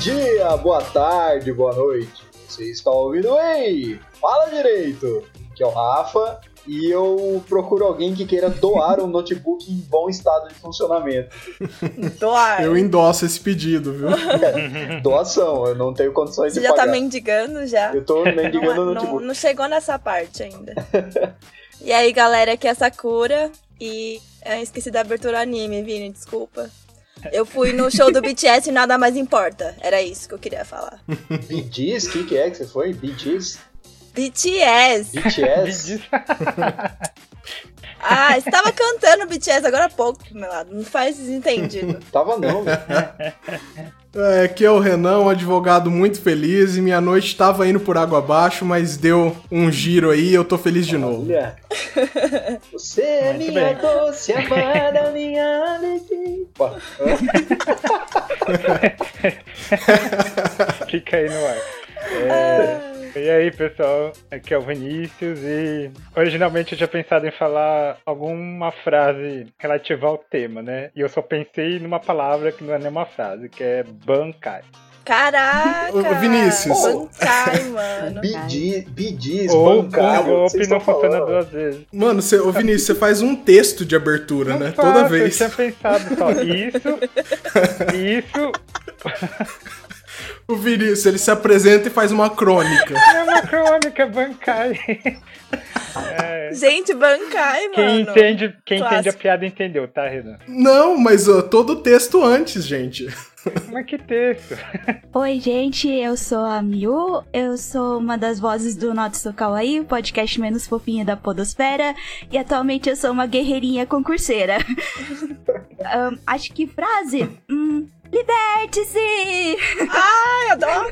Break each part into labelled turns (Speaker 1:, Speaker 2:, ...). Speaker 1: dia, boa tarde, boa noite. Você está ouvindo? Ei, fala direito. Que é o Rafa e eu procuro alguém que queira doar um notebook em bom estado de funcionamento.
Speaker 2: Doar.
Speaker 3: Eu endosso esse pedido, viu?
Speaker 1: Doação, eu não tenho condições
Speaker 2: Você
Speaker 1: de
Speaker 2: já
Speaker 1: pagar.
Speaker 2: tá mendigando já.
Speaker 1: Eu tô mendigando
Speaker 2: não,
Speaker 1: o
Speaker 2: não-
Speaker 1: notebook.
Speaker 2: não chegou nessa parte ainda. e aí, galera, aqui é a Sakura. E eu esqueci da abertura anime, Vini, desculpa. Eu fui no show do BTS e nada mais importa. Era isso que eu queria falar.
Speaker 1: BGs? O que, que é que você foi? BGs?
Speaker 2: BTS!
Speaker 1: BTS?
Speaker 2: Ah, estava cantando BTS agora há pouco, meu lado. Não faz entendido.
Speaker 1: Tava não. né?
Speaker 3: É, aqui é o Renan, um advogado muito feliz e minha noite tava indo por água abaixo, mas deu um giro aí e eu tô feliz de novo.
Speaker 1: Olha. Você é
Speaker 4: Muito
Speaker 1: minha
Speaker 4: bem.
Speaker 1: doce amada, minha alegria. Pô,
Speaker 4: Fica aí no ar.
Speaker 1: Ah.
Speaker 4: É, E aí, pessoal, aqui é o Vinícius e originalmente eu tinha pensado em falar alguma frase relativa ao tema, né? E eu só pensei numa palavra que não é nenhuma frase, que é bancar.
Speaker 2: Caraca!
Speaker 3: Ô, Vinícius.
Speaker 2: Bancai, mano.
Speaker 1: BG, BGs,
Speaker 4: Ou o
Speaker 1: bancário. o que vocês
Speaker 4: um golpe não
Speaker 1: estão
Speaker 4: funciona
Speaker 1: falando?
Speaker 4: duas vezes.
Speaker 3: Mano, você, ô Vinícius, você faz um texto de abertura, né?
Speaker 4: Não faço, é
Speaker 3: Toda vez.
Speaker 4: Eu tinha pensado só isso, isso
Speaker 3: O Vinícius, ele se apresenta e faz uma crônica.
Speaker 4: é uma crônica bancai. É,
Speaker 2: Gente, bancai, mano.
Speaker 4: quem entende, quem entende a
Speaker 2: clássico.
Speaker 4: piada entendeu, tá, Renan?
Speaker 3: Não, mas ó, todo o texto antes, gente.
Speaker 4: Mas que texto?
Speaker 5: Oi, gente, eu sou a Miu, eu sou uma das vozes do Notsu Kawaii, o podcast menos fofinho da podosfera, e atualmente eu sou uma guerreirinha concurseira. Ahn, acho que frase? Hum, Liberte-se!
Speaker 2: Ai, adoro.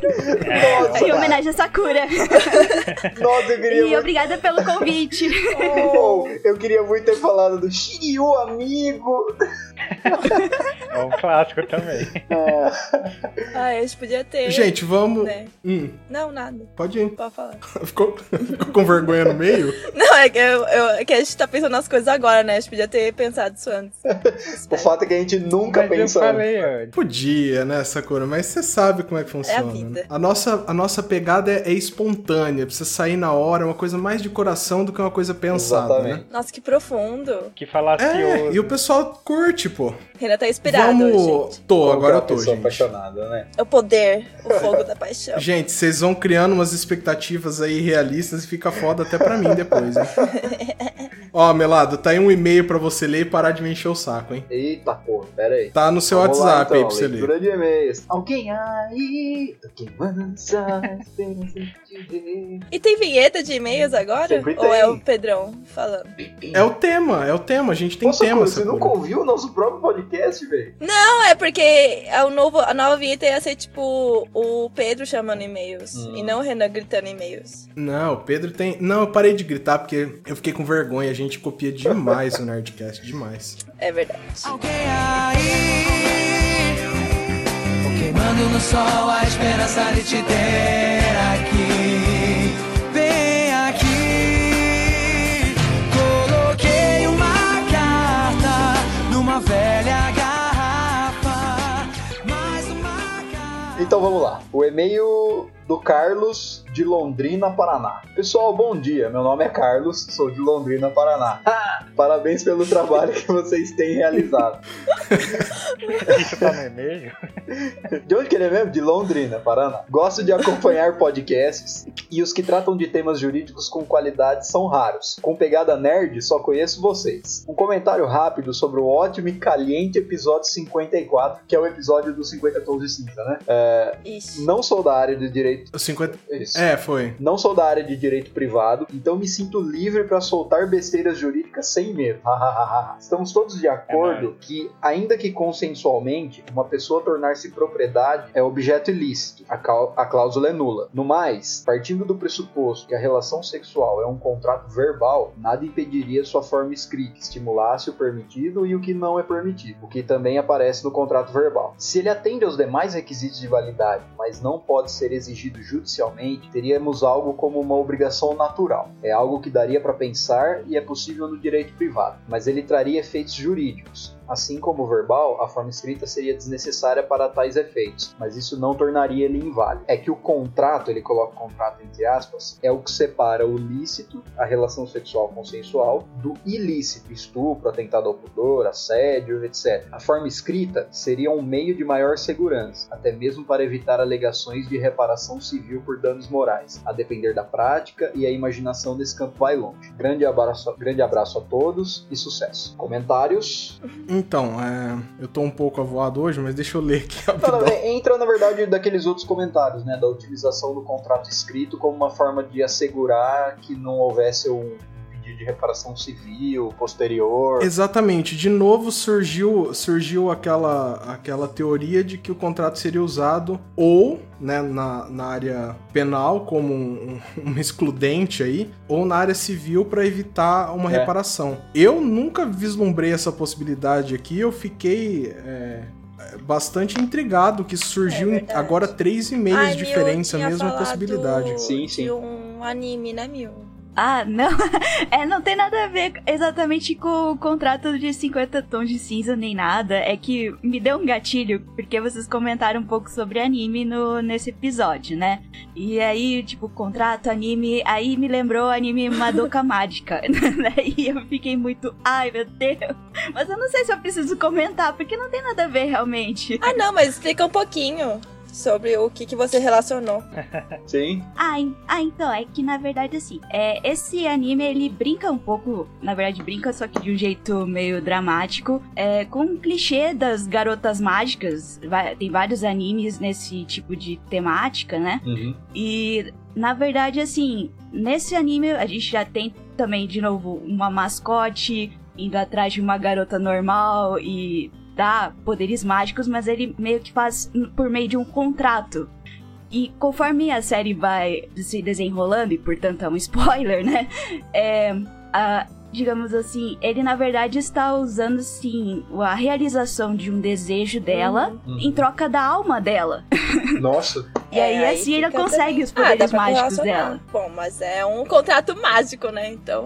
Speaker 4: É,
Speaker 1: Nossa,
Speaker 5: Em homenagem a Sakura.
Speaker 1: nossa, eu queria
Speaker 5: E
Speaker 1: muito...
Speaker 5: obrigada pelo convite.
Speaker 1: Oh, eu queria muito ter falado do Shiryu, amigo.
Speaker 4: É um clássico também.
Speaker 2: Ai, Ah, a gente podia ter.
Speaker 3: Gente, vamos.
Speaker 2: É, né?
Speaker 3: Hum,
Speaker 2: Não, nada.
Speaker 3: pode ir.
Speaker 2: Pode falar.
Speaker 3: Ficou, ficou com vergonha no meio?
Speaker 2: Não, é que, eu- eu- é que a gente tá pensando nas coisas agora, né? A gente podia ter pensado isso antes.
Speaker 1: O fato é que a gente nunca
Speaker 4: Mas
Speaker 1: pensa.
Speaker 4: eu falei antes.
Speaker 3: Podia, né, Sakura? Mas você sabe como é que funciona.
Speaker 2: vida.
Speaker 3: né? A nossa, a nossa pegada é, é espontânea, precisa sair na hora, é uma coisa mais de coração do que uma coisa pensada,
Speaker 1: Exatamente.
Speaker 3: né?
Speaker 2: Nossa, que profundo.
Speaker 4: Que falasse
Speaker 3: É,
Speaker 4: o-
Speaker 3: e o pessoal curte, pô.
Speaker 2: Renan tá inspirado,
Speaker 3: Vamos.
Speaker 2: gente.
Speaker 3: Tô,
Speaker 1: Como
Speaker 3: agora
Speaker 1: que é
Speaker 3: eu
Speaker 1: uma
Speaker 3: tô,
Speaker 1: pessoa
Speaker 3: gente.
Speaker 1: apaixonada, né?
Speaker 2: É o poder, o fogo da paixão.
Speaker 3: Gente, vocês vão criando umas expectativas aí realistas e fica foda até pra mim depois, hein? Ó, Melado, tá aí um e-mail pra você ler e parar de me encher o saco, hein?
Speaker 1: Eita porra, pera aí.
Speaker 3: Tá no seu
Speaker 1: Vamos lá,
Speaker 3: WhatsApp aí
Speaker 1: então,
Speaker 3: pra você ler.
Speaker 1: leitura de e-mails. Alguém aí, quem lança a esperança de ver.
Speaker 2: E tem vinheta de e-mails agora?
Speaker 1: Sempre
Speaker 2: Ou é
Speaker 1: tem.
Speaker 2: o Pedrão falando?
Speaker 3: É o tema, é o tema, a gente tem
Speaker 1: Nossa,
Speaker 3: tema.
Speaker 1: Cura, você
Speaker 3: Sakura.
Speaker 1: nunca ouviu o nosso próprio podcast, velho?
Speaker 2: Não, é porque é o novo, a nova vinheta ia ser tipo o Pedro chamando e-mails. E não o Renan gritando e-mails.
Speaker 3: Não, o Pedro tem. Não, eu parei de gritar porque eu fiquei com vergonha. A gente copia demais o Nerdcast, demais.
Speaker 2: É verdade.
Speaker 6: Alguém aí Queimando no sol a esperança de te ter aqui Vem aqui Coloquei uma carta Numa velha garrafa Mais uma carta
Speaker 1: Então vamos lá. O e-mail do Carlos de Londrina, Paraná. Pessoal, bom dia. Meu nome é Carlos, sou de Londrina, Paraná. Parabéns pelo trabalho que vocês têm realizado.
Speaker 4: Isso tá no e-mail?
Speaker 1: De onde que ele é mesmo? De Londrina, Paraná. Gosto de acompanhar podcasts e os que tratam de temas jurídicos com qualidade são raros. Com pegada nerd, só conheço vocês. Um comentário rápido sobre o ótimo e caliente episódio 54, que é o episódio dos 50 tons de cinza, né? É,
Speaker 2: Ixi.
Speaker 1: não sou da área de direito.
Speaker 3: O 50.
Speaker 1: Isso.
Speaker 3: É, foi.
Speaker 1: Não sou da área de direito privado, então me sinto livre para soltar besteiras jurídicas sem medo. Estamos todos de acordo que, ainda que consensualmente, uma pessoa tornar-se propriedade é objeto ilícito. A, cau- a cláusula é nula. No mais, partindo do pressuposto que a relação sexual é um contrato verbal, nada impediria sua forma escrita, que estimulasse o permitido e o que não é permitido, o que também aparece no contrato verbal. Se ele atende aos demais requisitos de validade, mas não pode ser exigido judicialmente, teríamos algo como uma obrigação natural. É algo que daria para pensar e é possível no direito privado, mas ele traria efeitos jurídicos. Assim como o verbal, a forma escrita seria desnecessária para tais efeitos, mas isso não tornaria ele inválido. É que o contrato, ele coloca o contrato entre aspas, é o que separa o lícito, a relação sexual consensual, do ilícito, estupro, atentado ao pudor, assédio, etc. A forma escrita seria um meio de maior segurança, até mesmo para evitar alegações de reparação civil por danos morais, a depender da prática e a imaginação desse campo vai longe. Grande abraço, grande abraço a todos e sucesso. Comentários?
Speaker 3: Então, é, eu tô um pouco avoado hoje, mas deixa eu ler aqui
Speaker 1: Não, não,
Speaker 3: rapidão.
Speaker 1: é, entra, na verdade, daqueles outros comentários, né? Da utilização do contrato escrito como uma forma de assegurar que não houvesse um pedido de reparação civil posterior.
Speaker 3: Exatamente. De novo surgiu, surgiu aquela, aquela teoria de que o contrato seria usado ou né, na, na área penal como um, um- uma excludente aí, ou na área civil para evitar uma
Speaker 1: É.
Speaker 3: reparação. Eu nunca vislumbrei essa possibilidade aqui. Eu fiquei é, bastante intrigado que surgiu
Speaker 2: É
Speaker 3: em-
Speaker 2: verdade.
Speaker 3: agora três e-mails
Speaker 2: Ai,
Speaker 3: de
Speaker 2: Mil,
Speaker 3: diferença,
Speaker 2: tinha
Speaker 3: mesma
Speaker 2: falado
Speaker 3: possibilidade.
Speaker 1: Sim, sim.
Speaker 2: De um anime, né, Mil?
Speaker 5: Ah, não. É, não tem nada a ver exatamente com o contrato de 50 tons de cinza nem nada. É que me deu um gatilho, porque vocês comentaram um pouco sobre anime no, nesse episódio, né? E aí, tipo, contrato, anime. Aí me lembrou o anime Madoka Mágica. né? e eu fiquei muito. Ai, meu Deus. Mas eu não sei se eu preciso comentar, porque não tem nada a ver realmente.
Speaker 2: Ah, não, mas explica um pouquinho sobre o que, que você relacionou.
Speaker 1: Sim.
Speaker 5: Ah, en- ah, então, é que na verdade assim, é, esse anime ele brinca um pouco, na verdade brinca, só que de um jeito meio dramático, é, com um clichê das garotas mágicas. Vai- tem vários animes nesse tipo de temática, né?
Speaker 1: Uhum.
Speaker 5: E na verdade, assim, nesse anime a gente já tem também, de novo, uma mascote indo atrás de uma garota normal e dá poderes mágicos, mas ele meio que faz por meio de um contrato. E conforme a série vai se desenrolando, e portanto é um spoiler, né? É, a- digamos assim, ele na verdade está usando sim a realização de um desejo dela
Speaker 1: Uhum.
Speaker 5: em troca da alma dela.
Speaker 1: Nossa.
Speaker 5: E aí,
Speaker 2: É,
Speaker 5: assim, ele
Speaker 2: fica
Speaker 5: consegue os
Speaker 2: também- Ah, dá
Speaker 5: poderes
Speaker 2: pra
Speaker 5: mágicos
Speaker 2: relacionar.
Speaker 5: dela.
Speaker 2: Bom, mas é um contrato mágico, né? Então,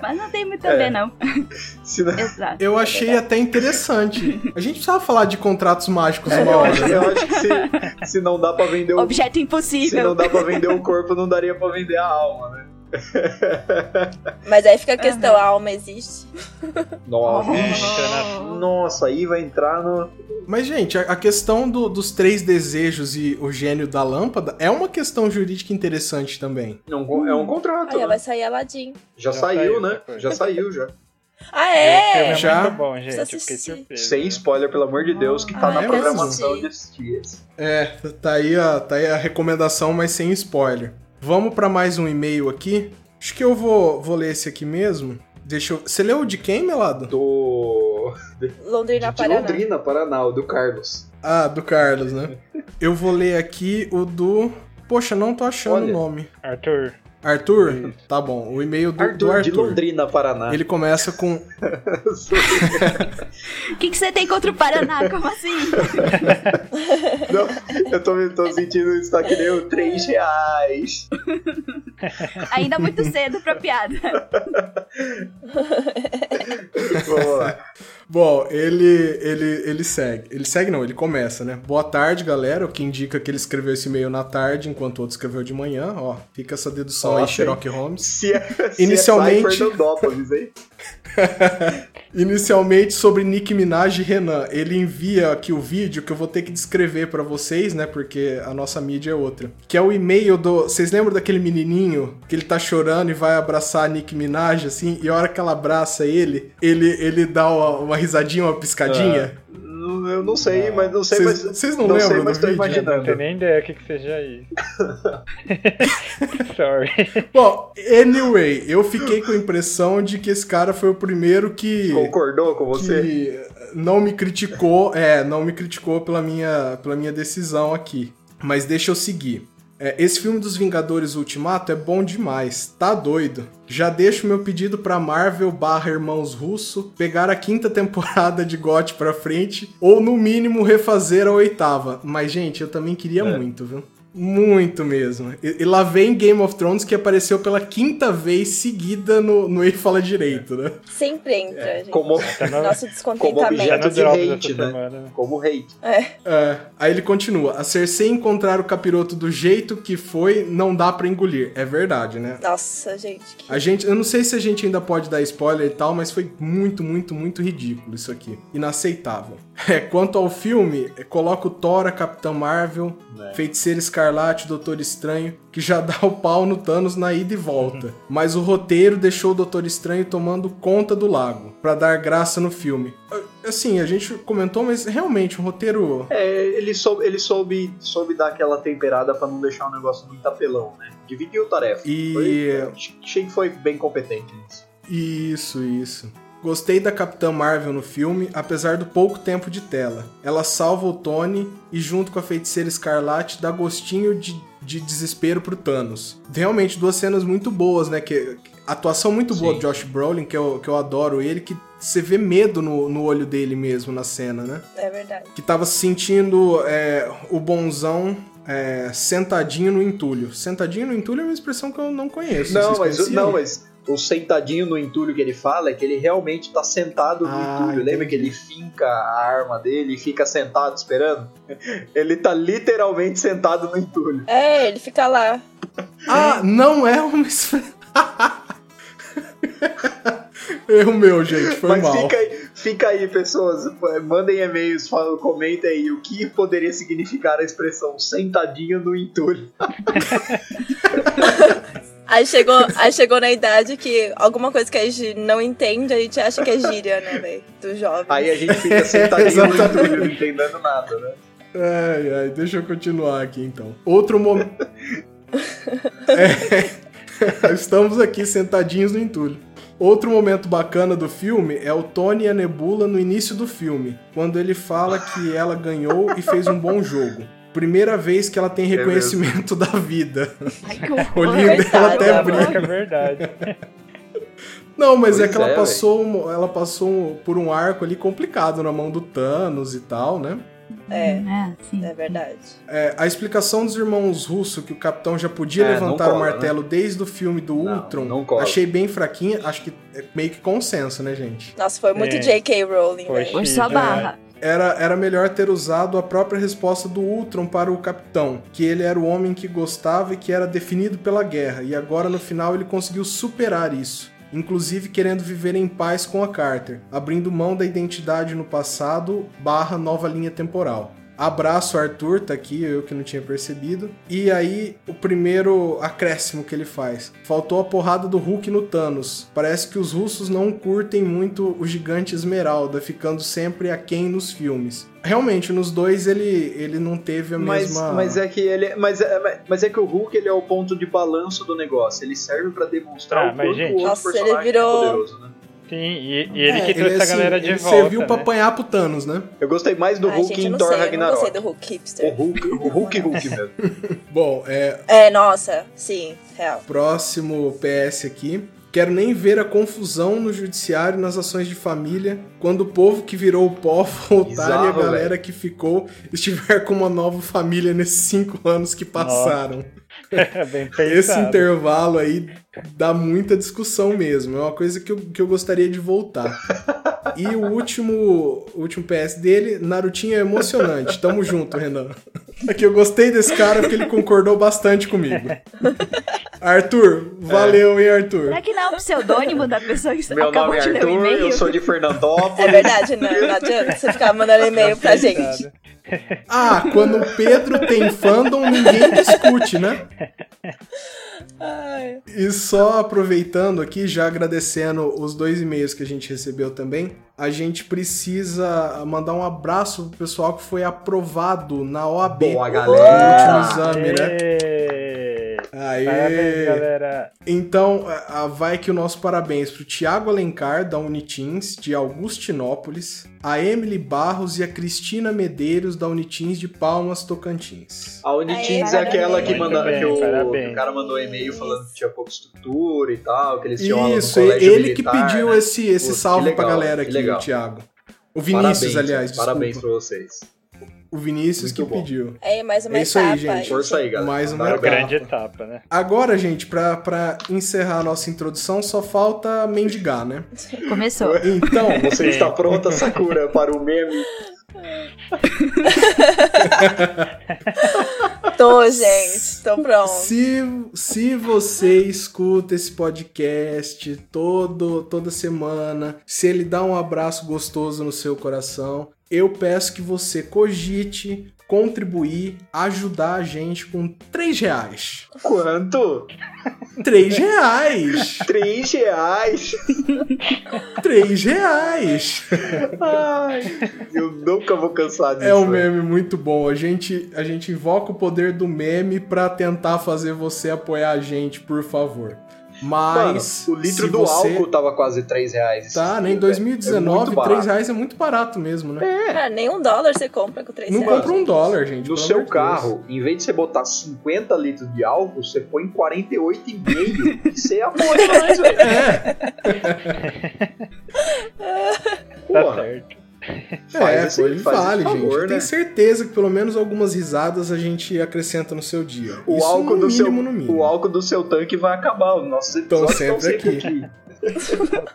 Speaker 5: Mas não tem muito
Speaker 1: É.
Speaker 5: a ver, não.
Speaker 1: Se não-
Speaker 5: Exato.
Speaker 3: Eu achei até interessante. A gente precisava falar de contratos mágicos
Speaker 2: É,
Speaker 3: uma
Speaker 1: Eu acho,
Speaker 3: hora.
Speaker 1: eu acho que se, se não dá pra vender o
Speaker 5: Objeto
Speaker 1: se não
Speaker 5: impossível.
Speaker 1: dá pra vender o corpo, não daria pra vender a alma, né?
Speaker 2: mas aí fica a questão, a alma existe?
Speaker 1: né? Nossa.
Speaker 4: Bicha, né?
Speaker 1: Nossa, aí vai entrar no.
Speaker 3: Mas, gente, a, a questão do- dos três desejos e o gênio da lâmpada é uma questão jurídica interessante também.
Speaker 1: É um, con- é um contrato.
Speaker 2: Aí
Speaker 1: né?
Speaker 2: vai sair Aladdin.
Speaker 1: Já,
Speaker 4: Já
Speaker 1: saiu,
Speaker 4: saiu,
Speaker 1: né?
Speaker 4: foi.
Speaker 1: Já saiu, já.
Speaker 2: Ah,
Speaker 4: Esse
Speaker 2: é?
Speaker 4: filme é
Speaker 3: Já?
Speaker 4: muito bom, gente. Eu fiquei
Speaker 2: assistir.
Speaker 4: surpreso.
Speaker 1: Sem spoiler, pelo amor de Deus, que tá
Speaker 2: Ah,
Speaker 1: na
Speaker 3: é
Speaker 1: programação
Speaker 2: mesmo?
Speaker 1: desses dias.
Speaker 3: É, tá aí a, tá aí a recomendação, mas sem spoiler. Vamos pra mais um e-mail aqui. Acho que eu vou, vou ler esse aqui mesmo. Deixa eu. Você leu o de quem, Melado?
Speaker 1: Do.
Speaker 2: Londrina,
Speaker 1: É. de
Speaker 2: Paraná.
Speaker 1: Londrina, Paraná, o do Carlos.
Speaker 3: Ah, do Carlos, né? Eu vou ler aqui o do. Poxa, não tô achando
Speaker 1: Olha.
Speaker 3: o nome.
Speaker 4: Arthur,
Speaker 3: Arthur? Tá bom. O e-mail do do
Speaker 1: Arthur,
Speaker 3: Arthur.
Speaker 1: de Londrina, Paraná.
Speaker 3: Ele começa com
Speaker 5: O que, que você tem contra o Paraná? Como assim?
Speaker 1: Não, eu tô, me- tô sentindo isso tá que nem o 3 reais.
Speaker 5: Ainda muito cedo pra piada.
Speaker 1: Vamos lá.
Speaker 3: Bom, ele, ele, ele segue. Ele segue não, ele começa, né? Boa tarde, galera. O que indica que ele escreveu esse e-mail na tarde, enquanto o outro escreveu de manhã. Ó, fica essa dedução
Speaker 1: Ó,
Speaker 3: aí,
Speaker 1: tem.
Speaker 3: Sherlock Holmes.
Speaker 1: Se é,
Speaker 3: Inicialmente-
Speaker 1: Se é Fernandópolis, hein?
Speaker 3: Inicialmente, sobre Nick Minaj e Renan. Ele envia aqui o vídeo que eu vou ter que descrever pra vocês, né? Porque a nossa mídia é outra. Que é o e-mail do... Vocês lembram daquele menininho que ele tá chorando e vai abraçar a Nick Minaj, assim? E a hora que ela abraça ele, ele, ele dá uma, uma risadinha, uma piscadinha.
Speaker 1: Não, Eu não sei, mas É. não sei,
Speaker 3: Ah, Vocês-
Speaker 1: mas.
Speaker 3: vocês não
Speaker 1: não sei,
Speaker 3: lembram
Speaker 1: mas
Speaker 3: do
Speaker 1: tô
Speaker 3: vídeo? né?
Speaker 4: não tenho
Speaker 1: imaginando.
Speaker 4: nem ideia o que, que seja isso. Sorry.
Speaker 3: Bom, anyway, eu fiquei com a impressão de que esse cara foi o primeiro que,
Speaker 1: Concordou com você?
Speaker 3: que não me criticou, é, não me criticou pela minha, pela minha decisão aqui. Mas deixa eu seguir. É, esse filme dos Vingadores Ultimato é bom demais, tá doido. Já deixo meu pedido pra Marvel barra Irmãos Russo pegar a quinta temporada de GOT pra frente, ou no mínimo refazer a oitava. Mas, gente, eu também queria
Speaker 1: É.
Speaker 3: muito, viu? Muito mesmo. E, e, lá vem Game of Thrones que apareceu pela quinta vez seguida no, no Ei Fala Direito, né?
Speaker 2: Sempre entra, gente.
Speaker 1: É, Como, né?
Speaker 2: Nosso
Speaker 1: como
Speaker 4: Tá
Speaker 2: descontentamento.
Speaker 1: objeto de
Speaker 4: drogas essa
Speaker 1: hate, né?
Speaker 4: semana.
Speaker 1: Como hate.
Speaker 2: É.
Speaker 3: É, aí ele continua. A Cersei encontrar o capiroto do jeito que foi não dá pra engolir. É verdade, né?
Speaker 2: Nossa, gente. que-
Speaker 3: A gente, eu não sei se a gente ainda pode dar spoiler e tal, mas foi muito, muito, muito ridículo isso aqui. Inaceitável. É, quanto ao filme, é, coloca o Thor, a Capitã Marvel, Feiticeiro Escarlate, Doutor Estranho, que já dá o pau no Thanos na ida e volta. Mas o roteiro deixou o Doutor Estranho tomando conta do lago, pra dar graça no filme. Ah, Assim, a gente comentou, mas realmente, o roteiro...
Speaker 1: É, ele soube, ele soube, soube dar aquela temperada pra não deixar o negócio muito apelão, né? Dividiu a tarefa.
Speaker 3: E...
Speaker 1: Foi- achei que foi bem competente nisso.
Speaker 3: Isso, isso. Gostei da Capitã Marvel no filme, apesar do pouco tempo de tela. Ela salva o Tony e, junto com a feiticeira Escarlate, dá gostinho de, de desespero pro Thanos. Realmente, duas cenas muito boas, né? Que, atuação muito boa
Speaker 1: Sim.
Speaker 3: do Josh Brolin, que eu, que eu adoro ele, que você vê medo no, no olho dele mesmo na cena, né?
Speaker 2: É verdade.
Speaker 3: que tava se sentindo é, o bonzão é, sentadinho no entulho. Sentadinho no entulho é uma expressão que eu não conheço.
Speaker 1: Não
Speaker 3: Vocês
Speaker 1: mas,
Speaker 3: conheciam?
Speaker 1: não, mas o sentadinho no entulho que ele fala é que ele realmente tá sentado no
Speaker 3: Ah,
Speaker 1: entulho. Lembra
Speaker 3: entendi.
Speaker 1: que ele finca a arma dele e fica sentado esperando? Ele tá literalmente sentado no entulho.
Speaker 2: É, ele fica lá.
Speaker 3: Ah, não é uma expressão. Erro meu, gente, foi
Speaker 1: Mas
Speaker 3: mal.
Speaker 1: fica aí, fica aí, pessoas. Mandem e-mails, falam- comentem aí o que poderia significar a expressão sentadinho no entulho.
Speaker 2: Aí chegou, aí chegou na idade que alguma coisa que a gente não entende, a gente acha que é gíria, né, velho? Do jovem.
Speaker 1: Aí a gente fica sentadinho no
Speaker 3: Exatamente.
Speaker 1: entulho, não entendendo nada, né?
Speaker 3: Ai, ai, deixa eu continuar aqui então. Outro momento. É, Estamos aqui sentadinhos no entulho. Outro momento bacana do filme é o Tony e a Nebula no início do filme, quando ele fala que ela ganhou e fez um bom jogo. Primeira vez que ela tem
Speaker 1: É mesmo.
Speaker 3: reconhecimento da vida.
Speaker 5: Ai, que
Speaker 3: O
Speaker 5: horror.
Speaker 3: olhinho dela
Speaker 2: Coitada,
Speaker 3: Tá até
Speaker 2: mano.
Speaker 3: brilha.
Speaker 4: É verdade.
Speaker 3: Não, mas é
Speaker 1: Pois
Speaker 3: que ela
Speaker 1: é,
Speaker 3: passou, um- ela passou um- por um arco ali complicado na mão do Thanos e tal, né?
Speaker 2: É,
Speaker 5: Ah, sim.
Speaker 2: é verdade.
Speaker 3: É, a explicação dos irmãos Russo que o capitão já podia
Speaker 1: É,
Speaker 3: levantar
Speaker 1: não cola,
Speaker 3: o martelo desde o filme do
Speaker 1: Não,
Speaker 3: Ultron,
Speaker 1: não cola.
Speaker 3: achei bem fraquinha, acho que é meio que consenso, né, gente?
Speaker 2: Nossa, foi muito
Speaker 4: É.
Speaker 2: J.K. Rowling,
Speaker 4: Foi.
Speaker 2: velho.
Speaker 5: Hoje só
Speaker 1: É.
Speaker 4: Sim,
Speaker 5: barra.
Speaker 3: Era, era melhor ter usado a própria resposta do Ultron para o capitão, que ele era o homem que gostava e que era definido pela guerra, e agora no final ele conseguiu superar isso. Inclusive querendo viver em paz com a Carter, abrindo mão da identidade no passado barra nova linha temporal. Abraço, Arthur, tá aqui, eu que não tinha percebido. E aí, o primeiro acréscimo que ele faz. Faltou a porrada do Hulk no Thanos. Parece que os russos não curtem muito o gigante esmeralda, ficando sempre aquém nos filmes. Realmente, nos dois ele, ele não teve a
Speaker 1: Mas,
Speaker 3: mesma.
Speaker 1: mas é que ele, mas, é, mas é que o Hulk ele é o ponto de balanço do negócio. Ele serve pra demonstrar
Speaker 4: Ah,
Speaker 1: o
Speaker 4: mas,
Speaker 1: quanto
Speaker 4: gente-
Speaker 1: o outro
Speaker 2: Nossa, ele
Speaker 1: personagem
Speaker 2: virou-
Speaker 1: é poderoso, né?
Speaker 4: Sim, e, e ele
Speaker 3: É,
Speaker 4: que trouxe
Speaker 3: assim,
Speaker 4: a galera de
Speaker 3: ele
Speaker 4: volta.
Speaker 3: serviu pra
Speaker 4: né?
Speaker 3: apanhar pro Thanos, né?
Speaker 1: Eu gostei mais do
Speaker 2: Ai,
Speaker 1: Hulk
Speaker 2: gente, eu
Speaker 1: em
Speaker 2: não
Speaker 1: Thor
Speaker 2: sei, Eu não
Speaker 1: Ragnarok.
Speaker 2: gostei do Hulk
Speaker 1: O
Speaker 2: hipster.
Speaker 1: Hulk, o Hulk, Hulk mesmo.
Speaker 3: Bom, é,
Speaker 2: É, nossa, sim, real.
Speaker 3: Próximo PS aqui. Quero nem ver a confusão no judiciário nas ações de família quando o povo que virou o pó voltar e a
Speaker 1: Bizarro,
Speaker 3: galera que ficou estiver com uma nova família nesses cinco anos que passaram.
Speaker 4: É bem pensado.
Speaker 3: Esse intervalo aí dá muita discussão mesmo. É uma coisa que eu, que eu gostaria de voltar. E o último, o último PS dele, Narutinho é emocionante. Tamo junto, Renan. É que eu gostei desse cara porque ele concordou bastante comigo. Arthur, valeu, hein, Arthur?
Speaker 5: Será que não é o pseudônimo da pessoa que
Speaker 1: Meu
Speaker 5: acabou
Speaker 1: nome é
Speaker 5: de ler o
Speaker 1: Arthur,
Speaker 5: e-mail?
Speaker 1: eu sou de
Speaker 2: É
Speaker 1: Fernandópolis.
Speaker 2: verdade, né? Não adianta você ficar mandando e-mail pra gente.
Speaker 4: Pensado.
Speaker 3: Ah, quando o Pedro tem fandom, ninguém discute, né?
Speaker 2: Ai.
Speaker 3: E só aproveitando aqui, já agradecendo os dois e-mails que a gente recebeu também, a gente precisa mandar um abraço pro pessoal que foi aprovado na OAB.
Speaker 1: Boa,
Speaker 3: No último
Speaker 1: Tá galera.
Speaker 3: exame, né?
Speaker 4: Êêê. Parabéns,
Speaker 3: Aê!
Speaker 4: galera. É
Speaker 3: Então, a- a- vai que o nosso parabéns pro Tiago Alencar, da Unitins, de Augustinópolis, a Emily Barros e a Cristina Medeiros, da Unitins de Palmas, Tocantins.
Speaker 1: A Unitins
Speaker 2: Aê,
Speaker 1: é aquela
Speaker 2: parabéns.
Speaker 1: que, manda,
Speaker 4: Muito bem,
Speaker 1: que, o,
Speaker 4: parabéns.
Speaker 1: que o cara mandou e-mail falando que tinha pouca estrutura e tal, que eles tinham aula no
Speaker 3: Isso,
Speaker 1: colégio
Speaker 3: ele que
Speaker 1: militar,
Speaker 3: pediu
Speaker 1: né?
Speaker 3: esse, esse
Speaker 1: Pô, que
Speaker 3: salve pra
Speaker 1: legal,
Speaker 3: galera
Speaker 1: que
Speaker 3: aqui,
Speaker 1: legal.
Speaker 3: o Thiago. O Vinícius,
Speaker 1: parabéns,
Speaker 3: aliás, desculpa.
Speaker 1: Parabéns pra vocês.
Speaker 3: O Vinícius
Speaker 1: Muito
Speaker 3: que
Speaker 1: bom.
Speaker 3: pediu.
Speaker 2: É, mais uma
Speaker 3: É isso aí,
Speaker 2: etapa.
Speaker 3: gente.
Speaker 1: Força aí, galera.
Speaker 3: Mais uma
Speaker 1: Bora
Speaker 3: etapa.
Speaker 1: pra-
Speaker 4: Grande etapa, né?
Speaker 3: Agora, gente, pra, pra encerrar a nossa introdução, só falta mendigar, né?
Speaker 5: Começou.
Speaker 3: Então,
Speaker 1: Você está pronta, Sakura, para o meme?
Speaker 2: Tô, gente. Tô pronto.
Speaker 3: se, se você escuta esse podcast todo, toda semana, se ele dá um abraço gostoso no seu coração, eu peço que você cogite contribuir, ajudar a gente com 3 reais.
Speaker 1: Quanto?
Speaker 3: 3 reais!
Speaker 1: Três reais?
Speaker 3: 3 reais!
Speaker 1: Ai, eu nunca vou cansar disso.
Speaker 3: É um
Speaker 1: velho.
Speaker 3: meme muito bom. A gente, a gente invoca o poder do meme pra tentar fazer você apoiar a gente, por favor. Mas.
Speaker 1: Mano, o litro
Speaker 3: se
Speaker 1: do
Speaker 3: você...
Speaker 1: álcool tava quase 3 reais.
Speaker 3: Tá, né?
Speaker 1: É
Speaker 3: Em
Speaker 1: muito
Speaker 3: 2019,
Speaker 1: barato.
Speaker 3: 3 reais é muito barato mesmo, né?
Speaker 2: Cara, nem um dólar você compra com três
Speaker 3: Não
Speaker 2: reais.
Speaker 3: compra um dólar, gente.
Speaker 1: No
Speaker 3: pelo
Speaker 1: seu
Speaker 3: amor de
Speaker 1: carro, em vez de você botar 50 litros de álcool, você põe 48,5. e você apoia mais, é velho.
Speaker 3: É,
Speaker 4: Tá
Speaker 1: Porra,
Speaker 4: certo.
Speaker 3: Deus.
Speaker 1: faz
Speaker 3: É,
Speaker 1: esse-
Speaker 3: pô, ele
Speaker 1: faz esse
Speaker 3: vale, gente.
Speaker 1: favor,
Speaker 3: Eu
Speaker 1: né?
Speaker 3: tenho certeza que pelo menos algumas risadas a gente acrescenta no seu dia.
Speaker 1: o
Speaker 3: Isso
Speaker 1: álcool,
Speaker 3: no
Speaker 1: do
Speaker 3: mínimo,
Speaker 1: seu,
Speaker 3: no mínimo.
Speaker 1: o álcool do seu tanque vai acabar. Os nossos
Speaker 3: Tão
Speaker 1: episódios estão
Speaker 3: sempre
Speaker 1: sempre,
Speaker 3: aqui.
Speaker 1: aqui.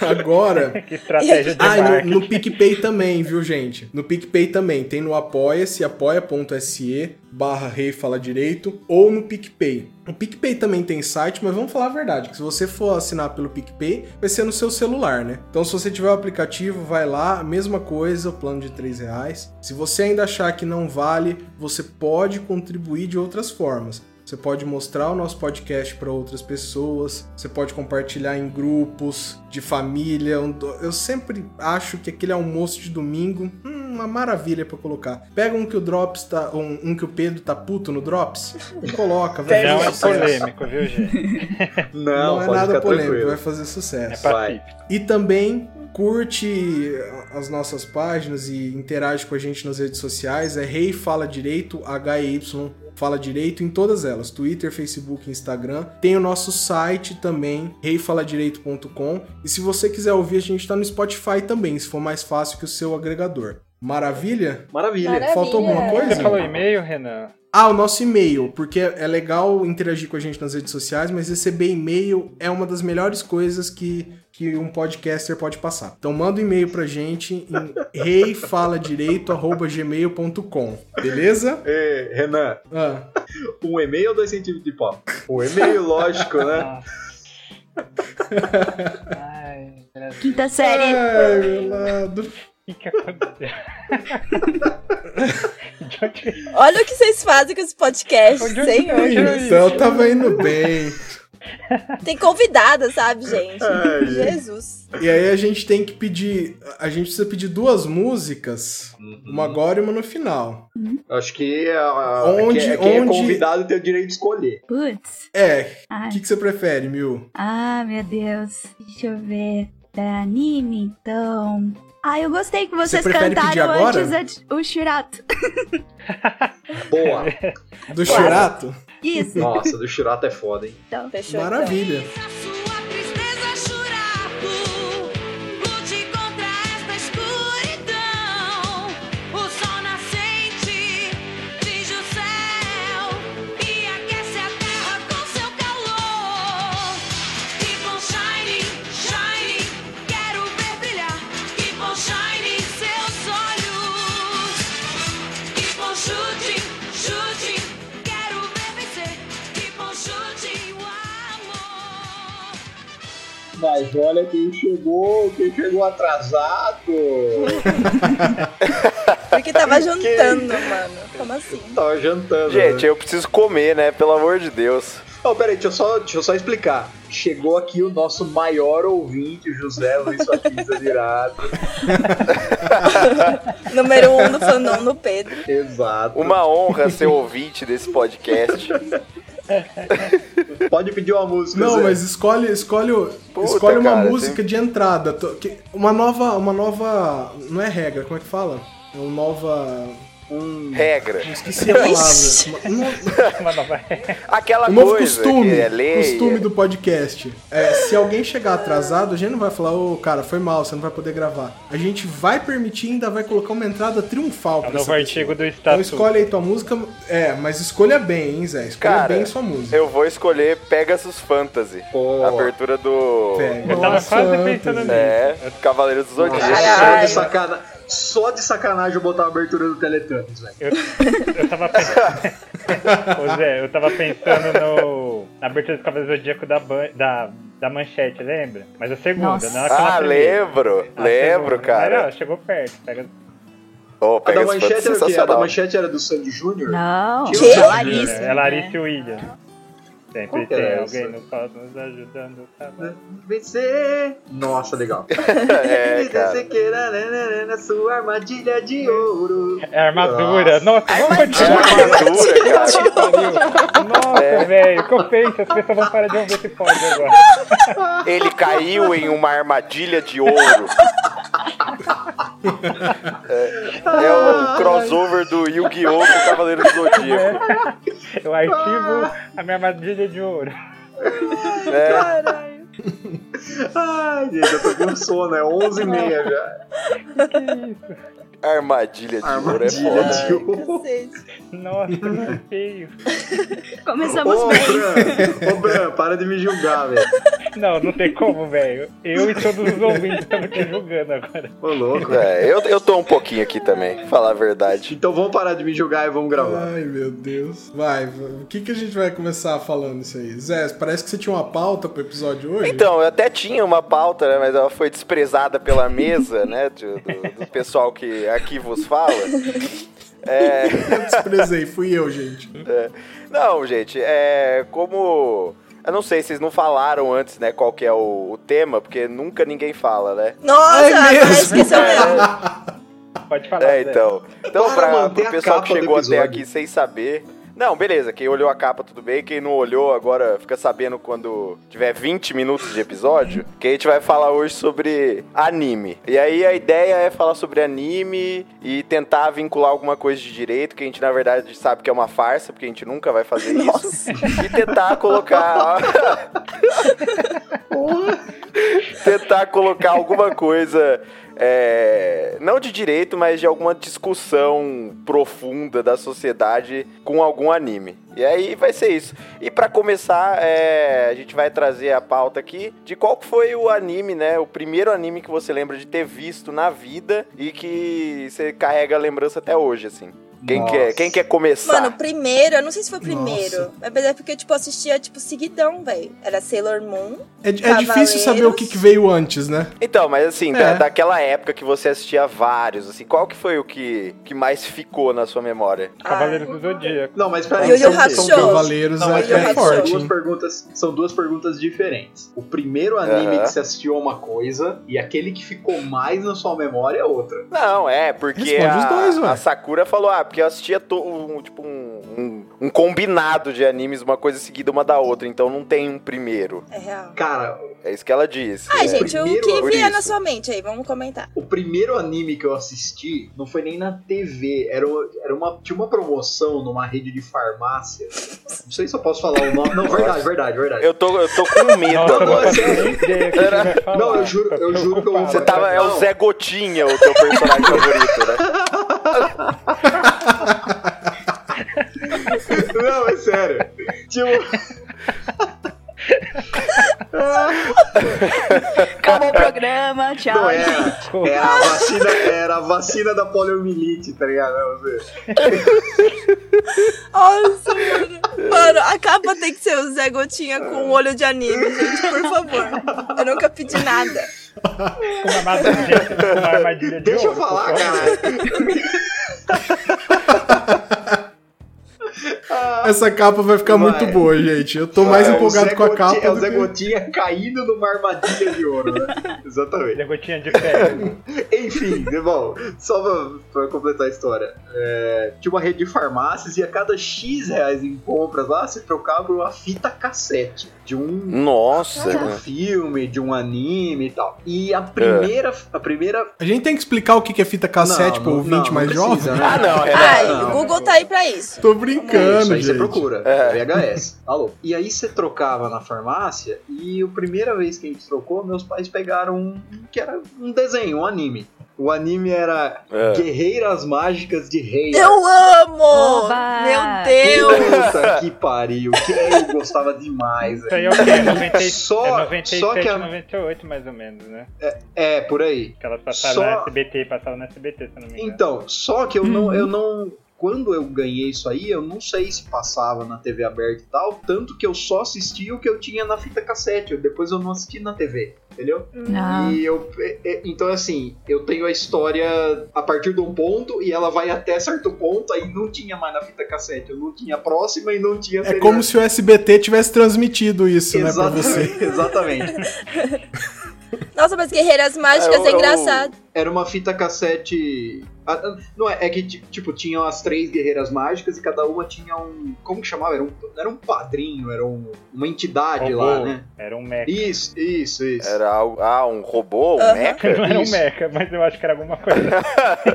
Speaker 3: Agora,
Speaker 4: Que estratégia de
Speaker 3: Ah, e
Speaker 4: marketing.
Speaker 3: no, no PicPay também, viu, gente? No PicPay também. Tem no apoia-se, apoia.se barra rei fala direito ou no PicPay. O PicPay também tem site, mas vamos falar a verdade, que se você for assinar pelo PicPay, vai ser no seu celular, né? Então se você tiver o aplicativo, vai lá, a mesma coisa, o plano de R$ 3 reais. Se você ainda achar que não vale, você pode contribuir de outras formas. Você pode mostrar o nosso podcast para outras pessoas, você pode compartilhar em grupos de família. um do- Eu sempre acho que aquele almoço de domingo, hum, uma maravilha para colocar. Pega um que o Drops tá, um, um que o Pedro tá puto no Drops, e coloca, vai
Speaker 4: Não
Speaker 3: fazer
Speaker 4: é
Speaker 3: sucesso.
Speaker 4: polêmico, viu, gente?
Speaker 1: Não,
Speaker 3: Não é
Speaker 1: pode
Speaker 3: nada
Speaker 1: ficar
Speaker 3: polêmico, vai
Speaker 1: tranquilo.
Speaker 3: fazer sucesso.
Speaker 4: É
Speaker 1: Vai.
Speaker 4: pacífico.
Speaker 3: E também curte as nossas páginas e interage com a gente nas redes sociais. É Rei Fala Direito, HY Fala Direito, em todas elas: Twitter, Facebook, Instagram. Tem o nosso site também, reifaladireito.com. E se você quiser ouvir, a gente tá no Spotify também, se for mais fácil que o seu agregador. Maravilha?
Speaker 1: Maravilha.
Speaker 2: Maravilha.
Speaker 3: Faltou alguma coisa?
Speaker 4: Você falou e-mail, Renan?
Speaker 3: Ah, o nosso e-mail, porque é legal interagir com a gente nas redes sociais, mas receber e-mail é uma das melhores coisas que, que um podcaster pode passar. Então manda um e-mail pra gente em reifaladireito.gmail.com, beleza?
Speaker 1: Ê, Renan,
Speaker 3: Ah,
Speaker 1: um e-mail ou dois centímetros de pau? Um e-mail, lógico, né?
Speaker 4: Nossa. Ai, Brasil,
Speaker 5: Quinta série.
Speaker 3: Ai, meu lado.
Speaker 4: o que que aconteceu? De onde-
Speaker 2: Olha o que vocês fazem com esse podcast,
Speaker 3: é
Speaker 4: Onde eu
Speaker 2: senhor.
Speaker 4: fui?
Speaker 3: Então tava indo bem.
Speaker 2: Tem convidada, sabe, gente?
Speaker 1: Ai, gente.
Speaker 2: Jesus.
Speaker 3: E aí a gente tem que pedir. A gente precisa pedir duas músicas, uma agora e uma no final.
Speaker 1: Acho que é a, a-
Speaker 3: Onde-
Speaker 1: quem, quem é
Speaker 3: onde-
Speaker 1: convidado tem o direito de escolher.
Speaker 5: Putz.
Speaker 3: É, o
Speaker 5: Ai.
Speaker 3: que, que você prefere, Mil?
Speaker 5: Ah, meu Deus. Deixa eu ver. Da anime, então. Ah, eu gostei que vocês
Speaker 3: prefere pedir
Speaker 5: cantaram
Speaker 3: agora?
Speaker 5: antes a- o Shirato.
Speaker 1: Boa.
Speaker 3: Do Churato?
Speaker 5: Isso,
Speaker 1: Nossa, do Shirato é foda, hein?
Speaker 5: então.
Speaker 2: Fechou. então.
Speaker 3: Maravilha.
Speaker 7: Sua tristeza churato, lute contra esta escuridão. O sol nascente tinge o céu e aquece a terra com seu calor. Keep on shining, shining, quero ver brilhar. Keep on shining seus olhos. Keep on shooting, shooting, quero ver vencer. Keep on shooting, o amor.
Speaker 1: Mas olha quem chegou, quem chegou atrasado.
Speaker 2: Porque tava jantando, mano. Como assim?
Speaker 1: Tava jantando.
Speaker 8: Gente,
Speaker 1: né?
Speaker 8: eu preciso comer, né? Pelo amor de Deus.
Speaker 1: Oh, peraí, deixa eu, só, deixa eu só explicar. Chegou aqui o nosso maior ouvinte, José Luiz Fatista Virado.
Speaker 2: Número um do fandom no Pedro.
Speaker 1: Exato.
Speaker 8: Uma honra ser ouvinte desse podcast.
Speaker 1: Pode pedir uma música,
Speaker 3: Não,
Speaker 1: Zé.
Speaker 3: mas escolhe, escolhe, o-
Speaker 8: é. Puta,
Speaker 3: escolhe uma
Speaker 8: cara,
Speaker 3: música de entrada. to- que- Uma nova, uma nova, não é regra, como é que fala? É uma nova
Speaker 1: um.
Speaker 8: Regra.
Speaker 3: Esqueci a
Speaker 2: Ixi.
Speaker 3: palavra. Uma-
Speaker 4: Uma nova regra.
Speaker 8: Aquela
Speaker 3: Um novo
Speaker 8: coisa
Speaker 3: costume.
Speaker 8: que é lei.
Speaker 3: Costume do podcast. É, se alguém chegar atrasado, a gente não vai falar, ô cara, foi mal, você não vai poder gravar. A gente vai permitir e ainda vai colocar uma entrada triunfal
Speaker 4: É o
Speaker 3: pra
Speaker 4: novo
Speaker 3: essa pessoa.
Speaker 4: artigo do
Speaker 3: Então
Speaker 4: estatuto.
Speaker 3: escolhe aí tua música. É, mas escolha bem, hein, Zé? Escolha
Speaker 8: Cara,
Speaker 3: bem sua música.
Speaker 8: eu vou escolher Pegasus Fantasy.
Speaker 1: Boa.
Speaker 8: A abertura do.
Speaker 3: Pega.
Speaker 4: Eu tava
Speaker 3: Nossa,
Speaker 4: quase pensando
Speaker 3: Anthony.
Speaker 4: nisso.
Speaker 8: É, Cavaleiros do Zodíaco.
Speaker 1: Só de, sacana... Só de sacanagem eu botar a abertura do Teletubbies, velho.
Speaker 4: Eu, eu tava pensando. Ô Zé, eu tava pensando no. Na abertura do Cavaleiro Zodíaco da, ban- da, da manchete, lembra? Mas a segunda,
Speaker 5: Nossa.
Speaker 4: não aquela
Speaker 8: Ah,
Speaker 4: primeira.
Speaker 8: lembro,
Speaker 4: A segunda.
Speaker 8: lembro,
Speaker 4: Mas, ó,
Speaker 8: cara.
Speaker 4: chegou perto. Pega...
Speaker 8: Ô,
Speaker 1: A da
Speaker 8: Pegasus Fantasy
Speaker 1: manchete era o quê? A da
Speaker 8: sensacional.
Speaker 1: manchete era do Sandy Júnior?
Speaker 5: Não,
Speaker 1: Que?
Speaker 5: é Larissa.
Speaker 4: É Larissa e William. Sempre
Speaker 1: Qual
Speaker 8: é
Speaker 1: que era
Speaker 4: tem
Speaker 1: essa?
Speaker 4: alguém no cosmos ajudando o cavalo.
Speaker 1: Vencer! Nossa, legal.
Speaker 8: É, cara.
Speaker 1: né, na sua armadilha de ouro.
Speaker 4: É armadura. Nossa, vamos
Speaker 8: É
Speaker 4: continuar.
Speaker 8: armadura, cara.
Speaker 4: Nossa, velho, compensa. As pessoas vão parar de ouvir esse pod agora.
Speaker 8: Ele caiu em uma armadilha de ouro. É, é o crossover do Yu-Gi-Oh! com o Cavaleiro do Zodíaco.
Speaker 4: Eu arquivo a minha armadilha de ouro.
Speaker 8: né?
Speaker 1: Ai, gente, eu tô com sono, é 11h30 já.
Speaker 8: Armadilha de ouro
Speaker 1: Armadilha
Speaker 8: é
Speaker 1: de
Speaker 8: foda.
Speaker 1: ouro.
Speaker 2: Cacete.
Speaker 4: Nossa, que feio.
Speaker 5: né? Começamos
Speaker 1: Ô,
Speaker 5: bem.
Speaker 1: Bran, ô, Bran, para de me julgar, velho.
Speaker 4: Não, não tem como, velho. Eu e todos os ouvintes estamos te julgando agora.
Speaker 1: Ô, louco.
Speaker 8: É, eu, eu tô um pouquinho aqui também, falar a verdade.
Speaker 1: Então vamos parar de me julgar e vamos gravar.
Speaker 3: Ai, meu Deus. Vai, v- o que, que a gente vai começar falando isso aí? Zé, parece que você tinha uma pauta pro episódio hoje.
Speaker 8: Então, eu até tinha uma pauta, né, mas ela foi desprezada pela mesa, né, do, do- do pessoal que aqui vos fala. É,
Speaker 3: Eu desprezei, fui eu, gente.
Speaker 8: não, gente, é como... Eu não sei, vocês não falaram antes, né, qual que é o, o tema, porque nunca ninguém fala, né?
Speaker 2: Nossa, agora
Speaker 3: mesmo?
Speaker 2: esqueceu mesmo.
Speaker 4: Pode falar. Zé.
Speaker 8: É, então. Então,
Speaker 1: Para
Speaker 8: pra,
Speaker 1: manter
Speaker 8: pro
Speaker 1: a
Speaker 8: pessoal
Speaker 1: capa
Speaker 8: que
Speaker 1: do
Speaker 8: chegou até
Speaker 1: episódio.
Speaker 8: aqui sem saber. Não, beleza, quem olhou a capa tudo bem, quem não olhou agora fica sabendo quando tiver 20 minutos de episódio, que a gente vai falar hoje sobre anime. E aí a ideia é falar sobre anime e tentar vincular alguma coisa de direito, que a gente na verdade sabe que é uma farsa, porque a gente nunca vai fazer isso. E tentar colocar tentar colocar alguma coisa, é, não de direito, mas de alguma discussão profunda da sociedade com algum anime. E aí vai ser isso. E pra começar, é, a gente vai trazer a pauta aqui de qual que foi o anime, né? O primeiro anime que você lembra de ter visto na vida e que você carrega a lembrança até hoje, assim. Quem,
Speaker 1: Nossa.
Speaker 8: quer, quem quer começar?
Speaker 2: Mano, primeiro, eu não sei se foi primeiro. Mas é porque, tipo, eu assistia, tipo, seguidão, velho. Era Sailor Moon.
Speaker 3: É, é difícil saber o que, que veio antes, né?
Speaker 8: Então, mas assim, da-
Speaker 3: É.
Speaker 8: daquela época que você assistia vários, assim, qual que foi o que, que mais ficou na sua memória?
Speaker 2: Ah,
Speaker 4: Cavaleiro do Zodíaco.
Speaker 1: Não, mas peraí.
Speaker 2: Yu Yu
Speaker 1: são- são
Speaker 2: Hakusho.
Speaker 3: São
Speaker 2: Show.
Speaker 3: cavaleiros
Speaker 1: Não,
Speaker 3: é,
Speaker 1: mas
Speaker 2: eu
Speaker 3: é
Speaker 1: peraí, são
Speaker 3: forte,
Speaker 1: duas
Speaker 3: hein?
Speaker 1: perguntas, são duas perguntas diferentes. O primeiro anime
Speaker 8: Aham.
Speaker 1: que você assistiu é uma coisa, e aquele que ficou mais na sua memória é outra.
Speaker 8: Não, é, porque
Speaker 3: Responde
Speaker 8: a,
Speaker 3: os dois, ué.
Speaker 8: a Sakura falou, ah, porque eu assistia to- um, tipo um, um, um combinado de animes, uma coisa seguida uma da outra, então não tem um primeiro.
Speaker 2: É real.
Speaker 1: Cara,
Speaker 8: É isso que ela disse.
Speaker 2: Ai,
Speaker 8: É.
Speaker 2: gente, o
Speaker 1: Primeiro
Speaker 2: que
Speaker 8: por
Speaker 2: vier na
Speaker 8: isso.
Speaker 2: sua mente aí? Vamos comentar.
Speaker 1: O primeiro anime que eu assisti não foi nem na TV, era, o- era uma, tinha uma promoção numa rede de farmácia. Não sei se eu posso falar o nome. Não, verdade, verdade, verdade.
Speaker 8: Eu tô, eu tô com medo
Speaker 4: Nossa, eu não
Speaker 8: agora.
Speaker 4: faço nem ideia do que você vai falar.
Speaker 1: Não, eu juro-
Speaker 4: Tô
Speaker 1: eu juro que eu-
Speaker 4: preocupado.
Speaker 8: Você tava, é o Zé Gotinha, o teu personagem favorito, né?
Speaker 1: Não, é sério. Tipo,
Speaker 5: Acabou o programa, tchau.
Speaker 1: não é, era. Era a vacina, era a vacina da poliomielite, tá ligado? Não, você-
Speaker 2: Nossa, mano. Mano, a capa tem que ser o Zé Gotinha com um olho de anime, gente, por favor. Eu nunca pedi nada.
Speaker 4: Com uma armadilha- com uma armadilha de
Speaker 1: Deixa eu
Speaker 4: ouro,
Speaker 1: falar,
Speaker 4: por favor.
Speaker 1: cara.
Speaker 3: Essa capa vai ficar
Speaker 1: Vai.
Speaker 3: muito boa, gente. Eu tô mais
Speaker 1: É, o
Speaker 3: empolgado
Speaker 1: Zé
Speaker 3: com a
Speaker 1: Gotinha-
Speaker 3: capa.
Speaker 1: É o
Speaker 3: do
Speaker 1: Zé
Speaker 3: que-
Speaker 1: Gotinha caindo numa armadilha de ouro, né? Exatamente.
Speaker 4: Ele é gotinha de ferro.
Speaker 1: Enfim, bom, só pra, pra completar a história. é, tinha uma rede de farmácias e a cada X reais em compras lá se trocava uma fita cassete de um de um
Speaker 8: Nossa.
Speaker 1: filme, de um anime e tal. E a primeira, a primeira
Speaker 3: A gente tem que explicar o que que é fita cassete
Speaker 1: Não,
Speaker 3: pro
Speaker 1: não-
Speaker 3: ouvinte
Speaker 1: não,
Speaker 3: mais
Speaker 1: não
Speaker 3: jovem?
Speaker 1: precisa, né?
Speaker 8: Ah, não,
Speaker 2: Ai,
Speaker 8: Renato.
Speaker 2: o Google tá aí pra isso.
Speaker 3: Tô
Speaker 1: É
Speaker 3: brincando,
Speaker 1: isso, aí você
Speaker 3: gente.
Speaker 1: procura.
Speaker 8: É.
Speaker 1: VHS. Alô. tá E aí você trocava na farmácia e a primeira vez que a gente trocou, meus pais pegaram um que era um desenho, um anime. O anime era
Speaker 8: É.
Speaker 1: Guerreiras Mágicas de Rei.
Speaker 2: Eu amo!
Speaker 5: Oba!
Speaker 2: Meu Deus!
Speaker 1: Puta que pariu, que eu gostava demais.
Speaker 4: Isso aí
Speaker 1: velho.
Speaker 4: é o quê? 90,
Speaker 1: Só-
Speaker 4: é
Speaker 1: só que
Speaker 4: 97,
Speaker 1: a-
Speaker 4: 98 mais ou menos, né?
Speaker 1: É, por aí.
Speaker 4: Que elas passaram
Speaker 1: Só-
Speaker 4: na SBT, passaram na SBT, se eu não me engano.
Speaker 1: Então, só que eu não, eu não. Quando eu ganhei isso aí, eu não sei se passava na TV aberta e tal, tanto que eu só assistia o que eu tinha na fita cassete. eu- Depois eu não assisti na TV, entendeu?
Speaker 5: Ah.
Speaker 1: E eu. é- é- Então, assim, eu tenho a história a partir de um ponto e ela vai até certo ponto, aí não tinha mais na fita cassete. Eu não tinha a próxima e não tinha.
Speaker 3: É como se o SBT tivesse transmitido isso, né, pra você.
Speaker 1: Exatamente, exatamente.
Speaker 2: Nossa, mas Guerreiras Mágicas
Speaker 8: É, eu-
Speaker 2: é
Speaker 8: eu-
Speaker 2: engraçado.
Speaker 1: Era uma fita cassete. ah, ah, Não é, é que ti- tipo, tinham as três guerreiras mágicas e cada uma tinha um. Como que chamava? Era um, era um padrinho, era um- uma entidade
Speaker 4: Robô.
Speaker 1: lá, né?
Speaker 4: Era um mecha.
Speaker 1: Isso, isso, isso.
Speaker 8: Era algo. Ah, um robô, um
Speaker 2: Aham.
Speaker 8: mecha?
Speaker 4: Não era um
Speaker 1: isso.
Speaker 4: mecha, mas eu acho que era alguma coisa.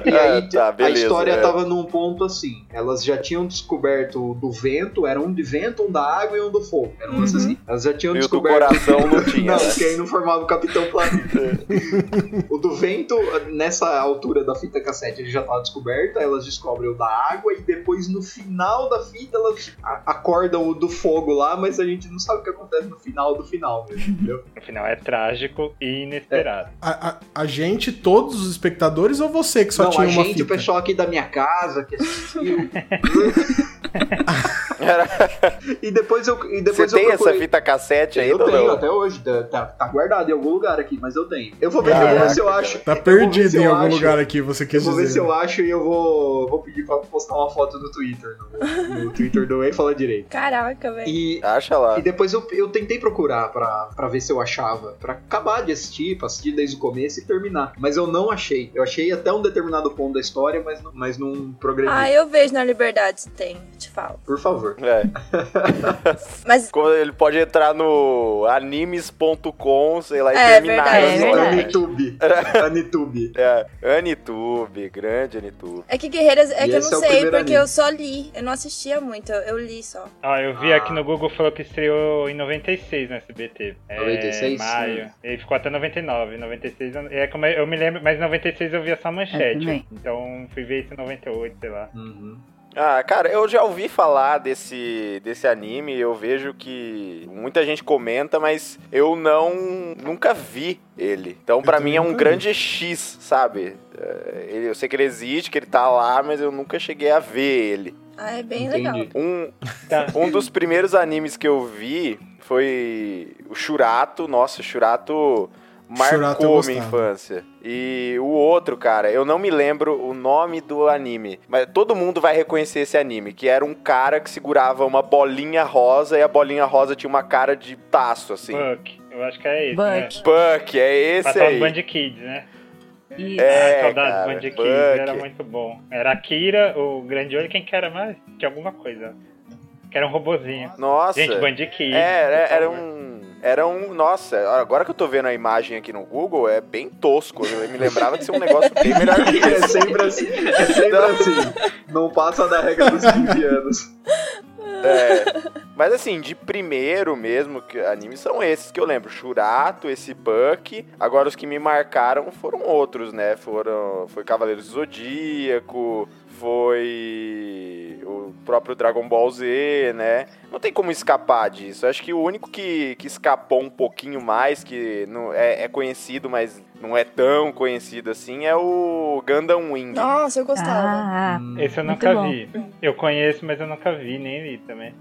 Speaker 1: E aí
Speaker 8: Ah, tá,
Speaker 1: a história
Speaker 8: é.
Speaker 1: tava num ponto assim. Elas já tinham descoberto o do vento, era um de vento, um da água e um do fogo. Era um lance assim. Elas já tinham
Speaker 8: E o do
Speaker 1: descoberto.
Speaker 8: coração não tinha.
Speaker 1: Não,
Speaker 8: né?
Speaker 1: porque aí não formava o Capitão Planeta. o do vento, nessa altura da fita cassete, ele já tava descoberto, aí elas descobrem o da água e depois no final da fita elas a- acordam o do fogo lá, mas a gente não sabe o que acontece no final do final, mesmo, entendeu?
Speaker 4: No final é trágico e inesperado.
Speaker 1: É.
Speaker 3: A, a- a gente, todos os espectadores, ou você que só
Speaker 1: não,
Speaker 3: tinha
Speaker 1: a
Speaker 3: uma
Speaker 1: gente, o
Speaker 3: fita?
Speaker 1: pessoal aqui da minha casa que assistiu. e depois eu. E depois
Speaker 8: Você
Speaker 1: eu
Speaker 8: tem essa
Speaker 1: procurei-
Speaker 8: fita cassete ainda
Speaker 1: Eu
Speaker 8: ou
Speaker 1: tenho
Speaker 8: não?
Speaker 1: até hoje, tá, tá- tá guardado em algum lugar aqui, mas eu tenho. Eu vou ver
Speaker 8: Caraca,
Speaker 1: depois se eu
Speaker 8: cara.
Speaker 1: acho.
Speaker 3: Tá
Speaker 1: eu vou ver
Speaker 3: perdido
Speaker 1: se
Speaker 3: em
Speaker 1: eu
Speaker 3: algum
Speaker 1: acho-
Speaker 3: lugar aqui, você
Speaker 1: Eu
Speaker 3: quis
Speaker 1: vou ver se
Speaker 3: dizer.
Speaker 1: eu acho e eu vou, vou pedir pra postar uma foto no Twitter. No, no Twitter do Ei Fala Direito.
Speaker 2: Caraca, velho.
Speaker 1: E,
Speaker 8: Acha lá.
Speaker 1: e depois eu, eu tentei procurar pra, pra ver se eu achava. Pra acabar de assistir, pra assistir desde o começo e terminar. Mas eu não achei. Eu achei até um determinado ponto da história, mas não, mas não progredi.
Speaker 2: Ah, eu vejo na Liberdade se tem, te falo.
Speaker 1: Por favor.
Speaker 8: É.
Speaker 2: Mas
Speaker 8: Como Ele pode entrar no animes.com, sei lá, e
Speaker 2: É,
Speaker 8: terminar.
Speaker 2: verdade,
Speaker 8: a
Speaker 2: é
Speaker 8: história.
Speaker 5: verdade.
Speaker 1: Anitube. Anitube.
Speaker 8: É, Anitube, grande Anitube.
Speaker 2: é que Guerreiras, é
Speaker 1: E
Speaker 2: que eu
Speaker 1: esse é
Speaker 2: não
Speaker 1: o
Speaker 2: sei,
Speaker 1: primeiro
Speaker 2: porque
Speaker 1: anime.
Speaker 2: eu só li. Eu não assistia muito, eu, eu li só.
Speaker 4: Ah, eu vi
Speaker 1: Ah.
Speaker 4: aqui no Google falou que estreou em 96 no SBT. É,
Speaker 1: 96?
Speaker 4: maio. E ficou até 99. 96 eu- é como eu eu me lembro, mas 96 eu via só
Speaker 5: Eu
Speaker 4: manchete.
Speaker 5: também.
Speaker 4: então fui ver isso em 98, sei lá.
Speaker 1: Uhum.
Speaker 8: Ah, cara, eu já ouvi falar desse, desse anime, eu vejo que muita gente comenta, mas eu não nunca vi ele. Então, pra
Speaker 3: também
Speaker 8: mim, é um
Speaker 3: nunca vi.
Speaker 8: grande X, sabe? É, ele- Eu sei que ele existe, que ele tá lá, mas eu nunca cheguei a ver ele.
Speaker 2: Ah, é bem
Speaker 1: Uhum. Entendi.
Speaker 2: legal.
Speaker 8: Um,
Speaker 4: Tá.
Speaker 8: um dos primeiros animes que eu vi foi o Shurato. Nossa, o Shurato
Speaker 3: Shurato eu
Speaker 8: marcou
Speaker 3: gostava.
Speaker 8: minha infância. E o outro, cara, eu não me lembro o nome do anime, mas todo mundo vai reconhecer esse anime, que era um cara que segurava uma bolinha rosa e a bolinha rosa tinha uma cara de taço, assim.
Speaker 4: Buck, eu acho que é esse, né?
Speaker 5: Buck.
Speaker 8: Puck, é esse
Speaker 4: Passava
Speaker 8: aí.
Speaker 4: o Band Kids, né?
Speaker 5: E-
Speaker 8: É,
Speaker 4: ah, saudades
Speaker 8: cara,
Speaker 4: do Band Kids,
Speaker 8: Buck.
Speaker 4: era muito bom. Era a Kira, o grande olho, quem que era mais? Tinha alguma coisa. Que era um robozinho.
Speaker 8: Nossa.
Speaker 4: Gente, Band Kids.
Speaker 8: É, era,
Speaker 4: por
Speaker 8: era
Speaker 4: favor.
Speaker 8: um. Era um. Nossa, agora que eu tô vendo a imagem aqui no Google, é bem tosco. Eu me lembrava de ser um negócio bem melhor que
Speaker 1: É
Speaker 8: esse.
Speaker 1: sempre assim. É sempre assim. Não passa da regra dos 15 anos.
Speaker 8: É. Mas assim, de primeiro mesmo, que animes são esses que eu lembro. Churato, esse Buck. Agora os que me marcaram foram outros, né? Foram. Foi Cavaleiros do Zodíaco, foi. o próprio Dragon Ball Z, né? Não tem como escapar disso. Acho que o único que, que escapou um pouquinho mais, que não é, é conhecido, mas não é tão conhecido assim, é o Gundam Wing.
Speaker 2: Nossa, eu gostava.
Speaker 5: Ah,
Speaker 4: Esse eu
Speaker 5: Muito
Speaker 4: nunca
Speaker 5: bom.
Speaker 4: vi. Eu conheço, mas eu nunca vi, nem li também.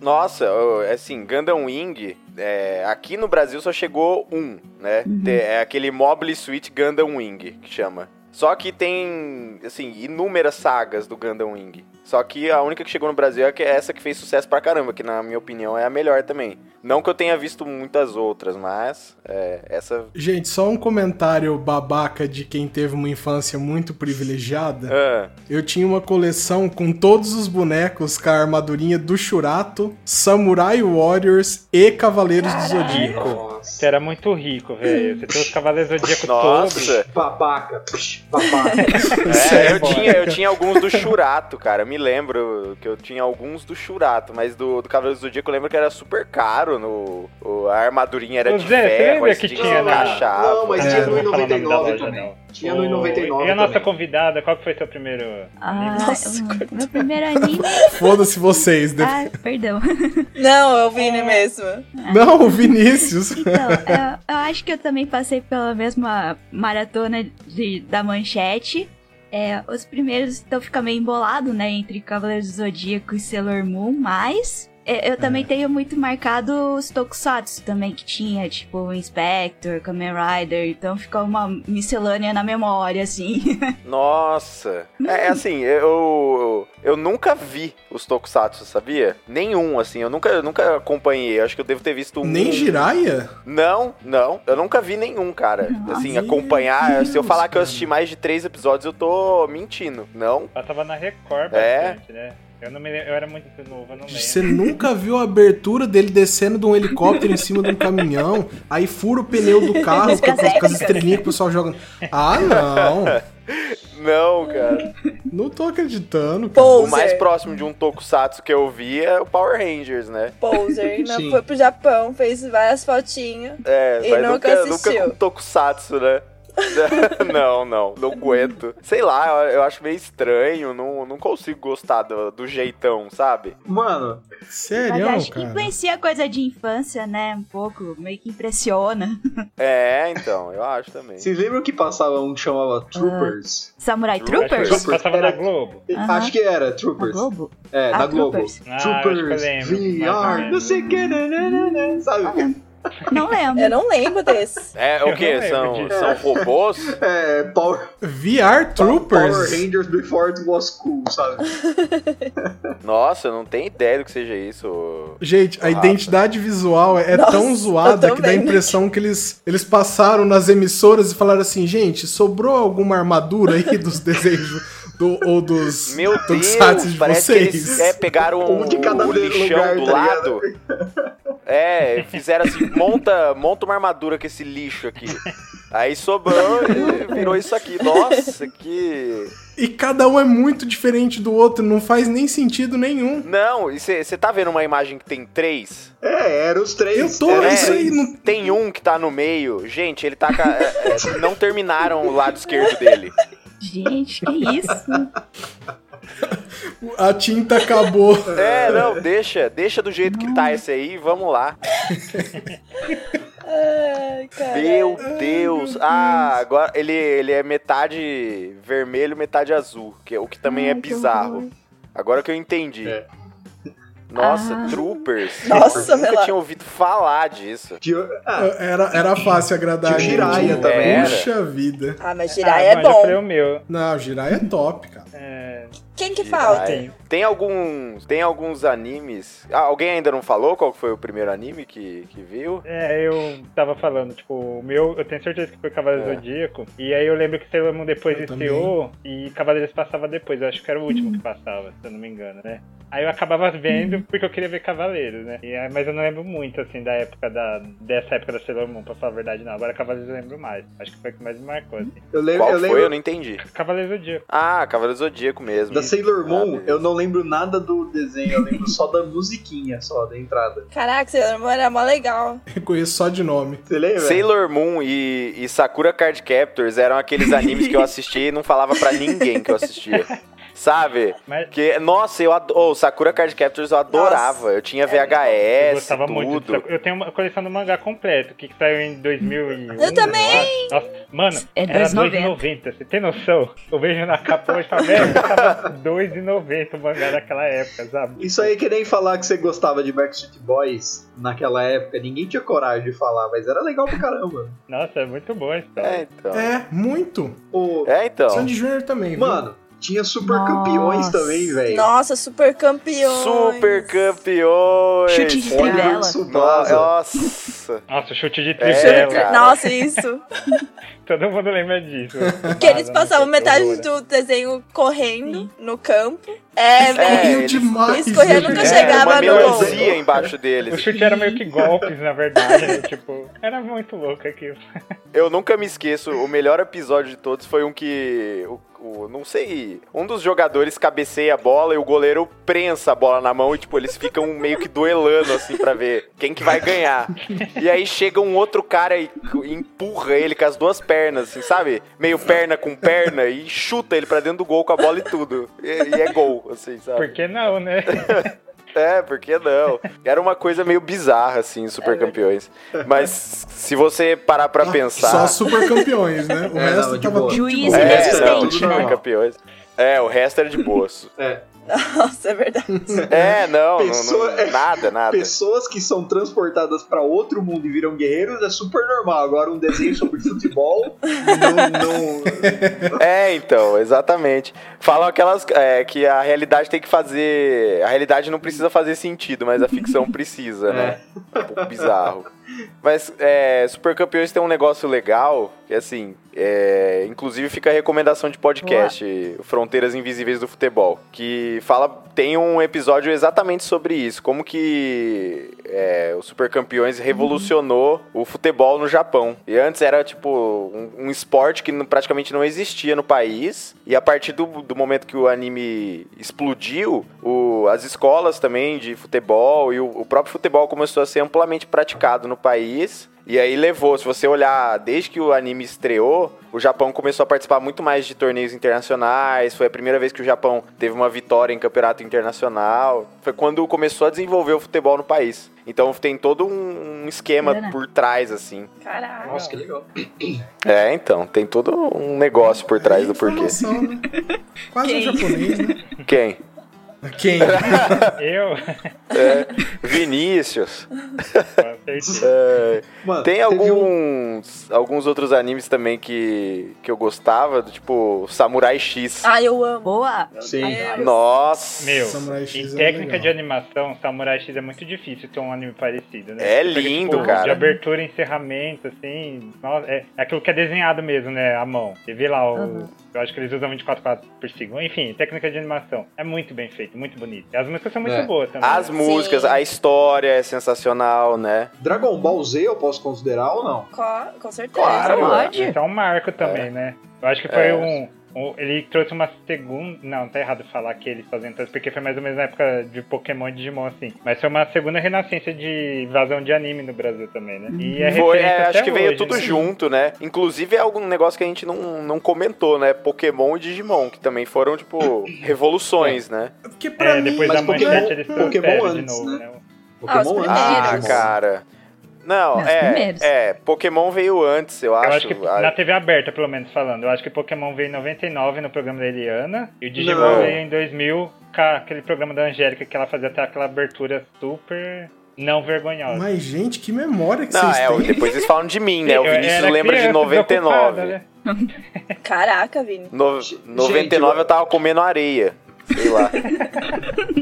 Speaker 8: Nossa, eu- assim, Gundam Wing, é, aqui no Brasil só chegou um, né?
Speaker 5: Uhum.
Speaker 8: Te- É aquele Mobile Suit Gundam Wing, que chama. Só que tem, assim, inúmeras sagas do Gundam Wing. Só que a única que chegou no Brasil é que- é essa que fez sucesso pra caramba, que na minha opinião é a melhor também. Não que eu tenha visto muitas outras, mas é, essa.
Speaker 3: Gente, só um comentário babaca de quem teve uma infância muito privilegiada.
Speaker 8: Ah,
Speaker 3: Eu tinha uma coleção com todos os bonecos com a armadurinha do Shurato, Samurai Warriors e Cavaleiros do Zodíaco.
Speaker 4: Você
Speaker 1: Nossa.
Speaker 4: era muito rico, velho. Você tem os Cavaleiros Zodíaco todos.
Speaker 8: nossa!
Speaker 1: Babaca. Psh, babaca.
Speaker 8: É, eu
Speaker 4: Sério?
Speaker 8: tinha, eu tinha alguns do Churato, cara. Eu me lembro que eu tinha alguns do Churato, mas do, do Cavaleiro do Zodíaco eu lembro que era super caro. No, o- a armadurinha era
Speaker 4: Ô,
Speaker 8: de
Speaker 4: Zé, você
Speaker 8: ferro,
Speaker 4: lembra
Speaker 8: aí
Speaker 4: que
Speaker 8: você
Speaker 4: tinha
Speaker 8: tinha que
Speaker 4: na-
Speaker 8: encaixar.
Speaker 1: Não, mas tinha
Speaker 3: É,
Speaker 1: no
Speaker 4: não vou falar o nome da
Speaker 1: 99
Speaker 4: loja,
Speaker 1: também.
Speaker 4: não.
Speaker 1: Tinha no
Speaker 4: O-
Speaker 1: 99
Speaker 4: E a nossa
Speaker 1: também.
Speaker 4: convidada, qual que foi seu primeiro?
Speaker 5: Ah,
Speaker 2: Nossa,
Speaker 5: meu- meu primeiro anime.
Speaker 3: Foda-se vocês. de-
Speaker 5: Ah, perdão.
Speaker 2: Não, eu vi ele mesmo.
Speaker 1: Ah.
Speaker 3: Não, o Vinícius.
Speaker 5: Então, eu, eu acho que eu também passei pela mesma maratona de, da manchete. É, os primeiros então fica meio embolado, né? Entre Cavaleiros do Zodíaco e Sailor Moon, mas é, eu também tenho muito marcado os Tokusatsu também que tinha, tipo Inspector, Kamen Rider, então ficou uma miscelânea na memória, assim.
Speaker 8: Nossa! É, é assim, eu, eu nunca vi os Tokusatsu, sabia? Nenhum, assim. Eu nunca, eu nunca acompanhei. Eu acho que eu devo ter visto um.
Speaker 3: Nem Jiraiya?
Speaker 8: Não, não. Eu nunca vi nenhum, cara. assim,
Speaker 3: Meu
Speaker 8: acompanhar. se eu
Speaker 3: Deus,
Speaker 8: falar que eu
Speaker 3: cara.
Speaker 8: assisti mais de três episódios, eu tô mentindo. Não.
Speaker 4: Ela tava na Record
Speaker 8: É.
Speaker 4: bastante, né? Eu não me lembro, eu era muito novo, eu não lembro.
Speaker 3: Você nunca viu a abertura dele descendo de um helicóptero em cima de um caminhão, aí fura o pneu do carro com, com- com as estrelinhas que o pessoal joga. Ah, não.
Speaker 8: Não, cara.
Speaker 3: Não tô acreditando. cara.
Speaker 8: o mais
Speaker 2: Poser.
Speaker 8: próximo de um Tokusatsu que eu vi é o Power Rangers, né?
Speaker 2: Poser. E não
Speaker 1: Sim.
Speaker 2: foi pro Japão, fez várias fotinhas.
Speaker 8: É,
Speaker 2: E
Speaker 8: mas
Speaker 2: nunca
Speaker 8: nunca,
Speaker 2: assistiu.
Speaker 8: nunca com Tokusatsu, né? não, não, não aguento. Sei lá, eu, eu acho meio estranho, não, não consigo gostar do, do jeitão, sabe?
Speaker 1: Mano,
Speaker 5: Mas
Speaker 3: É Sério,
Speaker 5: eu acho que
Speaker 3: cara?
Speaker 5: influencia a coisa de infância, né? Um pouco, meio que impressiona.
Speaker 8: É, então, eu acho também.
Speaker 1: vocês lembram que passava um que chamava Troopers?
Speaker 5: Samurai
Speaker 8: Troopers?
Speaker 5: Troopers?
Speaker 4: Acho que é passava
Speaker 1: Era-
Speaker 4: na Globo.
Speaker 5: Aham.
Speaker 1: Acho que era
Speaker 5: Na
Speaker 1: Troopers.
Speaker 5: Globo?
Speaker 1: É,
Speaker 5: Ah,
Speaker 1: da Globo.
Speaker 5: Troopers.
Speaker 4: Ah, acho que eu
Speaker 1: Troopers,
Speaker 4: lembro, mais ou
Speaker 1: VR, não
Speaker 4: menos.
Speaker 1: sei o que, né, nananana,
Speaker 5: Ah, é.
Speaker 1: sabe?
Speaker 5: Não lembro.
Speaker 2: Eu não lembro desse.
Speaker 8: É, o
Speaker 4: Eu
Speaker 8: quê?
Speaker 4: não
Speaker 8: São,
Speaker 4: lembro
Speaker 8: são robôs?
Speaker 1: É, Power,
Speaker 3: VR
Speaker 1: Power
Speaker 3: Troopers?
Speaker 1: Rangers Before It Was Cool, sabe?
Speaker 8: Nossa, eu não tenho ideia do que seja isso.
Speaker 3: Gente, a
Speaker 8: Nossa.
Speaker 3: identidade visual é
Speaker 2: Nossa,
Speaker 3: tão
Speaker 2: eu
Speaker 3: zoada
Speaker 2: tô
Speaker 3: que dá a
Speaker 2: vendo.
Speaker 3: impressão que eles, eles passaram nas emissoras e falaram assim, gente, sobrou alguma armadura aí dos desejos do, ou dos
Speaker 8: Meu
Speaker 3: tokusatsu
Speaker 8: Deus, parece que eles é, pegaram
Speaker 1: Um de cada
Speaker 8: o lixão
Speaker 1: lugar,
Speaker 8: do
Speaker 1: tá
Speaker 8: lado. É, fizeram assim, monta, monta uma armadura com esse lixo aqui. Aí sobrou e virou isso aqui. Nossa, que...
Speaker 3: E cada um é muito diferente do outro, não faz nem sentido nenhum.
Speaker 8: Não, e você tá vendo uma imagem que tem três?
Speaker 1: É, era os três.
Speaker 3: Eu tô,
Speaker 1: era os
Speaker 8: É.
Speaker 3: isso
Speaker 1: três.
Speaker 3: aí não...
Speaker 8: Tem um que tá no meio. Gente, ele tá... ca- é, é, não terminaram o lado esquerdo dele.
Speaker 5: Gente, que isso?
Speaker 3: A tinta acabou.
Speaker 8: É, não, deixa. Deixa do jeito que tá esse aí. Vamos lá.
Speaker 2: Ai, cara.
Speaker 8: Meu Deus! Ah, agora ele, ele é metade vermelho, metade azul, que, é- o que também é
Speaker 5: Ai, que
Speaker 8: bizarro. Agora que eu entendi.
Speaker 1: É.
Speaker 8: Nossa,
Speaker 5: Ah.
Speaker 8: Troopers.
Speaker 2: Nossa,
Speaker 8: eu nunca
Speaker 2: Mela.
Speaker 8: tinha ouvido falar disso.
Speaker 1: De- ah,
Speaker 3: Era, era fácil
Speaker 1: Tinha
Speaker 3: agradar
Speaker 1: o
Speaker 3: gente.
Speaker 1: Jiraiya também.
Speaker 8: né?
Speaker 3: Puxa vida.
Speaker 2: Ah, mas
Speaker 4: Ah,
Speaker 2: Jiraiya é
Speaker 4: mas eu falei
Speaker 2: bom.
Speaker 4: o meu.
Speaker 3: Não, Jiraiya é top, cara.
Speaker 4: É,
Speaker 2: Quem que
Speaker 8: Jiraiya.
Speaker 2: falta?
Speaker 8: Tem alguns, tem alguns animes. Ah, alguém ainda não falou qual foi o primeiro anime que, que viu?
Speaker 4: é, eu tava falando, tipo, o meu, eu tenho certeza que foi Cavaleiro
Speaker 8: É.
Speaker 4: Zodíaco. E aí eu lembro que Sailor Moon depois
Speaker 3: Eu
Speaker 4: estreou e Cavaleiros passava depois. Eu acho que era o último que passava, se eu não me engano, né? Aí eu acabava vendo porque eu queria ver Cavaleiros, né? E aí- mas eu não lembro muito, assim, da época da. dessa época da Sailor Moon, pra falar a verdade, não. Agora Cavaleiros eu lembro mais. Acho que foi o que mais me marcou, assim.
Speaker 1: eu lembro,
Speaker 8: Qual
Speaker 1: eu
Speaker 8: foi?
Speaker 1: lembro
Speaker 8: Eu não entendi.
Speaker 4: Cavaleiros Zodíaco.
Speaker 8: Ah, Cavaleiro Zodíaco mesmo.
Speaker 1: da Sailor Moon,
Speaker 8: Ah,
Speaker 1: eu não lembro nada do desenho, eu lembro só da musiquinha, só da entrada.
Speaker 2: Caraca, seu amor era mó legal.
Speaker 3: Reconheço só de nome.
Speaker 1: Você lembra?
Speaker 8: Sailor Moon e, e Sakura Card Captors eram aqueles animes que eu assistia e não falava pra ninguém que eu assistia. Sabe?
Speaker 4: Mas
Speaker 8: Que, nossa, eu adoro. Sakura Card Captors eu adorava. eu
Speaker 4: É,
Speaker 8: tinha
Speaker 4: eu
Speaker 8: VHS,
Speaker 4: gostava muito. de
Speaker 8: tudo.
Speaker 4: Sakura. Eu tenho uma coleção do mangá completo, que saiu em 2001.
Speaker 2: Eu também!
Speaker 4: Nossa, nossa, mano,
Speaker 5: É
Speaker 4: era
Speaker 5: 2,90.
Speaker 4: 2,90. Você tem noção? Eu vejo na capa hoje e falo, velho, tava 2,90 o mangá daquela época, sabe?
Speaker 1: Isso aí é que nem falar que você gostava de Backstreet Boys naquela época, ninguém tinha coragem de falar, mas era legal pra caramba.
Speaker 4: Nossa, é muito bom a história.
Speaker 8: É, então.
Speaker 3: É, muito.
Speaker 1: O,
Speaker 8: É, então.
Speaker 3: Sandy Jr. também. viu?
Speaker 1: Mano, Tinha super
Speaker 5: Nossa.
Speaker 1: campeões também, velho.
Speaker 2: Nossa, super campeões.
Speaker 8: Super campeões.
Speaker 5: Chute de
Speaker 1: Olha
Speaker 5: trivela.
Speaker 1: isso,
Speaker 8: é,
Speaker 1: nossa.
Speaker 8: Nossa.
Speaker 4: Nossa, chute de
Speaker 8: É,
Speaker 4: trivela.
Speaker 8: cara.
Speaker 2: Nossa, isso.
Speaker 4: Todo mundo lembra disso.
Speaker 2: Porque eles
Speaker 4: Nada,
Speaker 2: passavam
Speaker 4: não sei,
Speaker 2: metade do
Speaker 4: horror.
Speaker 2: desenho correndo no campo. É, velho.
Speaker 8: É,
Speaker 3: Corriam
Speaker 8: eles-
Speaker 3: demais.
Speaker 2: eles corriam,
Speaker 3: né?
Speaker 2: nunca
Speaker 8: É,
Speaker 2: chegava
Speaker 8: uma
Speaker 2: no
Speaker 8: melancia
Speaker 2: gol.
Speaker 8: embaixo
Speaker 4: O
Speaker 8: deles.
Speaker 4: chute era meio que golpes, na verdade. né? Tipo, era muito louco aquilo.
Speaker 8: Eu nunca me esqueço, o melhor episódio de todos foi um que. O, o- não sei. Um dos jogadores cabeceia a bola e o goleiro prensa a bola na mão e, tipo, eles ficam meio que duelando, assim, pra ver quem que vai ganhar. E aí chega um outro cara e c- empurra ele com as duas pernas, assim, sabe? Meio perna com perna e chuta ele pra dentro do gol com a bola e tudo. E, e é gol, assim, sabe?
Speaker 4: Por que não, né?
Speaker 8: É, por que não? Era uma coisa meio bizarra, assim, Super Campeões. Mas se você parar pra pensar.
Speaker 3: Ah, Só super campeões, né? O
Speaker 1: É,
Speaker 3: resto
Speaker 1: não, de
Speaker 3: tava
Speaker 1: boa.
Speaker 3: tudo de
Speaker 5: Juiz
Speaker 3: boa.
Speaker 5: e
Speaker 8: É, não,
Speaker 5: resistente,
Speaker 8: Super
Speaker 1: né?
Speaker 8: Campeões. É, o resto era de boas.
Speaker 1: É.
Speaker 2: Nossa, é verdade.
Speaker 8: É, não, não-
Speaker 1: Pessoa-
Speaker 8: não- nada, nada.
Speaker 1: Pessoas que são transportadas pra outro mundo e viram guerreiros é super normal. Agora, um desenho sobre futebol não.
Speaker 8: É, então, exatamente. Falam aquelas é, que a realidade tem que fazer. A realidade não precisa fazer sentido, mas a ficção precisa, né? Um pouco bizarro. Mas é, Super Campeões tem um negócio legal, que assim, é, inclusive fica a recomendação de podcast, Fronteiras Invisíveis do Futebol, que fala, tem um episódio exatamente sobre isso, como que é, o Super Campeões revolucionou o futebol no Japão. E antes era tipo um, um esporte que não- praticamente não existia no país, e a partir do, do momento que o anime explodiu, o- as escolas também de futebol e o- o próprio futebol começou a ser amplamente praticado no país. E aí levou, se você olhar desde que o anime estreou, o Japão começou a participar muito mais de torneios internacionais. Foi a primeira vez que o Japão teve uma vitória em campeonato internacional. Foi quando começou a desenvolver o futebol no país. Então tem todo um um esquema
Speaker 5: Grana.
Speaker 8: por trás, assim.
Speaker 2: Caraca.
Speaker 1: Nossa, que legal.
Speaker 8: É, então, tem todo um negócio por trás do porquê.
Speaker 3: Informação, né? Quase um
Speaker 2: Quem?
Speaker 3: japonês, né?
Speaker 8: Quem?
Speaker 3: Quem?
Speaker 4: Eu?
Speaker 8: É, Vinícius.
Speaker 4: Com certeza.
Speaker 8: É,
Speaker 1: Mano,
Speaker 8: Tem
Speaker 1: teve um-
Speaker 8: alguns, alguns outros animes também que, que eu gostava, do tipo Samurai X.
Speaker 2: Ah, eu amo.
Speaker 5: Boa!
Speaker 1: Sim.
Speaker 8: Nossa!
Speaker 4: Meu, né?
Speaker 3: Samurai X
Speaker 4: em
Speaker 3: é
Speaker 4: técnica
Speaker 3: legal.
Speaker 4: de animação, Samurai X é muito difícil ter um anime parecido, né?
Speaker 8: É
Speaker 4: Você pega,
Speaker 8: lindo,
Speaker 4: tipo,
Speaker 8: cara.
Speaker 4: De abertura, encerramento, assim. nossa, é, é aquilo que é desenhado mesmo, né? A mão. Você vê lá o. Eu acho que eles usam 24 quadros por segundo. Enfim, técnica de animação. É muito bem feito, muito bonito. E as músicas são muito
Speaker 1: É.
Speaker 4: boas também. né?
Speaker 8: As músicas,
Speaker 2: Sim.
Speaker 8: a história é sensacional, né?
Speaker 1: Dragon Ball Z eu posso considerar ou não?
Speaker 2: Co- Com certeza.
Speaker 8: Claro.
Speaker 5: Pode?
Speaker 4: Isso é um marco também, né? Eu acho que foi
Speaker 8: É.
Speaker 4: um, um- Ele trouxe uma segunda. Não, tá errado falar que eles fazendo tanto, porque foi mais ou menos na época de Pokémon e Digimon, assim. Mas foi uma segunda renascença de invasão de anime no Brasil também, né? E é
Speaker 8: Foi,
Speaker 4: referência
Speaker 8: é,
Speaker 4: até
Speaker 8: acho que veio
Speaker 4: hoje,
Speaker 8: tudo
Speaker 4: né?
Speaker 8: junto, né? Inclusive é algum negócio que a gente não, não comentou, né? Pokémon e Digimon, que também foram, tipo, revoluções, né?
Speaker 3: Porque pra
Speaker 4: É,
Speaker 3: mim,
Speaker 4: depois
Speaker 1: Mas
Speaker 4: da manchete
Speaker 1: Pokémon-
Speaker 4: eles
Speaker 1: Pokémon
Speaker 4: trouxeram de
Speaker 1: antes,
Speaker 4: novo,
Speaker 1: né?
Speaker 4: né?
Speaker 2: Ah, os
Speaker 1: Pokémon
Speaker 8: Ah,
Speaker 2: Primeiros.
Speaker 8: cara. Não,
Speaker 5: Não, os
Speaker 8: é,
Speaker 5: primeiros.
Speaker 8: é. Pokémon veio antes, eu
Speaker 4: Eu
Speaker 8: acho.
Speaker 4: acho que
Speaker 8: Ah,
Speaker 4: na TV aberta, pelo menos falando, eu acho que Pokémon veio em 99 no programa da Eliana e o Digimon
Speaker 1: Não.
Speaker 4: veio em 2000 com aquele programa da Angélica que ela fazia até aquela abertura super não vergonhosa.
Speaker 3: Mas, gente, que memória que
Speaker 8: Não,
Speaker 3: vocês
Speaker 8: é,
Speaker 3: têm.
Speaker 8: depois eles falam de mim, né?
Speaker 4: Eu
Speaker 8: O Vinícius
Speaker 4: era
Speaker 8: lembra de
Speaker 4: criança,
Speaker 8: 99.
Speaker 4: desocupada, né?
Speaker 2: Caraca, Vini.
Speaker 8: No,
Speaker 1: Gente,
Speaker 8: 99 eu tava comendo areia. Sei lá.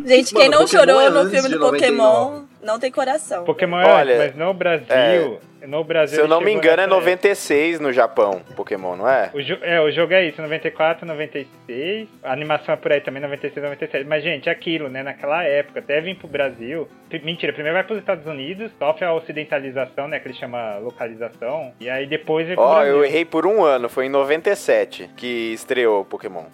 Speaker 2: Gente, quem
Speaker 1: Mano, Pokémon
Speaker 2: não chorou
Speaker 1: é
Speaker 2: no
Speaker 1: antes
Speaker 2: filme
Speaker 1: de
Speaker 2: do Pokémon não tem coração.
Speaker 4: Pokémon
Speaker 8: Olha, é,
Speaker 4: é, mas no Brasil, no Brasil.
Speaker 8: Se eu não
Speaker 4: ele
Speaker 8: me
Speaker 4: chegou
Speaker 8: engano, é
Speaker 4: nessa
Speaker 8: 96 no Japão, Pokémon, não é?
Speaker 4: época. O, jo- é, o jogo é isso, 94, 96. A animação é por aí também, 96, 97. Mas, gente, é aquilo, né? Naquela época, até vir pro Brasil. pri- Mentira, primeiro vai pros Estados Unidos, sofre a ocidentalização, né? Que ele chama localização. E aí depois vem pro
Speaker 8: Ó,
Speaker 4: Brasil.
Speaker 8: eu errei por um ano, foi em 97 que estreou o Pokémon.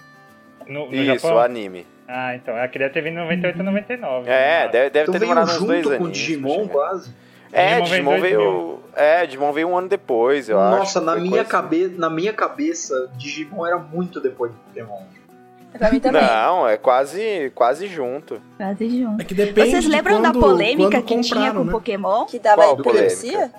Speaker 4: No, no
Speaker 8: Isso, o
Speaker 4: Japão?
Speaker 8: anime.
Speaker 4: Ah, então. Eu queria ter vindo em 98, 99.
Speaker 8: É,
Speaker 4: né?
Speaker 8: deve, deve
Speaker 1: Então
Speaker 8: ter
Speaker 1: veio
Speaker 8: demorado uns dois
Speaker 1: junto
Speaker 8: anos.
Speaker 1: com Digimon, quase.
Speaker 8: É,
Speaker 4: Digimon
Speaker 8: Digimon
Speaker 4: veio em
Speaker 8: veio. É, Digimon veio um ano depois, eu acho.
Speaker 1: Nossa, na
Speaker 8: foi
Speaker 1: minha,
Speaker 8: coisa- assim.
Speaker 1: cabe... na minha cabeça, Digimon era muito depois de Pokémon.
Speaker 2: Pra mim também.
Speaker 8: Não, é quase, quase junto.
Speaker 5: Quase junto.
Speaker 3: É que depende
Speaker 5: um. Vocês
Speaker 3: de
Speaker 5: lembram da
Speaker 3: quando-
Speaker 5: polêmica
Speaker 3: quando
Speaker 5: que tinha
Speaker 3: compraram,
Speaker 5: com
Speaker 3: né?
Speaker 5: Pokémon?
Speaker 2: Que dava
Speaker 8: Qual
Speaker 2: epilepsia?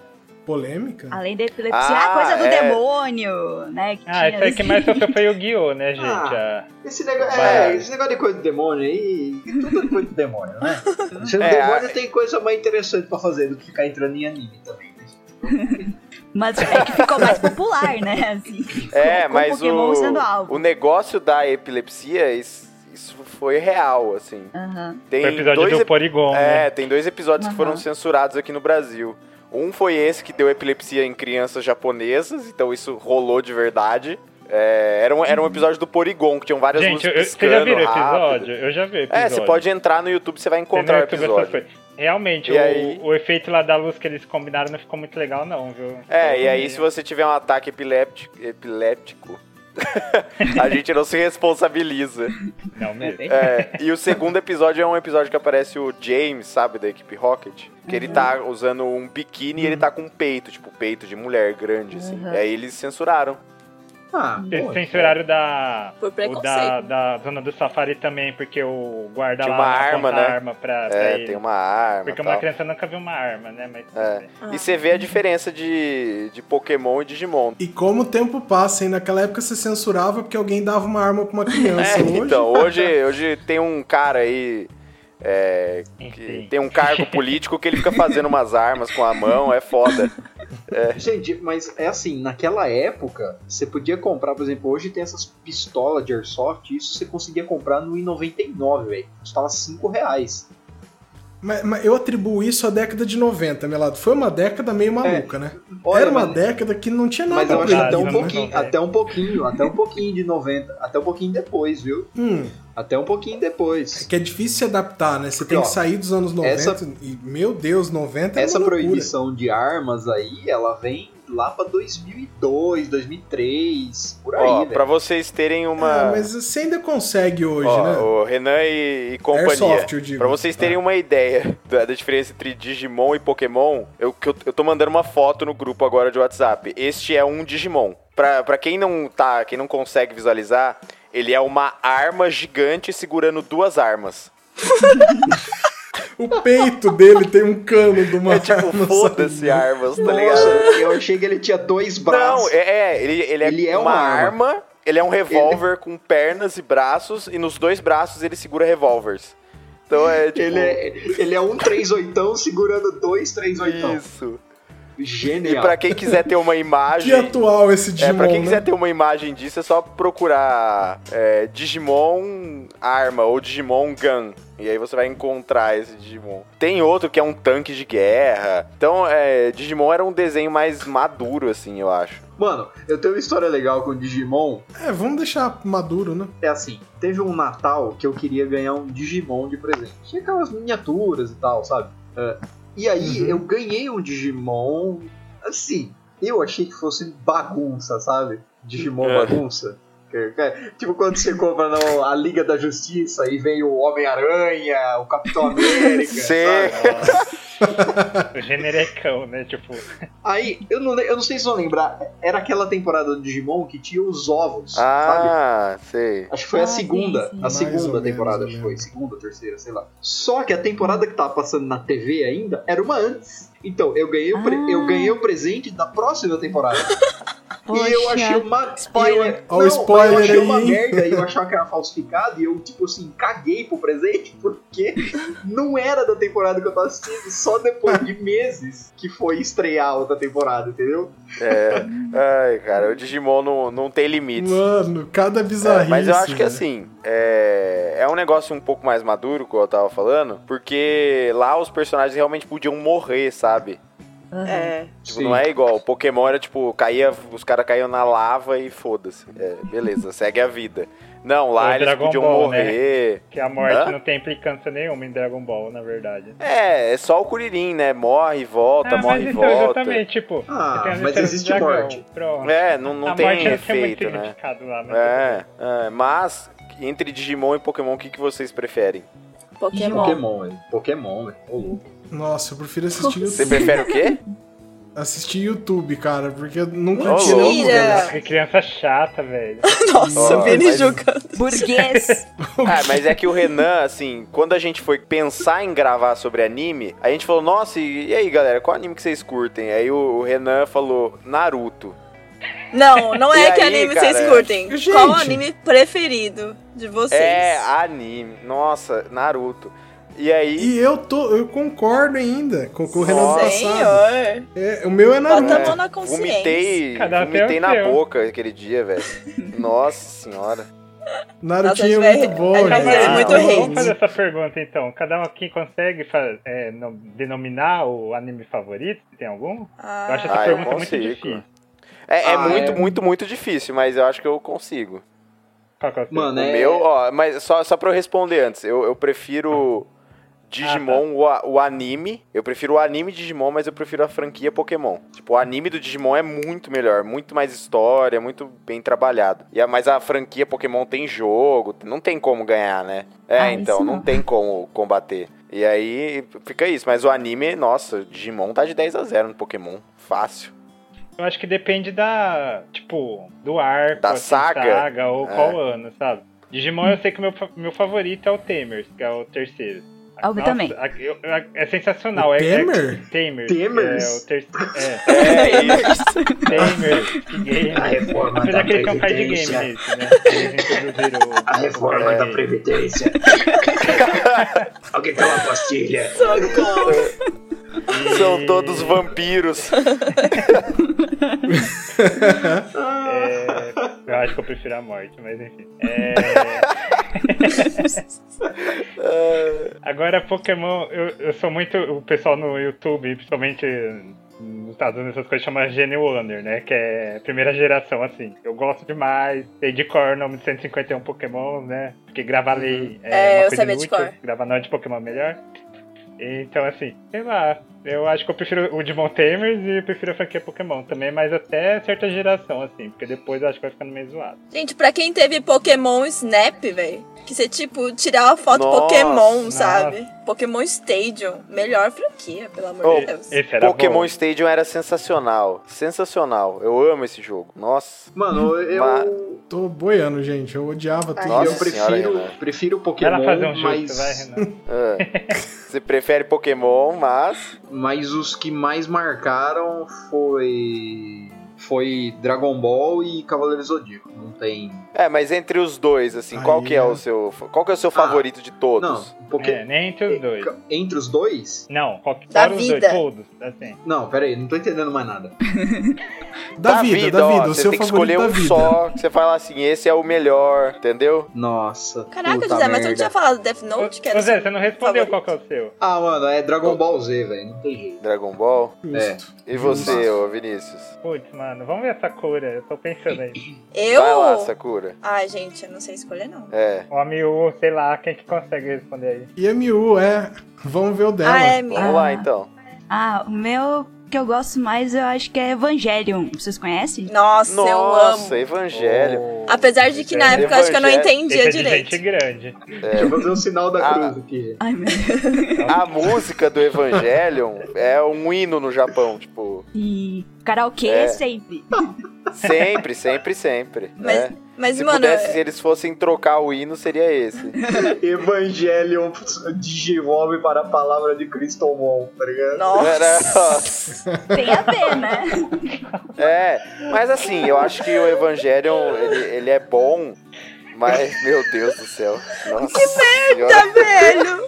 Speaker 3: Polêmica?
Speaker 5: Além da epilepsia,
Speaker 8: Ah,
Speaker 5: ah, coisa do
Speaker 8: é.
Speaker 5: demônio, né? Que
Speaker 4: Ah,
Speaker 5: tinha
Speaker 4: esse aí que
Speaker 5: esse-
Speaker 4: mais sofreu foi o Guiô, né, gente?
Speaker 1: Ah.
Speaker 4: Ah,
Speaker 1: Esse negócio,
Speaker 8: Vai.
Speaker 1: é, esse negócio de coisa do demônio aí, tudo é coisa do demônio, né? Se o
Speaker 8: É,
Speaker 1: demônio
Speaker 8: a-
Speaker 1: tem coisa mais interessante pra fazer do que ficar entrando em anime também. né?
Speaker 5: Mas é que ficou mais popular, né? Assim,
Speaker 8: É,
Speaker 5: com
Speaker 8: mas
Speaker 5: Pokémon sendo
Speaker 8: o,
Speaker 5: alvo.
Speaker 8: o negócio da epilepsia, isso, isso foi real, assim.
Speaker 5: Aham.
Speaker 8: Tem
Speaker 4: o episódio
Speaker 8: dois
Speaker 4: do
Speaker 8: ep-
Speaker 4: Porygon,
Speaker 8: É,
Speaker 4: né?
Speaker 8: tem dois episódios que foram
Speaker 5: Aham.
Speaker 8: censurados aqui no Brasil. Um foi esse que deu epilepsia em crianças japonesas, então isso rolou de verdade. É, era, um, era um
Speaker 5: Uhum.
Speaker 8: episódio do Porygon, que tinham várias
Speaker 4: Gente,
Speaker 8: músicas
Speaker 4: eu, você já
Speaker 8: piscando
Speaker 4: viu o
Speaker 8: rápido.
Speaker 4: episódio? Eu já vi o episódio.
Speaker 8: É, você pode entrar no YouTube, você vai
Speaker 4: Tem no
Speaker 8: encontrar o
Speaker 4: YouTube essas
Speaker 8: episódio.
Speaker 4: coisas. Realmente,
Speaker 8: E
Speaker 4: o,
Speaker 8: aí-
Speaker 4: o efeito lá da luz que eles combinaram não ficou muito legal, não, viu?
Speaker 8: É, e aí se você tiver um ataque epiléptico, epiléptico a gente não se responsabiliza.
Speaker 4: Não, mesmo.
Speaker 8: É, e o segundo episódio é um episódio que aparece o James, sabe, da equipe Rocket. Que ele tá
Speaker 3: Uhum.
Speaker 8: usando um biquíni e ele tá com um peito, tipo, peito de mulher grande, assim.
Speaker 5: Uhum.
Speaker 8: E aí eles censuraram.
Speaker 1: Ah,
Speaker 4: Eles
Speaker 1: bom,
Speaker 4: censuraram da,
Speaker 2: Por
Speaker 4: o
Speaker 2: preconceito.
Speaker 4: da, da zona do safari também, porque o guarda
Speaker 8: Tinha
Speaker 4: lá
Speaker 8: uma
Speaker 4: aponta
Speaker 8: arma,
Speaker 4: a
Speaker 8: né?
Speaker 4: arma pra, pra
Speaker 8: É,
Speaker 4: ele.
Speaker 8: tem uma arma.
Speaker 4: Porque tá
Speaker 8: e
Speaker 4: uma
Speaker 8: tal.
Speaker 4: criança nunca viu uma arma, né? Mas tudo
Speaker 8: É.
Speaker 4: bem.
Speaker 8: E você vê a diferença de, de Pokémon e Digimon.
Speaker 3: E como o tempo passa, hein? Naquela época você censurava porque alguém dava uma arma pra uma criança.
Speaker 8: É,
Speaker 3: Hoje,
Speaker 8: então, hoje, hoje tem um cara aí. é, que
Speaker 4: Enfim.
Speaker 8: tem um cargo político que ele fica fazendo umas armas com a mão, é foda.
Speaker 1: Gente, mas é assim, naquela época, você podia comprar, por exemplo, hoje tem essas pistolas de airsoft, isso você conseguia comprar no I99, velho. Custava 5 reais.
Speaker 3: mas, mas eu atribuo isso à década de 90, meu lado. Foi uma década
Speaker 8: É.
Speaker 3: meio maluca, né? Era uma
Speaker 1: mas-
Speaker 3: década que não tinha nada
Speaker 1: Mas eu
Speaker 3: pra
Speaker 1: acho que
Speaker 4: verdade,
Speaker 1: até um
Speaker 4: né?
Speaker 1: pouquinho,
Speaker 4: Não, velho.
Speaker 1: até um pouquinho, até um pouquinho de 90, até um pouquinho depois, viu?
Speaker 3: Hum,
Speaker 1: Até um pouquinho
Speaker 3: é
Speaker 1: depois.
Speaker 3: que é difícil se adaptar, né? Você
Speaker 1: Porque,
Speaker 3: tem
Speaker 1: ó,
Speaker 3: que sair dos anos 90
Speaker 1: essa-
Speaker 3: e, meu Deus, 90 é
Speaker 1: Essa
Speaker 3: uma loucura.
Speaker 1: proibição de armas aí, ela vem lá pra 2002, 2003, por aí,
Speaker 8: Ó, pra
Speaker 1: velho.
Speaker 8: vocês terem
Speaker 3: Ah,
Speaker 8: é uma.
Speaker 3: mas você ainda consegue hoje,
Speaker 8: ó,
Speaker 3: né?
Speaker 8: O Renan e, e companhia.
Speaker 3: Airsoft, eu digo. É.
Speaker 8: Pra vocês terem uma ideia da, da diferença entre Digimon e Pokémon, eu, que eu, eu tô mandando uma foto no grupo agora de WhatsApp. Este é um Digimon. Pra, pra quem não tá, quem não consegue visualizar, ele é uma arma gigante segurando duas armas.
Speaker 3: O peito dele tem um cano de uma
Speaker 8: É tipo,
Speaker 3: arma,
Speaker 8: foda-se
Speaker 3: sabe?
Speaker 8: armas, tá
Speaker 1: Nossa,
Speaker 8: ligado?
Speaker 1: eu achei que ele tinha dois braços.
Speaker 8: Não, é, é, ele, ele é,
Speaker 1: Ele é
Speaker 8: uma,
Speaker 1: uma
Speaker 8: arma, ele é um revólver com pernas e braços, e nos dois braços ele segura revólvers. Então é tipo.
Speaker 1: Ele é, Então, ele é um 38 segurando dois 38.
Speaker 8: Isso. E
Speaker 1: Genial.
Speaker 8: pra quem quiser ter uma
Speaker 3: Que
Speaker 8: imagem.
Speaker 3: atual esse
Speaker 8: É,
Speaker 3: Digimon,
Speaker 8: pra quem
Speaker 3: né?
Speaker 8: quiser ter uma imagem disso, é só procurar é, Digimon Arma ou Digimon Gun. E aí você vai encontrar esse Digimon. Tem outro que é um tanque de guerra. Então, é, Digimon era um desenho mais maduro, assim, eu acho.
Speaker 1: Mano, eu tenho uma história legal com o Digimon.
Speaker 3: É, vamos deixar maduro, né?
Speaker 1: É assim, teve um Natal que eu queria ganhar um Digimon de presente. Tinha aquelas miniaturas e tal, sabe? É, e aí eu ganhei um Digimon. Assim, eu achei que fosse bagunça, sabe? Digimon
Speaker 8: É.
Speaker 1: bagunça. Que- que- Tipo quando você compra no- a Liga da Justiça e vem o Homem-Aranha, o Capitão América.
Speaker 8: Cê-
Speaker 1: sabe?
Speaker 4: O generecão, né? Tipo,
Speaker 1: Aí, eu não, le- eu não sei se vão lembrar, era aquela temporada do Digimon que tinha os ovos, sabe?
Speaker 8: Ah, sei.
Speaker 1: Acho que foi a
Speaker 5: Ah, sim,
Speaker 1: segunda,
Speaker 5: sim.
Speaker 1: a
Speaker 3: Mais ou
Speaker 1: segunda
Speaker 3: menos,
Speaker 1: temporada, acho que
Speaker 3: eu
Speaker 1: foi, segunda, terceira, sei lá. Só que a temporada que tava passando na TV ainda era uma antes. Então, eu ganhei o, pre-
Speaker 5: Ah.
Speaker 1: eu ganhei o presente da próxima temporada.
Speaker 5: Poxa.
Speaker 1: E eu achei uma.
Speaker 5: Spoiler.
Speaker 1: e Eu,
Speaker 3: Ó o
Speaker 1: não,
Speaker 3: spoiler
Speaker 1: eu achei
Speaker 3: aí,
Speaker 1: uma
Speaker 3: hein?
Speaker 1: merda e eu achava que era falsificado e eu, tipo assim, caguei pro presente porque não era da temporada que eu tava assistindo, só depois de meses que foi estrear a outra temporada, entendeu?
Speaker 8: É. Ai, cara, o Digimon não, não tem limites.
Speaker 3: Mano, cada
Speaker 8: É,
Speaker 3: bizarrice.
Speaker 8: mas eu acho que
Speaker 3: velho.
Speaker 8: assim, é... é um negócio um pouco mais maduro, como eu tava falando, porque lá os personagens realmente podiam morrer, sabe?
Speaker 2: É.
Speaker 8: Tipo, não é igual. O Pokémon era tipo, caía, os caras caíam na lava e foda-se. É, beleza, segue a vida. Não, lá
Speaker 4: É
Speaker 8: eles
Speaker 4: Dragon
Speaker 8: podiam
Speaker 4: Ball, né?
Speaker 8: morrer.
Speaker 4: que a morte
Speaker 8: Hã?
Speaker 4: não tem implicância nenhuma em Dragon Ball, na verdade.
Speaker 8: É, é só o Kuririn, né? Morre e volta,
Speaker 4: Ah,
Speaker 8: morre e
Speaker 4: mas então,
Speaker 8: volta.
Speaker 4: exatamente, tipo...
Speaker 1: Ah,
Speaker 4: tem
Speaker 1: mas
Speaker 4: as histórias do
Speaker 1: existe
Speaker 4: dragão,
Speaker 1: morte.
Speaker 4: Pronto.
Speaker 8: É, não, não
Speaker 4: a
Speaker 8: tem
Speaker 4: morte não
Speaker 8: efeito,
Speaker 4: muito
Speaker 8: né?
Speaker 4: significado lá, mas
Speaker 8: É, é, mas entre Digimon e Pokémon, o que, que vocês preferem?
Speaker 2: Pokémon.
Speaker 1: Pokémon, velho. Pokémon, velho. Ô, louco.
Speaker 3: Nossa, eu prefiro assistir
Speaker 8: Você
Speaker 3: YouTube.
Speaker 8: prefere o quê?
Speaker 3: Assistir YouTube, cara, porque eu nunca
Speaker 8: Ô,
Speaker 3: tinha né?
Speaker 8: louco.
Speaker 2: Mentira!
Speaker 4: Que criança chata, velho.
Speaker 2: Nossa,
Speaker 8: Ó,
Speaker 2: o Vini
Speaker 8: mas-
Speaker 2: julgando.
Speaker 5: Burguês.
Speaker 8: Ah, mas é que o Renan, assim, quando a gente foi pensar em gravar sobre anime, a gente falou, nossa, e, e aí, galera, qual anime que vocês curtem? Aí o, o Renan falou, Naruto.
Speaker 2: Não, não
Speaker 8: E
Speaker 2: é que
Speaker 8: aí,
Speaker 2: anime
Speaker 8: cara?
Speaker 2: vocês curtem.
Speaker 3: Gente.
Speaker 2: Qual o anime preferido de vocês?
Speaker 8: É, anime. Nossa, É, Naruto. E aí.
Speaker 3: E eu tô, eu concordo ainda com o que o Renan
Speaker 8: Nossa.
Speaker 3: passado.
Speaker 2: Senhor.
Speaker 3: É, o meu é Naruto.
Speaker 2: Bota a mão na consciência.
Speaker 8: Vomitei,
Speaker 4: Cada um tem
Speaker 8: vomitei
Speaker 4: o
Speaker 8: na
Speaker 4: seu.
Speaker 8: boca aquele dia, velho. Nossa senhora.
Speaker 3: Narutinho
Speaker 2: Nossa, a
Speaker 3: é
Speaker 2: gente
Speaker 3: muito
Speaker 2: vai-
Speaker 3: bom,
Speaker 2: a gente vai
Speaker 3: gente.
Speaker 4: um
Speaker 2: fazer muito
Speaker 3: Tá bom.
Speaker 2: hate.
Speaker 4: Vamos fazer essa pergunta então. Cada um aqui consegue fa- é, nom- denominar o anime favorito? Tem algum? Eu acho essa
Speaker 8: Ah, eu
Speaker 4: pergunta muito
Speaker 8: consigo.
Speaker 4: difícil.
Speaker 8: É, é
Speaker 1: Ah,
Speaker 8: muito,
Speaker 1: é.
Speaker 8: muito, muito difícil, mas eu acho que eu consigo.
Speaker 4: Qual que é o seu?
Speaker 1: Mano,
Speaker 8: O
Speaker 1: é.
Speaker 8: meu, ó, mas só, só pra eu responder antes, eu, eu prefiro Digimon, o a- o, anime. Eu prefiro o anime Digimon, mas eu prefiro a franquia Pokémon. Tipo, o anime do Digimon é muito melhor, muito mais história, muito bem trabalhado. E a, mas a franquia Pokémon tem jogo, não tem como ganhar, né? É,
Speaker 5: Ah,
Speaker 8: então,
Speaker 5: isso
Speaker 8: não.
Speaker 5: não.
Speaker 8: tem como combater. E aí fica isso, mas o anime, nossa, o Digimon tá de 10 a 0 no Pokémon. Fácil.
Speaker 4: Eu acho que depende da. Tipo, do arco,
Speaker 8: Da
Speaker 4: assim,
Speaker 8: saga?
Speaker 4: ou
Speaker 8: É.
Speaker 4: qual ano, sabe? Digimon eu sei que o meu, fa- meu favorito é o Tamers, que é o terceiro.
Speaker 5: Algo
Speaker 4: Nossa,
Speaker 5: também.
Speaker 4: a- eu- a- é sensacional.
Speaker 3: O
Speaker 4: é, é-
Speaker 3: Tamer?
Speaker 4: Tamers.
Speaker 1: Tamers?
Speaker 4: É, o terceiro. É,
Speaker 8: É isso.
Speaker 4: Tamers, que game. é
Speaker 9: A reforma
Speaker 4: Apesar
Speaker 9: da
Speaker 4: que eles são card game
Speaker 9: Previdência.
Speaker 4: nesse, né? Eles introduziram o-
Speaker 9: A reforma
Speaker 4: É.
Speaker 9: da Previdência. Alguém tem uma pastilha?
Speaker 8: São todos vampiros.
Speaker 4: É, eu acho que eu prefiro a morte, mas enfim. É... Agora, Pokémon, eu, eu sou muito. O pessoal no YouTube, principalmente nos Estados Unidos, essas coisas chama Gene Wonder, né? Que é primeira geração, assim. Eu gosto demais. Sei de cor o nome de 151 Pokémon, né? Porque gravar lei
Speaker 2: É,
Speaker 4: é, uma
Speaker 2: eu
Speaker 4: coisa
Speaker 2: sabia de
Speaker 4: inútil,
Speaker 2: cor.
Speaker 4: Gravar nome de Pokémon é melhor. Então, assim, sei lá. Eu acho que eu prefiro o Digimon Tamers e eu prefiro a franquia Pokémon também, mas até certa geração, assim, porque depois eu acho que vai ficando meio zoado.
Speaker 2: Gente, pra quem teve Pokémon Snap, velho, que você, tipo, tirar uma foto
Speaker 8: Nossa,
Speaker 2: Pokémon,
Speaker 4: nossa.
Speaker 2: sabe? Pokémon Stadium. Melhor franquia, pelo amor
Speaker 8: Oh,
Speaker 2: de Deus.
Speaker 4: Esse era
Speaker 8: Pokémon
Speaker 4: bom.
Speaker 8: Stadium era sensacional. Sensacional. Eu amo esse jogo. Nossa.
Speaker 1: Mano, eu.
Speaker 8: Ma-
Speaker 3: Tô boiando, gente. Eu odiava tudo.
Speaker 1: Eu
Speaker 8: Nossa senhora,
Speaker 1: prefiro,
Speaker 8: Renan.
Speaker 1: prefiro
Speaker 4: Vai
Speaker 2: né?
Speaker 1: Pokémon,
Speaker 4: lá fazer um justo,
Speaker 1: mas,
Speaker 4: vai, Renan.
Speaker 8: Ah. Você prefere Pokémon, mas.
Speaker 1: mas os que mais marcaram foi foi Dragon Ball e Cavaleiro Zodíaco. Não tem.
Speaker 8: É, mas entre os dois, assim,
Speaker 3: Aí,
Speaker 8: qual que é
Speaker 3: né?
Speaker 8: o seu. Qual que é o seu favorito de todos?
Speaker 1: Não, porque
Speaker 4: É, nem entre os dois.
Speaker 1: entre os dois?
Speaker 4: Não, qual que
Speaker 2: Da
Speaker 4: fora os dois,
Speaker 2: vida.
Speaker 4: todos, assim.
Speaker 1: Não, pera aí, não tô entendendo mais nada.
Speaker 3: Da vida, da
Speaker 8: ó,
Speaker 3: vida. O
Speaker 8: você
Speaker 3: seu
Speaker 8: tem que
Speaker 3: favorito
Speaker 8: escolher
Speaker 3: da
Speaker 8: um
Speaker 3: vida.
Speaker 8: só, que você fala assim, esse é o melhor, entendeu?
Speaker 1: Nossa.
Speaker 2: Caraca,
Speaker 1: puta
Speaker 2: José, mas tu não
Speaker 1: merda.
Speaker 2: tinha falado Death Note? Que
Speaker 4: Ô
Speaker 2: era
Speaker 4: Zé, você não respondeu
Speaker 2: favorito.
Speaker 4: qual que é o seu.
Speaker 1: Ah, mano, é Dragon Ball Z, velho. Não tem jeito.
Speaker 8: Dragon Ball.
Speaker 3: né? Justo.
Speaker 8: E você, ô Vinícius?
Speaker 4: Putz, mano, vamos ver essa cura, eu tô pensando aí.
Speaker 2: Eu?
Speaker 8: Vai lá, Sakura.
Speaker 2: Ai, gente, eu não sei escolher, não.
Speaker 8: É.
Speaker 4: O Amiu, sei lá, quem que consegue responder aí?
Speaker 3: E a Miu, é. Vamos ver o dela.
Speaker 2: Ah, é,
Speaker 8: Vamos
Speaker 2: minha.
Speaker 8: lá então.
Speaker 5: Ah, o meu que eu gosto mais, eu acho que é Evangelion. Vocês conhecem?
Speaker 2: Nossa, eu amo.
Speaker 8: Nossa, é Evangelho.
Speaker 2: Apesar de que na
Speaker 8: Evangelho.
Speaker 2: época eu acho que eu não
Speaker 4: Esse
Speaker 2: entendia
Speaker 4: é de
Speaker 2: direito.
Speaker 4: gente grande.
Speaker 1: Deixa eu fazer um sinal
Speaker 3: Oh.
Speaker 1: da
Speaker 8: Ah.
Speaker 1: cruz aqui.
Speaker 5: Ai, meu
Speaker 8: A música do Evangelion é um hino no Japão, tipo,
Speaker 5: E karaokê
Speaker 8: É.
Speaker 5: sempre.
Speaker 8: sempre, sempre, sempre.
Speaker 2: Mas,
Speaker 8: né?
Speaker 2: mas
Speaker 8: Se
Speaker 2: mano, é-
Speaker 8: pudesse, se eles fossem trocar o hino, seria esse.
Speaker 1: Evangelion Digivolve para a palavra de Cristomon, tá ligado?
Speaker 2: nossa.
Speaker 5: Tem a ver, né?
Speaker 8: Era- é, mas assim, eu acho que o Evangelion, ele, ele é bom, mas, meu Deus do céu. Nossa
Speaker 2: Tá
Speaker 8: senhora.
Speaker 2: velho!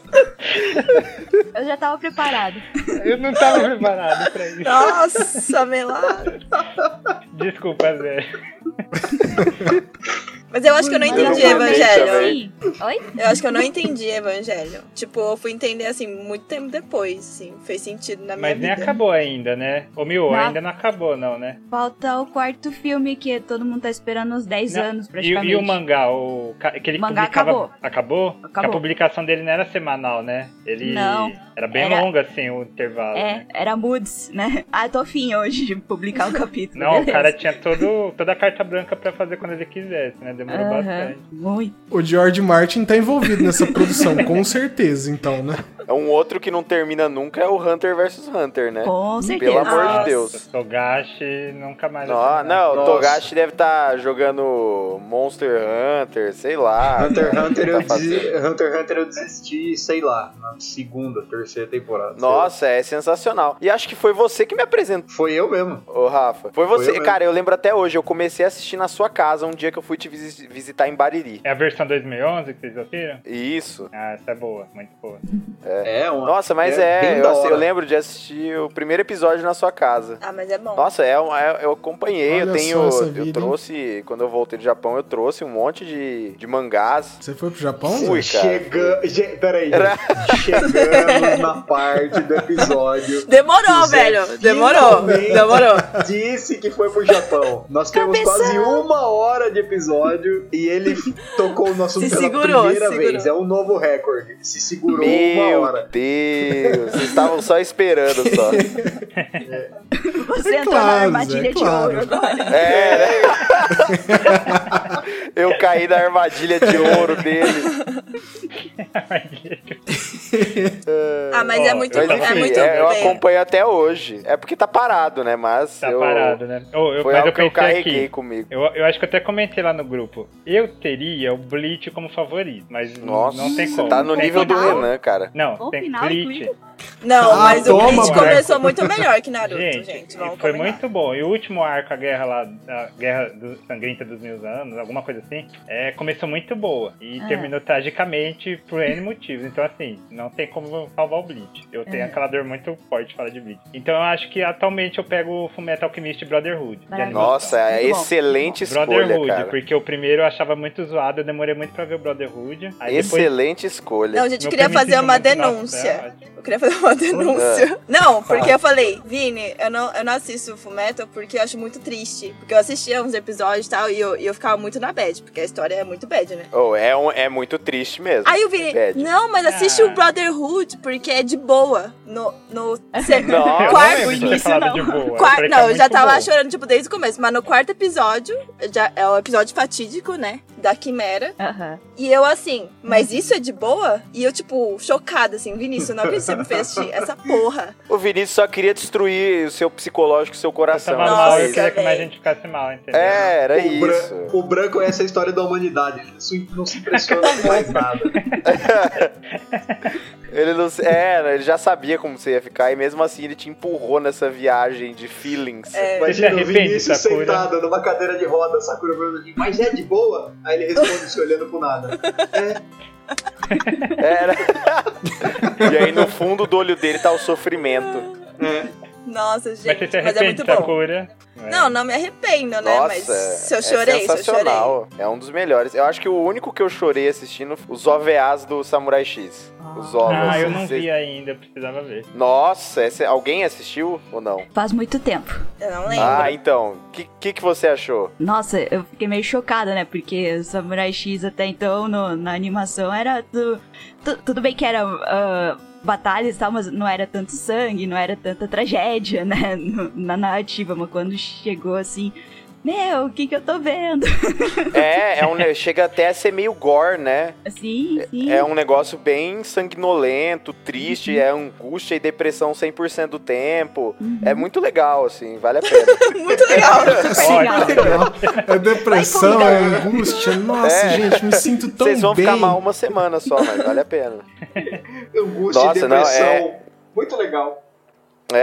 Speaker 5: Eu já tava preparado.
Speaker 4: Eu não tava preparado pra isso.
Speaker 2: Nossa, melado.
Speaker 4: Desculpa, Zé.
Speaker 2: Mas eu acho que eu não
Speaker 5: Mas
Speaker 2: entendi
Speaker 8: eu não entendi
Speaker 2: Evangelho.
Speaker 8: também.
Speaker 5: Sim. Oi?
Speaker 2: Eu acho que eu não entendi Evangelho. Tipo, eu fui entender assim muito tempo depois, assim, fez sentido na minha
Speaker 4: Mas nem
Speaker 2: vida.
Speaker 4: acabou ainda, né? Ô Miu,
Speaker 5: Não.
Speaker 4: ainda não acabou, não, né?
Speaker 5: Falta o quarto filme que todo mundo tá esperando uns 10
Speaker 4: Não.
Speaker 5: anos
Speaker 4: E,
Speaker 5: praticamente.
Speaker 4: e o mangá, o ca- aquele que
Speaker 5: Mangá
Speaker 4: publicava.
Speaker 5: acabou.
Speaker 4: Acabou? Que A
Speaker 5: Acabou.
Speaker 4: publicação dele não era semanal, né? Ele
Speaker 5: Não.
Speaker 4: era bem
Speaker 5: Era-
Speaker 4: longo assim o intervalo. né?
Speaker 5: É, era Moods, né? Ah, eu tô afim hoje de publicar o capítulo.
Speaker 4: Não,
Speaker 5: beleza.
Speaker 4: o cara é tinha todo, toda a carta branca pra fazer quando ele quisesse, né? Demorou
Speaker 5: Aham,
Speaker 4: bastante.
Speaker 5: muito.
Speaker 3: O George Martin tá envolvido nessa produção, com certeza, então, né?
Speaker 8: Um outro que não termina nunca é o Hunter vs Hunter, né?
Speaker 5: Com certeza.
Speaker 8: Pelo amor de Deus.
Speaker 4: Togashi nunca mais.
Speaker 1: é
Speaker 8: Não, não o Togashi deve estar jogando Monster Hunter, sei lá.
Speaker 1: Hunter x Hunter,
Speaker 8: Ele
Speaker 1: eu
Speaker 8: tá fazendo.
Speaker 1: desi- Hunter x Hunter eu desisti, sei lá, na segunda, terceira temporada. sei lá.
Speaker 8: Nossa, é sensacional. E acho que foi você que me apresentou.
Speaker 1: Foi eu mesmo.
Speaker 8: Ô, Rafa, foi
Speaker 1: Foi eu
Speaker 8: você.
Speaker 1: mesmo.
Speaker 8: Cara, eu lembro até hoje, eu comecei a assistir na sua casa um dia que eu fui te visi- visitar em Bariri.
Speaker 4: É a versão 2011 que vocês assistiram?
Speaker 8: Isso.
Speaker 4: Ah, essa é boa, muito boa.
Speaker 1: É, uma,
Speaker 8: Nossa, mas
Speaker 1: É,
Speaker 8: é,
Speaker 1: bem
Speaker 8: eu,
Speaker 1: da
Speaker 8: assi- eu
Speaker 1: hora.
Speaker 8: lembro de assistir o primeiro episódio na sua casa.
Speaker 2: Ah, mas é bom.
Speaker 8: Nossa, é, um- é- eu acompanhei, eu
Speaker 3: Olha
Speaker 8: tenho.
Speaker 3: só essa
Speaker 8: eu
Speaker 3: vida, hein?
Speaker 8: trouxe, quando eu voltei do Japão, eu trouxe um monte de, de mangás.
Speaker 3: Você foi pro Japão? Zé?
Speaker 8: Fui. cara.
Speaker 1: Chegamos. Peraí, gente. chegamos na parte do episódio.
Speaker 2: Demorou,
Speaker 1: Zé,
Speaker 2: velho. Demorou.
Speaker 1: finalmente.
Speaker 2: Demorou.
Speaker 1: Disse que foi pro Japão. Nós temos
Speaker 5: Cabeção.
Speaker 1: quase uma hora de episódio e ele tocou o nosso
Speaker 2: Se
Speaker 1: pela
Speaker 2: segurou,
Speaker 1: primeira
Speaker 2: se segurou.
Speaker 1: vez. É um novo recorde. Se segurou uma
Speaker 8: Meu
Speaker 1: hora.
Speaker 8: Deus, vocês estavam só esperando só.
Speaker 5: Você entrou na
Speaker 3: claro,
Speaker 5: armadilha
Speaker 3: Zé,
Speaker 5: de
Speaker 3: É claro.
Speaker 5: ouro agora.
Speaker 8: É, né? Eu caí na armadilha de ouro dele.
Speaker 2: Ah, mas é muito,
Speaker 4: Mas
Speaker 2: bom,
Speaker 8: enfim,
Speaker 2: é muito
Speaker 8: é, eu
Speaker 2: bem.
Speaker 8: acompanho até hoje. É porque tá parado, né? Mas
Speaker 4: Tá
Speaker 8: eu,
Speaker 4: parado, né? Ô, eu,
Speaker 8: foi
Speaker 4: mas eu
Speaker 8: algo que eu
Speaker 4: pensei
Speaker 8: carreguei
Speaker 4: aqui.
Speaker 8: comigo.
Speaker 4: Eu, eu acho que eu até comentei lá no grupo. Eu teria o Bleach como favorito, mas n-
Speaker 8: Nossa,
Speaker 4: não tem como.
Speaker 8: você tá no
Speaker 4: Tem
Speaker 8: nível do
Speaker 4: como.
Speaker 8: Renan, cara.
Speaker 4: Não,
Speaker 5: Bom
Speaker 4: tem
Speaker 5: final,
Speaker 4: Bleach.
Speaker 2: Não,
Speaker 3: Ah,
Speaker 2: mas o
Speaker 3: toma,
Speaker 2: Bleach
Speaker 4: Marco.
Speaker 2: começou muito melhor que Naruto, gente.
Speaker 4: Gente,
Speaker 2: vamos
Speaker 4: foi
Speaker 2: combinar.
Speaker 4: muito bom. E o último arco, a guerra lá, a guerra do- sangrenta dos mil anos, alguma coisa assim, é, começou muito boa. E
Speaker 5: Ah.
Speaker 4: terminou tragicamente por N motivos. Então, assim, não tem como salvar o Bleach. Eu
Speaker 5: É.
Speaker 4: tenho aquela dor muito forte de falar de Bleach. Então, eu acho que atualmente eu pego o Fullmetal Alchemist Brotherhood. de
Speaker 5: Maravilhoso.
Speaker 4: animação.
Speaker 8: Nossa, é
Speaker 5: Muito bom.
Speaker 8: excelente escolha,
Speaker 4: Brotherhood,
Speaker 8: cara.
Speaker 4: porque o primeiro eu achava muito zoado, eu demorei muito pra ver o Brotherhood. Aí depois,
Speaker 8: Excelente escolha.
Speaker 2: Não, gente, eu
Speaker 4: meu
Speaker 2: queria fazer uma
Speaker 4: permissivo muito
Speaker 2: denúncia.
Speaker 4: nosso, né?
Speaker 2: Eu queria fazer uma denúncia. Não, porque eu falei, Vini, eu não, eu não assisto Fullmetal porque eu acho muito triste. Porque eu assistia uns episódios e tal e eu, e eu ficava muito na bad, porque a história é muito bad, né?
Speaker 8: Oh, é, um- é muito triste mesmo. é
Speaker 2: Aí o Vini,
Speaker 8: Bad.
Speaker 2: não, mas assiste
Speaker 4: Ah.
Speaker 2: o Brotherhood porque é de boa. No, no se-
Speaker 8: Nossa,
Speaker 4: Eu
Speaker 2: quarto,
Speaker 4: lembro é de ter
Speaker 5: início,
Speaker 4: falado de
Speaker 5: não.
Speaker 4: boa.
Speaker 2: Qua-
Speaker 4: falei que é
Speaker 2: não, eu já
Speaker 4: muito
Speaker 2: tava
Speaker 4: bom.
Speaker 2: chorando, tipo, desde o começo. Mas no quarto episódio, já é o episódio fatídico, né? Da Quimera.
Speaker 5: Aham.
Speaker 2: E eu assim, mas
Speaker 8: Uhum.
Speaker 2: isso é de boa? E eu, tipo, chocada, assim, Vinícius, eu não acredito que você me fez assistir essa porra.
Speaker 8: O Vinícius só queria destruir o seu psicológico, o seu
Speaker 4: Eu
Speaker 8: coração.
Speaker 4: tava
Speaker 8: era
Speaker 4: mal,
Speaker 8: só
Speaker 4: eu
Speaker 8: isso.
Speaker 4: queria que mais
Speaker 2: velho.
Speaker 4: gente ficasse mal, entendeu?
Speaker 8: É, era
Speaker 1: o, bran-
Speaker 8: isso.
Speaker 1: o branco é essa história da humanidade. Ele não se- não se impressiona com mais nada.
Speaker 8: Ele não. É, ele já sabia como você ia ficar, e mesmo assim ele te empurrou nessa viagem de feelings.
Speaker 2: É,
Speaker 4: Você se
Speaker 1: Imagina o
Speaker 4: arrepende,
Speaker 1: Vinícius
Speaker 4: Sakura?
Speaker 1: sentado numa cadeira de roda, Sakura perguntando assim, mas é de boa? Aí ele responde se olhando pro nada.
Speaker 8: Era. e aí no fundo do olho dele tá o sofrimento.
Speaker 2: nossa,
Speaker 4: Mas você
Speaker 2: gente, mas,
Speaker 4: se
Speaker 2: é
Speaker 4: arrepende, né?
Speaker 2: muito bom.
Speaker 4: Sakura?
Speaker 2: Não, não me arrependo, né?
Speaker 8: Nossa,
Speaker 2: mas
Speaker 8: é-
Speaker 2: se eu
Speaker 8: é
Speaker 2: chorei, se eu chorei.
Speaker 8: sensacional. É um dos melhores. Eu acho que o único que eu chorei assistindo os OVAs do Samurai X. Os OVAs.
Speaker 4: Ah, eu não
Speaker 8: Vocês-
Speaker 4: vi ainda, eu precisava ver.
Speaker 8: Nossa, esse- alguém assistiu ou não?
Speaker 5: Faz muito tempo.
Speaker 2: Eu não lembro.
Speaker 8: Ah, então. O que, que, que você achou?
Speaker 5: Nossa, eu fiquei meio chocada, né? Porque o Samurai X até então, no- na animação, era. Tu, tu- tudo bem que era ah, batalhas e tal, mas não era tanto sangue, não era tanta tragédia, né? no- na narrativa, mas quando chegou assim. Meu, o que que eu tô vendo?
Speaker 8: É, é um, ne- chega até a ser meio gore, né?
Speaker 5: Sim, Assim, sim.
Speaker 8: É um negócio bem sanguinolento, triste,
Speaker 2: Uhum.
Speaker 8: é angústia e depressão 100% do tempo. É
Speaker 2: Uhum.
Speaker 8: muito legal, assim, vale a pena.
Speaker 2: muito legal.
Speaker 5: Legal.
Speaker 3: Legal. É depressão,
Speaker 5: Vai
Speaker 3: é angústia. Nossa,
Speaker 8: É.
Speaker 3: gente, me sinto tão
Speaker 8: Vocês vão
Speaker 3: bem.
Speaker 8: ficar mal uma semana só, mas vale a pena.
Speaker 1: Angústia
Speaker 8: Nossa,
Speaker 1: e
Speaker 8: não,
Speaker 1: depressão.
Speaker 8: é-
Speaker 1: Muito legal.
Speaker 8: É,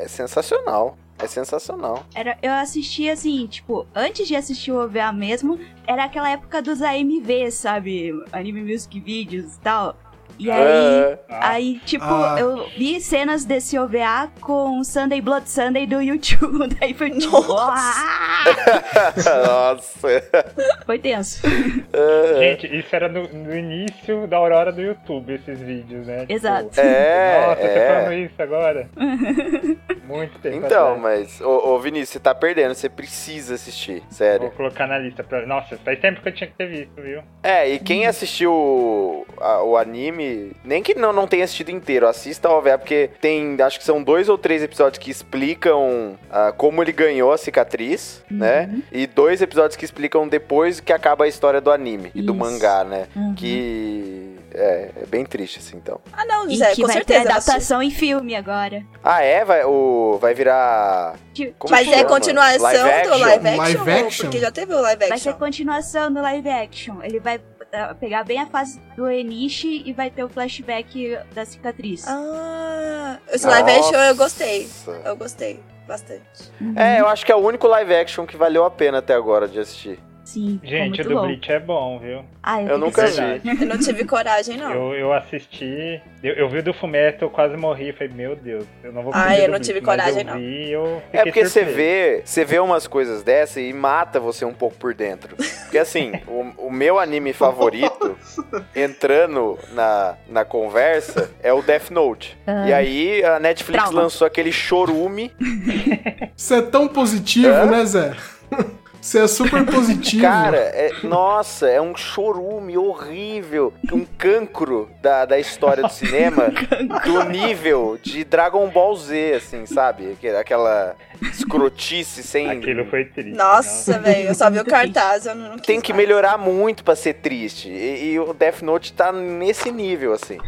Speaker 8: é- é sensacional. É sensacional.
Speaker 5: Era, eu assistia assim, tipo, antes de assistir o OVA mesmo, era aquela época dos AMV, sabe? Anime Music Videos e tal. E aí.
Speaker 8: É.
Speaker 4: Ah,
Speaker 5: Aí, tipo,
Speaker 3: Ah.
Speaker 5: eu vi cenas desse OVA com Sunday Blood Sunday do YouTube. Daí foi tipo, "Ah!"
Speaker 8: Nossa.
Speaker 5: Foi tenso.
Speaker 4: Gente, isso era no, no início da aurora do YouTube, esses vídeos, né? Tipo,
Speaker 5: Exato.
Speaker 8: É,
Speaker 4: Nossa,
Speaker 8: é.
Speaker 4: tá falando isso agora? Muito tempo
Speaker 8: Então,
Speaker 4: atrás.
Speaker 8: mas, ô, ô Vinícius, você tá perdendo, você precisa assistir,
Speaker 4: Vou
Speaker 8: sério.
Speaker 4: colocar na lista. Pra... Nossa, faz tempo que eu tinha que ter visto, viu?
Speaker 8: É, e quem assistiu o- a- o anime, nem que não, não tenha assistido inteiro, assista ao OVA, porque tem, acho que são dois ou três episódios que explicam ah, como ele ganhou a cicatriz,
Speaker 3: Uhum.
Speaker 8: né? E dois episódios que explicam depois que acaba a história do anime e do
Speaker 5: Isso.
Speaker 8: mangá, né?
Speaker 5: Uhum.
Speaker 8: Que é, é bem triste, assim, então.
Speaker 2: Ah, não,
Speaker 5: E
Speaker 2: Zé,
Speaker 5: que
Speaker 2: com
Speaker 5: vai
Speaker 2: certeza.
Speaker 5: ter
Speaker 2: eu assisti.
Speaker 5: adaptação em filme agora.
Speaker 8: Ah, é? Vai, o, vai virar.
Speaker 5: Tipo,
Speaker 8: Como
Speaker 2: Mas
Speaker 8: que
Speaker 2: é
Speaker 8: chama?
Speaker 2: continuação do live action?
Speaker 3: Live
Speaker 2: ou-
Speaker 3: action?
Speaker 2: Porque já teve o live
Speaker 5: Vai ser
Speaker 2: action.
Speaker 5: continuação do live action. Ele vai eh, pegar bem a fase do Enishi e vai ter o flashback da cicatriz.
Speaker 2: Ah, esse live action eu gostei.
Speaker 8: Nossa.
Speaker 2: Eu gostei bastante.
Speaker 8: É, eu acho que é o único live action que valeu a pena até agora de assistir.
Speaker 5: Sim, ficou
Speaker 4: Gente, o
Speaker 5: muito
Speaker 4: do
Speaker 5: bom.
Speaker 4: Bleach é bom, viu?
Speaker 5: Ah,
Speaker 8: Eu
Speaker 5: tenho que
Speaker 8: nunca vi.
Speaker 5: assistir.
Speaker 2: Eu não tive coragem, não.
Speaker 4: Eu, eu assisti, eu, eu vi o do Fumeto, eu quase morri. Falei, meu Deus, eu não vou
Speaker 2: Ai,
Speaker 4: conseguir
Speaker 2: eu
Speaker 4: do
Speaker 2: não tive
Speaker 4: Bleach, mas
Speaker 2: coragem,
Speaker 4: eu
Speaker 2: não.
Speaker 4: Vi, eu
Speaker 8: É
Speaker 4: fiquei
Speaker 8: porque você
Speaker 4: surpreso.
Speaker 8: vê, você vê umas coisas dessa e mata você um pouco por dentro. Porque assim, o, o meu anime favorito, entrando na, na conversa, é o Death Note. E
Speaker 2: Ah.
Speaker 8: aí a Netflix
Speaker 5: Trauma.
Speaker 8: lançou aquele chorume.
Speaker 3: Você é tão positivo,
Speaker 8: Hã?
Speaker 3: né, Zé? Você é super positivo.
Speaker 8: Cara, é- nossa, é um chorume horrível. Um cancro da, da história do cinema do nível de Dragon Ball Z, assim, sabe? Aquele- Aquela escrotice sem.
Speaker 4: Aquilo foi triste.
Speaker 2: Nossa, velho, eu só vi o cartaz, eu não, não
Speaker 8: tem
Speaker 2: quis
Speaker 8: que
Speaker 2: mais.
Speaker 8: melhorar muito pra ser triste. E, e o Death Note tá nesse nível, assim.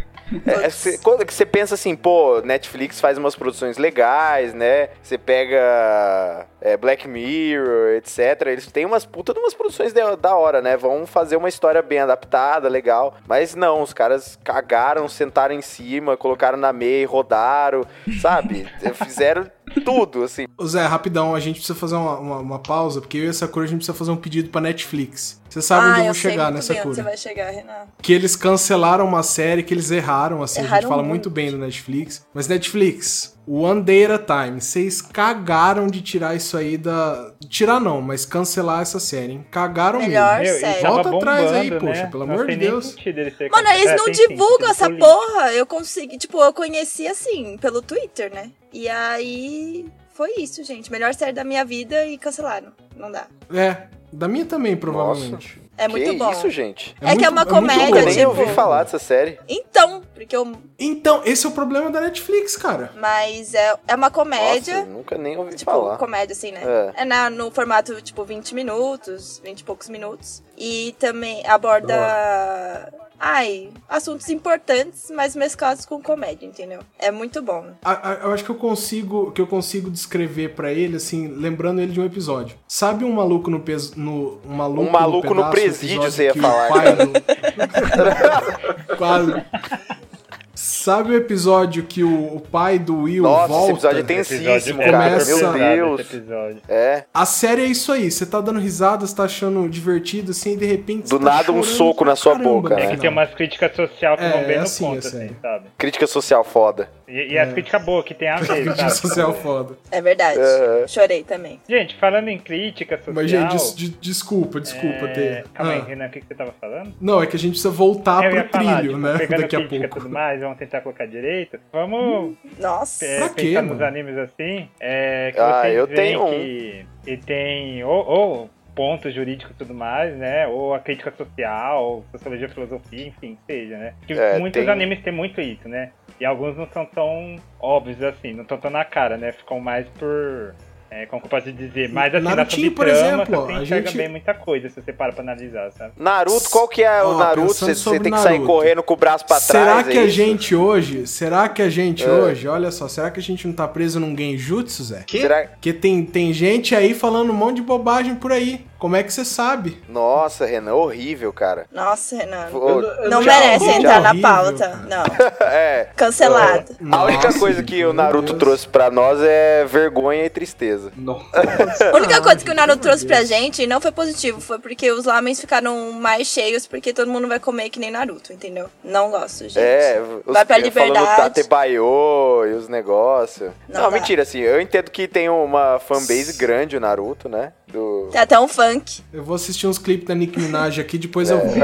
Speaker 8: É, é, cê- quando que você pensa assim, pô, Netflix faz umas produções legais, né? Você pega é, Black Mirror, etc. Eles têm umas puta de umas produções da, da hora, né? Vão fazer uma história bem adaptada, legal. Mas não, os caras cagaram, sentaram em cima, colocaram na meia, e rodaram, sabe? Fizeram tudo, assim.
Speaker 3: Ô, Zé, rapidão, a gente precisa fazer uma, uma, uma pausa, porque eu e a Sakura a gente precisa fazer um pedido pra Netflix. Você sabe
Speaker 2: ah,
Speaker 3: onde eu vou
Speaker 2: sei muito
Speaker 3: chegar, né,
Speaker 2: bem onde
Speaker 3: Sakura?
Speaker 2: você vai chegar, Renan.
Speaker 3: Que eles cancelaram uma série que eles erraram, assim, a gente
Speaker 2: Erraram
Speaker 3: fala
Speaker 2: muito.
Speaker 3: muito bem do Netflix. Mas Netflix, One Day at a Time, vocês cagaram de tirar isso aí da. Tirar não, mas cancelar essa série, hein? Cagaram
Speaker 2: Melhor.
Speaker 3: mesmo.
Speaker 4: Meu, e
Speaker 2: sério.
Speaker 4: tava
Speaker 3: Volta atrás
Speaker 4: bombando,
Speaker 3: aí,
Speaker 4: né?
Speaker 3: poxa, pelo
Speaker 4: Não
Speaker 3: amor
Speaker 4: tem
Speaker 3: de
Speaker 4: nem
Speaker 3: Deus.
Speaker 4: sentido ele ser
Speaker 2: Mano,
Speaker 4: cancelado.
Speaker 2: eles
Speaker 4: É,
Speaker 2: não
Speaker 4: tem sim,
Speaker 2: divulgam
Speaker 4: tem
Speaker 2: essa
Speaker 4: bullying.
Speaker 2: porra. Eu consegui, tipo, eu conheci assim, pelo Twitter, né? E aí foi isso, gente. Melhor série da minha vida e cancelaram. Não dá.
Speaker 3: É, da minha também, provavelmente.
Speaker 2: É muito
Speaker 8: que
Speaker 2: bom.
Speaker 8: isso, gente?
Speaker 2: É que é uma
Speaker 3: muito
Speaker 2: comédia,
Speaker 8: Eu
Speaker 3: bom.
Speaker 8: nem
Speaker 2: tipo-
Speaker 8: ouvi falar dessa série.
Speaker 2: Então, porque eu.
Speaker 3: Então, esse é o problema da Netflix, cara.
Speaker 2: Mas é, é uma comédia.
Speaker 8: Nossa, nunca nem ouvi
Speaker 2: tipo,
Speaker 8: falar.
Speaker 2: comédia, assim, né?
Speaker 8: É.
Speaker 2: É, na- no formato, tipo, 20 minutos, 20 e poucos minutos. E também aborda. Ai, assuntos importantes, mas mesclados com comédia, entendeu? É muito bom.
Speaker 3: A- a- eu acho que eu consigo que eu consigo descrever pra ele assim, lembrando ele de um episódio. Sabe um maluco no peso no um maluco,
Speaker 8: Um maluco
Speaker 3: pedaço,
Speaker 8: no presídio,
Speaker 3: episódio
Speaker 8: você ia
Speaker 3: que o
Speaker 8: falar.
Speaker 3: pai do- Quase. Sabe o episódio que o, o pai do Will
Speaker 8: Nossa,
Speaker 3: volta?
Speaker 8: esse episódio é
Speaker 4: Esse episódio
Speaker 8: tensíssimo,
Speaker 4: é
Speaker 8: cara.
Speaker 3: começa-
Speaker 8: Meu Deus.
Speaker 4: Esse episódio.
Speaker 8: É.
Speaker 3: A série é isso aí, você tá dando risada, você tá achando divertido assim, e de repente
Speaker 8: Do
Speaker 3: você tá
Speaker 8: nada um
Speaker 3: chorando
Speaker 8: soco na sua
Speaker 3: caramba,
Speaker 8: boca,
Speaker 3: no
Speaker 8: né?
Speaker 4: É
Speaker 8: Não.
Speaker 4: que
Speaker 3: final.
Speaker 4: tem umas críticas sociais que
Speaker 3: É,
Speaker 4: vão bem
Speaker 3: é
Speaker 4: no
Speaker 3: assim,
Speaker 4: ponto,
Speaker 3: é
Speaker 4: assim,
Speaker 3: sério.
Speaker 4: sabe?
Speaker 8: Crítica social foda.
Speaker 4: E, e as críticas boas que tem a ver,
Speaker 3: Crítica
Speaker 4: sabe?
Speaker 3: social foda.
Speaker 2: É verdade.
Speaker 8: É.
Speaker 2: Chorei também.
Speaker 4: Gente, falando em crítica social...
Speaker 3: Mas gente, des- de- desculpa, desculpa
Speaker 4: é,
Speaker 3: ter.
Speaker 4: Calma aí,
Speaker 3: Ah.
Speaker 4: Renan, o que que você tava falando?
Speaker 3: Não, é que a gente precisa voltar
Speaker 4: Eu
Speaker 3: pro
Speaker 4: ia falar,
Speaker 3: trilho,
Speaker 4: tipo,
Speaker 3: né?
Speaker 4: pegando
Speaker 3: Daqui a
Speaker 4: crítica e
Speaker 3: pouco. Hum,
Speaker 4: tudo mais, vamos tentar colocar direito. Vamos
Speaker 2: Nossa.
Speaker 4: é,
Speaker 3: Pra
Speaker 4: pensar
Speaker 3: quê,
Speaker 4: nos
Speaker 3: mano?
Speaker 4: animes assim. É, que
Speaker 8: Ah,
Speaker 4: vocês
Speaker 8: eu
Speaker 4: veem
Speaker 8: tenho um.
Speaker 4: que E tem ou, ou pontos jurídicos e tudo mais, né? Ou a crítica social, ou sociologia, filosofia, enfim, que seja, né? Que
Speaker 8: É,
Speaker 4: muitos
Speaker 8: tem-
Speaker 4: animes têm muito isso, né? E alguns não são tão óbvios assim, não estão tão na cara, né? Ficam mais por... É, como que eu posso dizer? Mais assim,
Speaker 3: Narutinho,
Speaker 4: na
Speaker 3: por
Speaker 4: subtrama,
Speaker 3: exemplo,
Speaker 4: você
Speaker 3: a
Speaker 4: enxerga
Speaker 3: gente-
Speaker 4: bem muita coisa, se você para pra analisar, sabe?
Speaker 8: Naruto, qual que é o
Speaker 3: Ó,
Speaker 8: Naruto?
Speaker 3: pensando
Speaker 8: Você você
Speaker 3: sobre
Speaker 8: tem que sair
Speaker 3: Naruto.
Speaker 8: correndo com o braço pra
Speaker 3: será
Speaker 8: trás.
Speaker 3: que
Speaker 8: é
Speaker 3: a
Speaker 8: isso?
Speaker 3: gente hoje, será que a gente
Speaker 8: É.
Speaker 3: hoje, olha só, será que a gente não tá preso num genjutsu, Zé?
Speaker 1: Que?
Speaker 8: Será...
Speaker 3: Porque tem, tem gente aí falando um monte de bobagem por aí. Como é que você sabe?
Speaker 8: Nossa, Renan, horrível, cara.
Speaker 2: Nossa, Renan.
Speaker 8: Ô,
Speaker 1: eu
Speaker 2: Não
Speaker 1: já-
Speaker 2: merece
Speaker 3: horrível,
Speaker 2: entrar na
Speaker 3: horrível,
Speaker 2: pauta.
Speaker 3: cara.
Speaker 2: Não.
Speaker 8: é.
Speaker 2: Cancelado.
Speaker 8: A única
Speaker 3: Nossa,
Speaker 8: coisa que
Speaker 3: meu
Speaker 8: o Naruto
Speaker 3: Deus.
Speaker 8: trouxe pra nós é vergonha e tristeza.
Speaker 2: A única coisa que o Naruto
Speaker 3: pelo amor de
Speaker 2: trouxe pra gente não foi positivo, foi porque os lamens ficaram mais cheios, porque todo mundo vai comer que nem Naruto, entendeu? Não gosto, gente.
Speaker 8: É, os
Speaker 2: Vai pra
Speaker 8: falando tá
Speaker 2: liberdade.
Speaker 8: Tatebayo e os negócios. Não,
Speaker 2: Não dá.
Speaker 8: mentira, assim, eu entendo que tem uma fanbase grande o Naruto, né? Do...
Speaker 2: Tem até um funk.
Speaker 3: Eu vou assistir uns clipes da Nicki Minaj aqui, depois
Speaker 8: É.
Speaker 3: eu vi.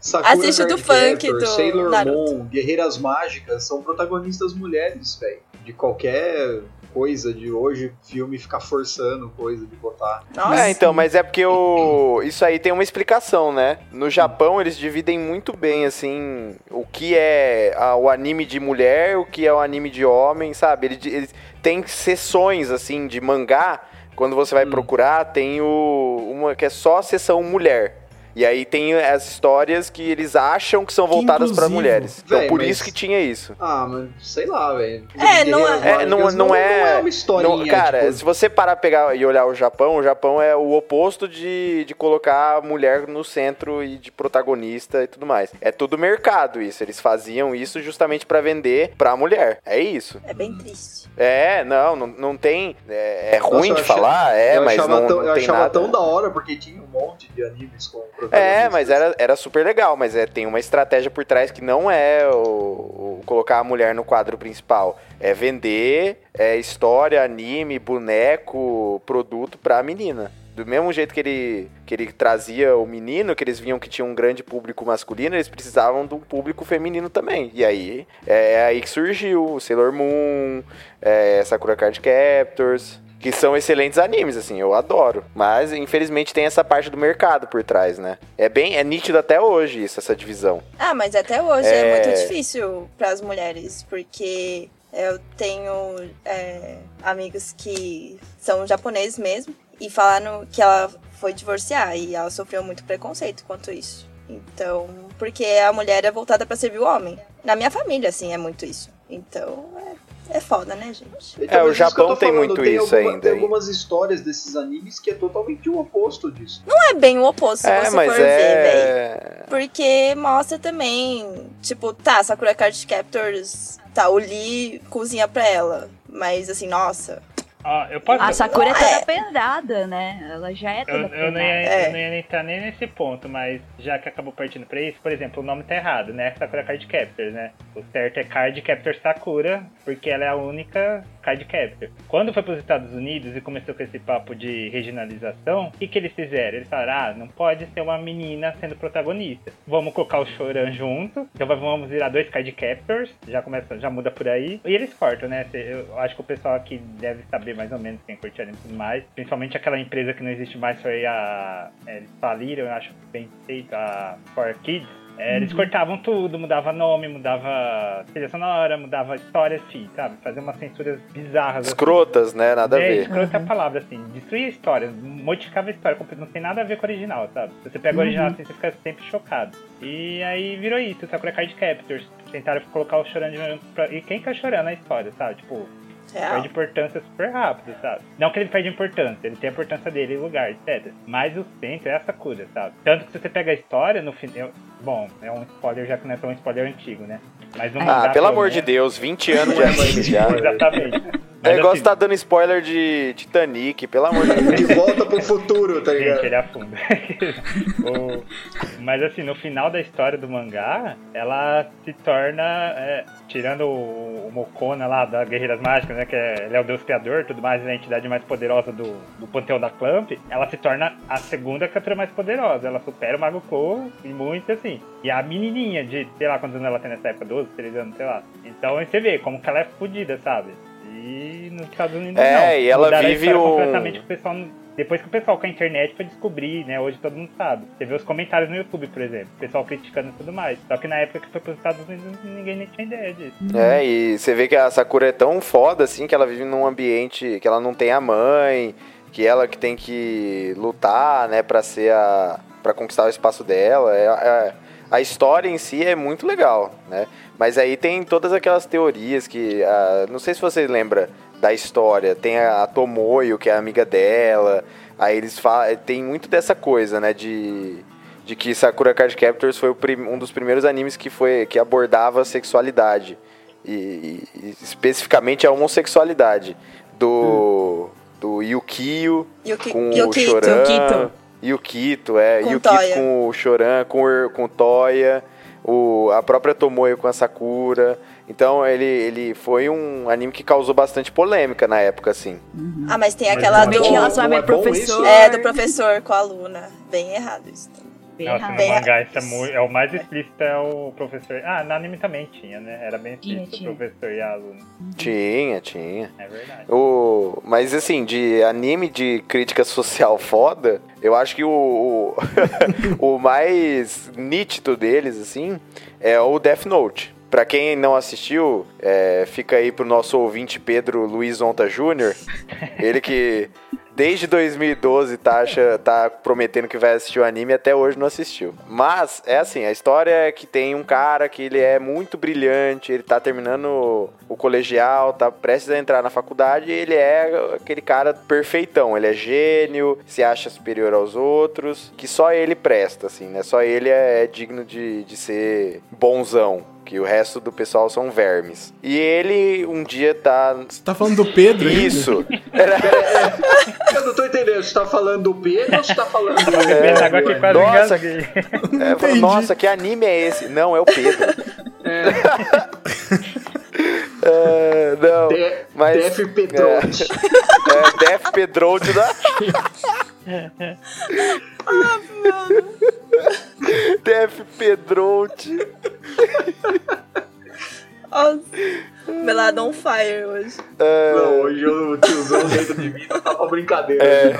Speaker 1: Sakura
Speaker 2: Assiste o do
Speaker 1: Card
Speaker 2: funk
Speaker 1: Captor,
Speaker 2: do
Speaker 1: Sailor
Speaker 2: Naruto.
Speaker 1: Moon, Guerreiras Mágicas, são protagonistas mulheres, velho. De qualquer coisa de hoje, filme ficar forçando coisa de botar.
Speaker 2: Nossa.
Speaker 8: É, então, mas é porque o... isso aí tem uma explicação, né? No Japão, eles dividem muito bem, assim, o que é a- o anime de mulher, o que é o anime de homem, sabe? Ele- Eles têm sessões, assim, de mangá. Quando você vai procurar, tem o... uma que é só a sessão mulher. E aí tem as histórias que eles acham que são
Speaker 3: Que,
Speaker 8: voltadas para
Speaker 3: inclusive,
Speaker 8: mulheres. Então
Speaker 1: véi,
Speaker 8: por
Speaker 1: mas-
Speaker 8: isso que tinha isso.
Speaker 1: Ah, mano, sei lá, velho.
Speaker 2: É, não é-
Speaker 8: É, não, não, é,
Speaker 1: uma historinha.
Speaker 8: não- cara,
Speaker 1: tipo,
Speaker 8: se você parar pegar e olhar o Japão, o Japão é o oposto de, de colocar a mulher no centro e de protagonista e tudo mais. É tudo mercado isso. Eles faziam isso justamente pra vender pra mulher. É isso.
Speaker 2: É bem triste.
Speaker 8: É, não, não, não tem. É, é
Speaker 1: Nossa,
Speaker 8: ruim
Speaker 1: eu
Speaker 8: de
Speaker 1: achava-
Speaker 8: falar, é,
Speaker 1: eu
Speaker 8: mas
Speaker 1: achava
Speaker 8: não,
Speaker 1: tão,
Speaker 8: não
Speaker 1: eu
Speaker 8: tem
Speaker 1: achava
Speaker 8: nada.
Speaker 1: tão da hora porque tinha um monte de animes com
Speaker 8: É,
Speaker 1: protagonistas.
Speaker 8: mas era, era super legal, mas é, tem uma estratégia por trás que não é o, o colocar a mulher no quadro principal. É vender é história, anime, boneco, produto pra menina. Do mesmo jeito que ele, que ele trazia o menino, que eles viam que tinha um grande público masculino, eles precisavam de um público feminino também. E aí, é aí que surgiu o Sailor Moon, é, Sakura Card Captors, que são excelentes animes, assim, eu adoro. Mas, infelizmente, tem essa parte do mercado por trás, né? É bem, é nítido até hoje isso, essa divisão.
Speaker 2: Ah, mas até hoje é,
Speaker 8: É.
Speaker 2: muito difícil para as mulheres, porque eu tenho é, amigos que são japoneses mesmo e falaram que ela foi divorciar e ela sofreu muito preconceito quanto isso. Então, porque a mulher é voltada para servir o homem. Na minha família, assim, é muito isso. Então, é, é foda, né, gente?
Speaker 1: Então,
Speaker 8: É, o
Speaker 1: mas isso que eu
Speaker 8: Japão
Speaker 1: tô
Speaker 8: tem muito
Speaker 1: tem
Speaker 8: isso
Speaker 1: alguma-
Speaker 8: ainda,
Speaker 1: Tem
Speaker 8: hein?
Speaker 1: algumas histórias desses animes que é totalmente o oposto disso.
Speaker 2: Não é bem o oposto, se
Speaker 8: é,
Speaker 2: você
Speaker 8: mas
Speaker 2: for ver, velho.
Speaker 8: é...
Speaker 2: Porque mostra também, tipo, tá, Sakura Card Captors, tá, o Lee cozinha pra ela. Mas assim, nossa.
Speaker 4: Ah, eu posso.
Speaker 5: A Sakura é
Speaker 2: É.
Speaker 5: toda pedrada, né? Ela já é
Speaker 4: Eu,
Speaker 5: toda
Speaker 4: eu não
Speaker 5: pedrada.
Speaker 4: ia,
Speaker 2: É.
Speaker 4: eu não ia entrar nem nesse ponto, mas já que acabou partindo pra isso, por exemplo, o nome tá errado, né? Sakura Card Captor, né? O certo é Card Captor Sakura, porque ela é a única Card Captor. Quando foi pros Estados Unidos e começou com esse papo de regionalização, o que, que eles fizeram? Eles falaram, ah, não pode ser uma menina sendo protagonista. Vamos colocar o Choran junto, então vai- vamos virar dois Card Captors, já começa, já muda por aí. E eles cortam, né? Cê- Eu acho que o pessoal aqui deve saber mais ou menos quem curte anime e tudo mais. Principalmente aquela empresa que não existe mais, foi a. é, Eles faliram, eu acho bem feito, a For Kids. É, eles cortavam tudo, mudava nome, mudava trilha sonora, mudava história, assim, sabe? Fazia umas censuras bizarras. assim.
Speaker 8: Escrotas, né? Nada a
Speaker 4: É,
Speaker 8: ver.
Speaker 4: escroto é a palavra, assim. Destruía a história, modificava a história, não tem nada a ver com o original, sabe? Se você pega o original assim, você fica sempre chocado. E aí virou isso, Sakura Card Captors. Tentaram colocar o Chorando de- pra... E quem que é o Chorando na história, sabe? Tipo,
Speaker 2: Real.
Speaker 8: É.
Speaker 4: perde importância super rápido, sabe? Não que ele perde importância, ele tem a importância dele, lugar, etc. Mas o centro é essa cura, sabe? Tanto que se você pega a história, no final. Bom, é um spoiler já que não é tão spoiler antigo, né? Mas não
Speaker 8: Ah, pelo amor de Deus, 20 anos de anime já.
Speaker 4: Exatamente.
Speaker 8: É
Speaker 4: assim, tipo, Mas,
Speaker 8: igual
Speaker 4: assim,
Speaker 8: você tá dando spoiler de Titanic, pelo amor de Deus.
Speaker 1: De volta pro futuro, tá
Speaker 4: Gente,
Speaker 1: ligado?
Speaker 4: ele afunda. O- Mas assim, no final da história do mangá, ela se torna. é, tirando o, o Mokona lá da Guerreiras Mágicas, né? Que é, ele é o deus criador e tudo mais, ele é a entidade mais poderosa do, do panteão da Clamp. Ela se torna a segunda criatura mais poderosa. Ela supera o Mago Clow e muito assim. E a menininha de, sei lá quantos anos ela tem nessa época, 12, 13 anos, sei lá. Então aí você vê como que ela é fodida, sabe? E nos Estados Unidos
Speaker 8: É,
Speaker 4: não.
Speaker 8: e ela
Speaker 4: Mudaram a
Speaker 8: vive
Speaker 4: história
Speaker 8: um-
Speaker 4: completamente que o pessoal não- depois que o pessoal com a internet foi descobrir, né? Hoje todo mundo sabe. Você vê os comentários no YouTube, por exemplo, o pessoal criticando e tudo mais. Só que na época que foi pros Estados Unidos, ninguém nem tinha ideia disso.
Speaker 8: É, e você vê que a Sakura é tão foda assim que ela vive num ambiente que ela não tem a mãe, que ela que tem que lutar, né, para ser a para conquistar o espaço dela. É- é- a história em si é muito legal, né? Mas aí tem todas aquelas teorias que ah, não sei se você lembra da história, tem a, a Tomoyo, que é amiga dela. Aí eles falam, tem muito dessa coisa, né, de de que Sakura Card Captors foi o prim- um dos primeiros animes que foi que abordava sexualidade e, e- e especificamente a homossexualidade do do Yukio
Speaker 2: E o que
Speaker 8: com
Speaker 2: e o
Speaker 8: o
Speaker 2: que-
Speaker 8: Choran, Yukito, é,
Speaker 2: Com
Speaker 8: Yukito
Speaker 2: Toya.
Speaker 8: com o Choran, com o com o Toya, o, a própria Tomoyo com a Sakura. Então ele, ele foi um anime que causou bastante polêmica na época, assim.
Speaker 2: Ah, mas tem
Speaker 4: Mas
Speaker 2: aquela
Speaker 4: não
Speaker 2: do.
Speaker 5: Bem que relacionamento
Speaker 1: é bom isso?
Speaker 5: professor.
Speaker 2: É, do professor com a aluna. Bem errado isso. também.
Speaker 5: Bem
Speaker 4: Nossa, no
Speaker 5: errado.
Speaker 2: Bem
Speaker 4: mangá
Speaker 2: errado.
Speaker 4: isso é, muito, é o mais explícito, é o professor. Ah, no anime também tinha, né? Era bem
Speaker 5: Tinha,
Speaker 4: explícito
Speaker 5: tinha.
Speaker 4: o professor e a aluna.
Speaker 2: Uhum.
Speaker 8: Tinha, tinha.
Speaker 4: É verdade.
Speaker 8: O, mas assim, de anime de crítica social foda, eu acho que o, o, o mais nítido deles, assim, é o Death Note. Pra quem não assistiu, é, fica aí pro nosso ouvinte Pedro Luiz Onta Jr., ele que desde 2012 tá, acha- tá prometendo que vai assistir o anime e até hoje não assistiu. Mas é assim, a história é que tem um cara que ele é muito brilhante, ele tá terminando o colegial, tá prestes a entrar na faculdade, e ele é aquele cara perfeitão, ele é gênio, se acha superior aos outros, que só ele presta, assim, né? Só ele é, é digno de, de ser bonzão. Que o resto do pessoal são vermes. E ele um dia tá.
Speaker 3: Você tá falando do Pedro ainda?
Speaker 8: Isso!
Speaker 1: Eu não tô entendendo, você tá falando do Pedro ou você tá falando do.
Speaker 4: É, agora que quase
Speaker 8: nossa,
Speaker 4: engasguei.
Speaker 8: É, eu falo,
Speaker 3: Entendi.
Speaker 8: Nossa, que anime é esse? Não, é o Pedro. É, não,
Speaker 1: De-
Speaker 8: mas.
Speaker 1: Def Pedrotti.
Speaker 8: É, Def Pedrold da.
Speaker 1: Ah,
Speaker 8: Def Pedrold.
Speaker 2: Melado on fire hoje.
Speaker 8: é,
Speaker 1: Não, hoje o tiozão dentro de mim não tá pra brincadeira.
Speaker 8: É,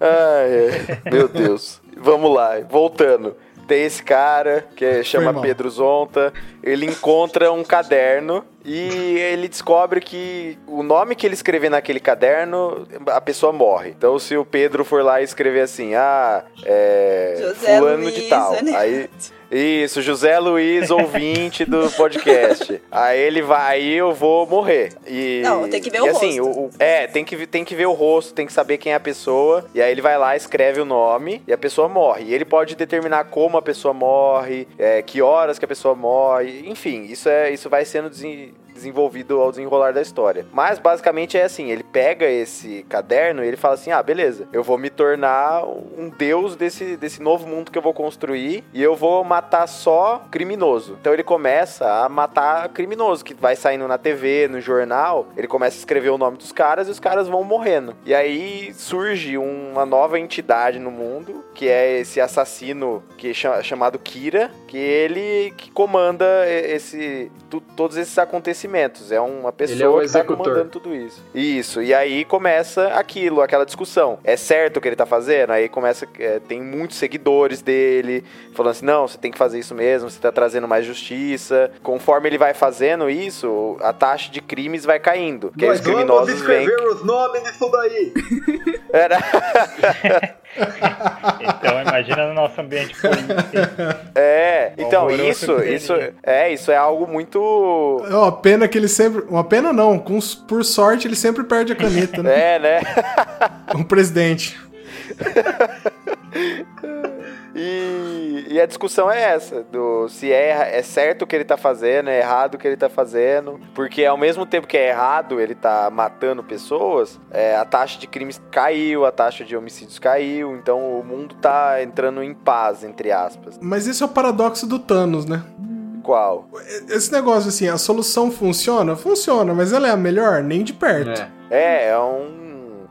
Speaker 8: Ai, ai, meu Deus. Vamos lá, voltando. Tem esse cara que é- chama
Speaker 3: mal.
Speaker 8: Pedro Zonta. Ele encontra um caderno e ele descobre que o nome que ele escrever naquele caderno, a pessoa morre. Então, se o Pedro for lá e escrever assim, ah, é.
Speaker 2: José
Speaker 8: fulano
Speaker 2: Luiz,
Speaker 8: de tal.
Speaker 2: né?
Speaker 8: Aí, isso, José Luiz, ouvinte do podcast. Aí ele vai, aí eu vou morrer. E,
Speaker 2: Não, tem que ver
Speaker 8: e
Speaker 2: o
Speaker 8: assim,
Speaker 2: rosto.
Speaker 8: o- o- é, tem que, tem que ver o rosto, tem que saber quem é a pessoa. E aí ele vai lá, escreve o nome e a pessoa morre. E ele pode determinar como a pessoa morre, é, que horas que a pessoa morre. Enfim, isso, é, isso vai sendo desen- desenvolvido ao desenrolar da história. Mas basicamente é assim, ele pega esse caderno e ele fala assim: "Ah, beleza, eu vou me tornar um deus desse, desse novo mundo que eu vou construir e eu vou matar só criminoso". Então ele começa a matar criminoso que vai saindo na TV, no jornal, ele começa a escrever o nome dos caras e os caras vão morrendo. E aí surge uma nova entidade no mundo, que é esse assassino que é cha- chamado Kira, que ele que comanda e- esse tu- todos esses acontecimentos. É uma pessoa
Speaker 1: Ele é o
Speaker 8: que tá
Speaker 1: executor.
Speaker 8: comandando tudo isso. Isso. E aí começa aquilo, aquela discussão. É certo o que ele tá fazendo? Aí começa é, tem muitos seguidores dele, falando assim: não, você tem que fazer isso mesmo, você tá trazendo mais justiça. Conforme ele vai fazendo isso, a taxa de crimes vai caindo. Porque aí os
Speaker 1: Nós vamos
Speaker 8: criminosos vêm.
Speaker 1: escrever os nomes disso daí.
Speaker 8: Era...
Speaker 4: Então, imagina no nosso ambiente político.
Speaker 8: É, então
Speaker 4: Horroroso
Speaker 8: isso,
Speaker 4: crime.
Speaker 8: isso é, isso é algo muito.
Speaker 3: É uma pena que ele sempre. Uma pena não, com- por sorte ele sempre perde a caneta, né?
Speaker 8: É, né?
Speaker 3: Um presidente.
Speaker 8: E, e a discussão é essa, do se é, é certo o que ele tá fazendo, é errado o que ele tá fazendo, porque ao mesmo tempo que é errado ele tá matando pessoas, é, a taxa de crimes caiu, a taxa de homicídios caiu, então o mundo tá entrando em paz, entre aspas.
Speaker 3: Mas isso é o paradoxo do Thanos, né?
Speaker 8: Qual?
Speaker 3: Esse negócio assim, a solução funciona? Funciona, mas ela é a melhor? Nem de perto.
Speaker 8: É, é um.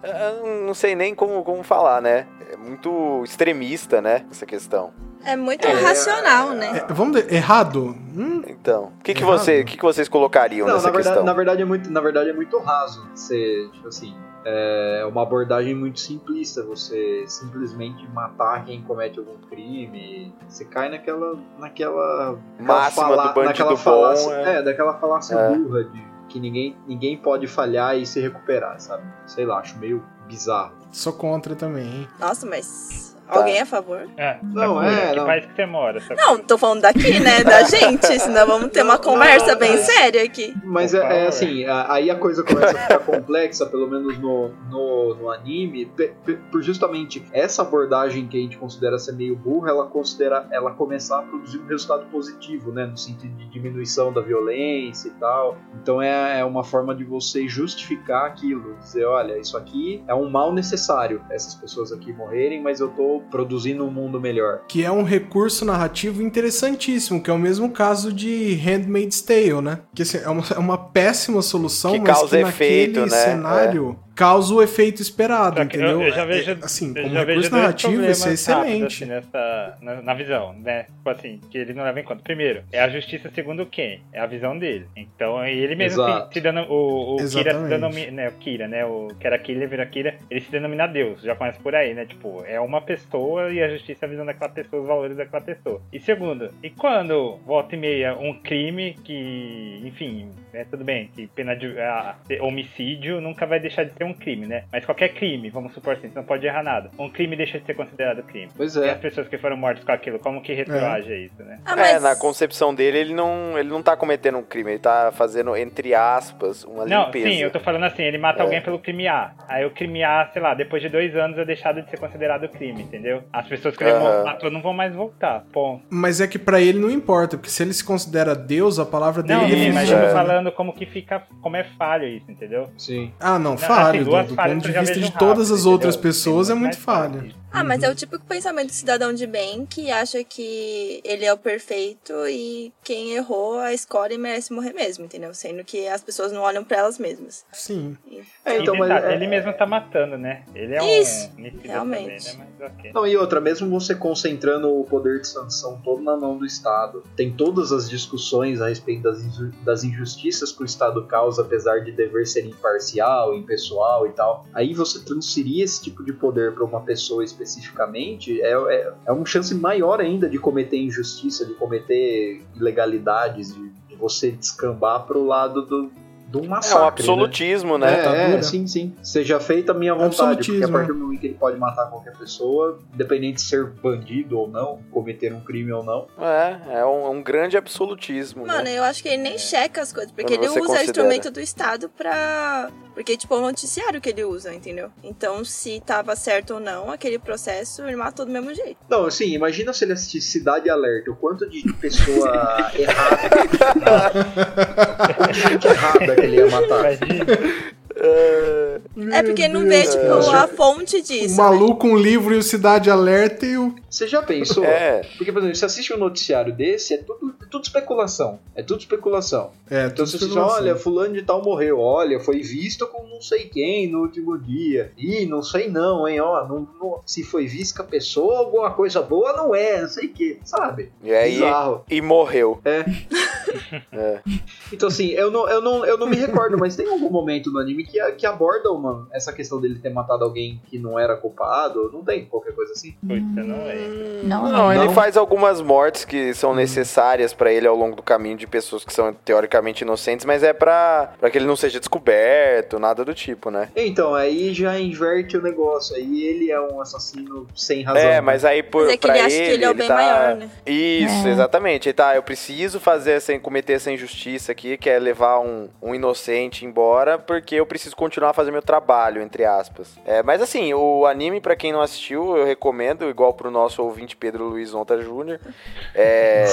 Speaker 8: Eu não sei nem como, como falar, né? É muito extremista, né? Essa questão.
Speaker 2: É muito racional, né?
Speaker 3: É, vamos ver, errado? Hum,
Speaker 8: Então, o que, que,
Speaker 3: Errado.
Speaker 8: você, o que, que vocês colocariam
Speaker 1: Não,
Speaker 8: nessa
Speaker 1: na verdade,
Speaker 8: questão?
Speaker 1: na verdade é muito, na verdade é muito raso. Você, tipo assim, é uma abordagem muito simplista. Você simplesmente matar quem comete algum crime. Você cai naquela, naquela naquela
Speaker 8: Máxima
Speaker 1: fala-
Speaker 8: do bandido
Speaker 1: naquela
Speaker 8: bom.
Speaker 1: falácia,
Speaker 8: é-
Speaker 1: é, daquela falácia
Speaker 8: É.
Speaker 1: burra de que ninguém, ninguém pode falhar e se recuperar, sabe? Sei lá, acho meio bizarro.
Speaker 3: sou contra também, hein?
Speaker 2: Nossa, mas. Alguém é a favor?
Speaker 4: Ah,
Speaker 1: Não,
Speaker 4: Sakura,
Speaker 1: é,
Speaker 4: que
Speaker 1: não.
Speaker 4: país que você mora? Sakura?
Speaker 2: Não, tô falando daqui, né? Da gente. Senão vamos ter uma
Speaker 1: Não, não,
Speaker 2: conversa
Speaker 1: não,
Speaker 2: bem
Speaker 1: não.
Speaker 2: séria aqui.
Speaker 1: Mas é,
Speaker 4: Opa,
Speaker 1: é
Speaker 4: ué.
Speaker 1: assim, a- aí a coisa começa a ficar complexa, pelo menos no, no, no anime, pe- pe- por justamente essa abordagem que a gente considera ser meio burra, ela considera ela começar a produzir um resultado positivo, né? No sentido de diminuição da violência e tal. Então é, é uma forma de você justificar aquilo, dizer, olha, isso aqui é um mal necessário, essas pessoas aqui morrerem, mas eu tô produzindo um mundo melhor.
Speaker 3: Que é um recurso narrativo interessantíssimo, que é o mesmo caso de Handmaid's Tale, né? Que assim, é, uma, é uma péssima solução,
Speaker 8: Que
Speaker 3: mas
Speaker 8: causa
Speaker 3: que
Speaker 8: efeito,
Speaker 3: naquele
Speaker 8: né?
Speaker 3: cenário causa o efeito esperado,
Speaker 4: Só que
Speaker 3: entendeu?
Speaker 4: Eu, eu já
Speaker 3: É-
Speaker 4: vejo,
Speaker 3: é- assim,
Speaker 4: eu
Speaker 3: como
Speaker 4: já vejo
Speaker 3: recurso
Speaker 4: dois
Speaker 3: narrativo,
Speaker 4: problemas
Speaker 3: isso é
Speaker 4: rápidos,
Speaker 3: excelente.
Speaker 4: assim, nessa, na, na visão, né? Tipo assim, que ele não leva em conta. Primeiro, é a justiça segundo quem? É a visão dele. Então, ele mesmo se,
Speaker 1: Exato.
Speaker 4: se dando. O, o Kira se
Speaker 3: Exatamente.
Speaker 4: denomina. Né, o Kira, né? O que era Kira vira Kira. Ele se denomina Deus. Já começa por aí, né? Tipo, é uma pessoa e a justiça é a visão daquela pessoa, os valores daquela pessoa. E segundo, e quando volta e meia um crime né, que, enfim, é tudo bem, que pena de. ah, homicídio nunca vai deixar de ser um um crime, né? Mas qualquer crime, vamos supor assim, você não pode errar nada. Um crime deixa de ser considerado crime.
Speaker 1: Pois
Speaker 4: E
Speaker 1: é.
Speaker 4: as pessoas que foram mortas com aquilo, como que retroage a isso, né?
Speaker 2: Ah,
Speaker 8: É,
Speaker 2: mas...
Speaker 8: na concepção dele, ele não, ele não tá cometendo um crime, ele tá fazendo, entre aspas, uma
Speaker 4: Não,
Speaker 8: limpeza.
Speaker 4: sim, eu tô falando assim, ele mata
Speaker 8: É.
Speaker 4: alguém pelo crime A. Aí o crime A, sei lá, depois de dois anos é deixado de ser considerado crime, entendeu? As pessoas que ele
Speaker 8: Aham.
Speaker 4: matou não vão mais voltar, ponto.
Speaker 3: Mas é que pra ele não importa, porque se ele se considera Deus, a palavra dele
Speaker 4: Não,
Speaker 3: é definitiva,
Speaker 4: mas eu tô
Speaker 3: né?
Speaker 4: falando como que fica, como é falho isso, entendeu?
Speaker 1: Sim.
Speaker 3: Ah, não,
Speaker 4: Não,
Speaker 3: falho.
Speaker 4: assim,
Speaker 3: do-
Speaker 4: duas
Speaker 3: do
Speaker 4: falhas
Speaker 3: ponto de
Speaker 4: eu já
Speaker 3: vista
Speaker 4: vejo
Speaker 3: de todas
Speaker 4: rápido,
Speaker 3: as outras
Speaker 4: entendeu?
Speaker 3: pessoas é
Speaker 4: Mas
Speaker 3: muito falho.
Speaker 4: isso.
Speaker 2: Ah,
Speaker 8: Uhum.
Speaker 2: mas é o típico pensamento do cidadão de bem que acha que ele é o perfeito e quem errou a escola e merece morrer mesmo, entendeu? Sendo que as pessoas não olham pra elas mesmas.
Speaker 3: Sim.
Speaker 1: É, então,
Speaker 4: E
Speaker 1: mas,
Speaker 4: detalhe,
Speaker 1: é-
Speaker 4: ele mesmo tá matando, né? Ele é
Speaker 2: Isso,
Speaker 4: um homicida
Speaker 2: realmente.
Speaker 4: também, né? Mas ok.
Speaker 1: Não, e outra, mesmo você concentrando o poder de sanção todo na mão do Estado, tem todas as discussões a respeito das, inju- das injustiças que o Estado causa, apesar de dever ser imparcial, impessoal e tal. Aí você transferir esse tipo de poder para uma pessoa especificamente é, é, é uma chance maior ainda de cometer injustiça, de cometer ilegalidades, de, de você descambar pro lado do, do
Speaker 8: É um
Speaker 1: massacre. né?
Speaker 8: absolutismo, né?
Speaker 3: Tá
Speaker 1: É, é,
Speaker 3: dura.
Speaker 1: sim, sim. Seja feita a minha vontade,
Speaker 3: Absolutismo,
Speaker 1: porque a partir
Speaker 3: né?
Speaker 1: do momento que ele pode matar qualquer pessoa, independente de ser bandido ou não, cometer um crime ou não.
Speaker 8: É, é um, um grande absolutismo.
Speaker 2: Mano,
Speaker 8: né?
Speaker 2: eu acho que ele nem checa as coisas, porque
Speaker 8: Quando
Speaker 2: ele
Speaker 8: você
Speaker 2: usa
Speaker 8: considera.
Speaker 2: instrumento do Estado pra. Porque, tipo, é o noticiário que ele usa, entendeu? Então, se tava certo ou não, aquele processo ele matou do mesmo jeito.
Speaker 1: Não, assim, imagina se ele assistir Cidade Alerta, o quanto de pessoa errada. O quanto de gente errada que ele ia matar.
Speaker 4: Imagina,
Speaker 2: é porque não vê, tipo,
Speaker 8: É.
Speaker 2: a fonte disso.
Speaker 3: O
Speaker 2: né?
Speaker 3: maluco, um livro e o Cidade Alerta e o.
Speaker 1: Você já pensou?
Speaker 8: É,
Speaker 1: Porque, por exemplo, você assiste um noticiário desse, é tudo, tudo especulação. É tudo especulação.
Speaker 3: É,
Speaker 1: Então
Speaker 3: tudo
Speaker 1: você diz,
Speaker 3: especulação.
Speaker 1: olha, fulano de tal morreu, olha, foi visto com não sei quem no último dia. Ih, não sei não, hein, ó, não- não- se foi visto com a pessoa, alguma coisa boa não é, não sei o que, sabe?
Speaker 8: É, e aí.
Speaker 1: Bizarro.
Speaker 8: E morreu.
Speaker 1: Então assim, eu não, eu, não, eu não me recordo, mas tem algum momento no anime que, que aborda uma, essa questão dele ter matado alguém que não era culpado, não tem qualquer coisa assim?
Speaker 4: puta, não é.
Speaker 5: Não,
Speaker 8: Não, ele
Speaker 1: Não.
Speaker 8: faz algumas mortes que são necessárias pra ele ao longo do caminho de pessoas que são teoricamente inocentes, mas é pra, pra que ele não seja descoberto, nada do tipo, né?
Speaker 1: Então, aí já inverte o negócio, aí ele é um assassino sem razão. né?
Speaker 8: É, mas aí por,
Speaker 2: Mas é que
Speaker 8: pra
Speaker 2: ele acha que ele é o bem
Speaker 8: tá...
Speaker 2: maior, né?
Speaker 8: Isso,
Speaker 5: É.
Speaker 8: exatamente. Ele tá, eu preciso fazer essa, cometer essa injustiça aqui, que é levar um, um inocente embora, porque eu preciso continuar a fazer meu trabalho, entre aspas. É, mas assim, o anime, pra quem não assistiu, eu recomendo, igual pro nosso ouvinte Pedro Luiz Onta Júnior. É...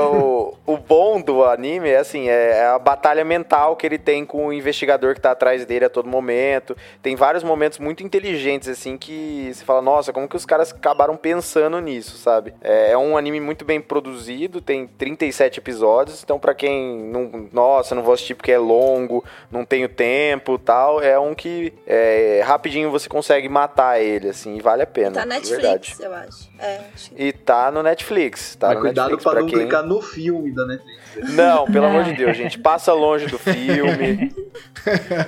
Speaker 8: o, o bom do anime é assim, é a batalha mental que ele tem com o investigador que tá atrás dele a todo momento. Tem vários momentos muito inteligentes, assim, que você fala, nossa, como que os caras acabaram pensando nisso, sabe? É, é um anime muito bem produzido, tem 37 episódios, então pra quem não, nossa, não vou assistir porque é longo, não tenho tempo tal, é um que é, rapidinho você consegue matar ele, assim, e vale a pena.
Speaker 2: Tá
Speaker 8: de
Speaker 2: Netflix,
Speaker 8: verdade.
Speaker 2: eu acho. É, acho que-
Speaker 8: E tá no Netflix, tá
Speaker 1: Mas
Speaker 8: no
Speaker 1: cuidado
Speaker 8: Netflix
Speaker 1: pra não
Speaker 8: quem...
Speaker 1: clicar no filme da Netflix.
Speaker 8: Não, pelo
Speaker 4: É.
Speaker 8: amor de Deus, gente. Passa longe do filme.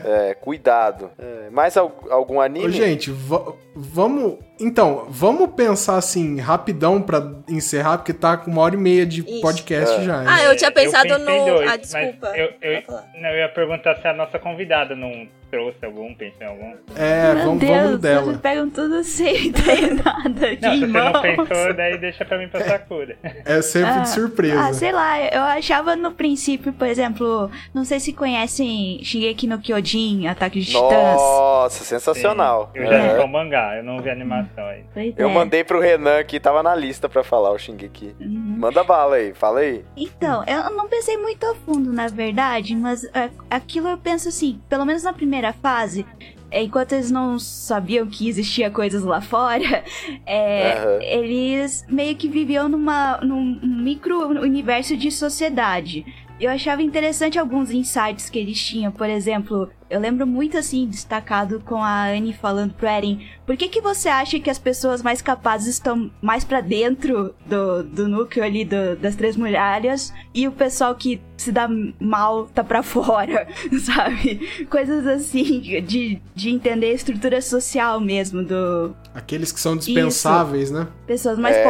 Speaker 8: É, cuidado. É, mais al- algum anime?
Speaker 3: Ô, gente, va- vamos. Então, vamos pensar assim, rapidão pra encerrar, porque tá com uma hora e meia de
Speaker 2: Isso.
Speaker 8: É.
Speaker 3: podcast já. né?
Speaker 2: Ah, eu tinha pensado
Speaker 4: pensei
Speaker 2: no.
Speaker 4: em dois,
Speaker 2: ah,
Speaker 4: mas
Speaker 2: desculpa.
Speaker 4: Eu, eu,
Speaker 2: Pode falar.
Speaker 4: não, eu ia perguntar se a nossa convidada não trouxe algum, pensou em algum.
Speaker 3: É,
Speaker 5: Meu
Speaker 3: vamos,
Speaker 5: Deus,
Speaker 3: vamos
Speaker 5: vocês
Speaker 3: dela.
Speaker 5: pegam tudo sem ter nada de
Speaker 4: Não, se você não
Speaker 5: mãos.
Speaker 4: pensou, daí deixa pra mim pra Sakura.
Speaker 3: É sempre
Speaker 5: Ah,
Speaker 3: de surpresa.
Speaker 5: Ah, sei lá, eu achava no princípio, por exemplo, não sei se conhecem Shingeki no Kyojin, Ataque de Titãs.
Speaker 8: Nossa, sensacional.
Speaker 4: Eu já
Speaker 8: É.
Speaker 4: li só o mangá, eu não vi animação aí.
Speaker 5: Pois
Speaker 8: Eu
Speaker 5: é.
Speaker 8: mandei pro Renan que tava na lista pra falar o Shingeki.
Speaker 5: Uhum.
Speaker 8: Manda bala aí, fala aí.
Speaker 5: Então, eu não pensei muito a fundo, na verdade, mas é, aquilo eu penso assim, pelo menos na primeira fase, é, enquanto eles não sabiam que existia coisas lá fora, é,
Speaker 8: Aham.
Speaker 5: eles meio que viviam numa, num micro universo de sociedade. Eu achava interessante alguns insights que eles tinham, por exemplo, eu lembro muito assim, destacado com a Anne falando pro Eren, por que, que você acha que as pessoas mais capazes estão mais pra dentro do, do núcleo ali do- das três muralhas e o pessoal que se dá mal tá pra fora, sabe? Coisas assim, de, de entender a estrutura social mesmo do
Speaker 3: Aqueles que são dispensáveis, né?
Speaker 5: pessoas mais
Speaker 8: É.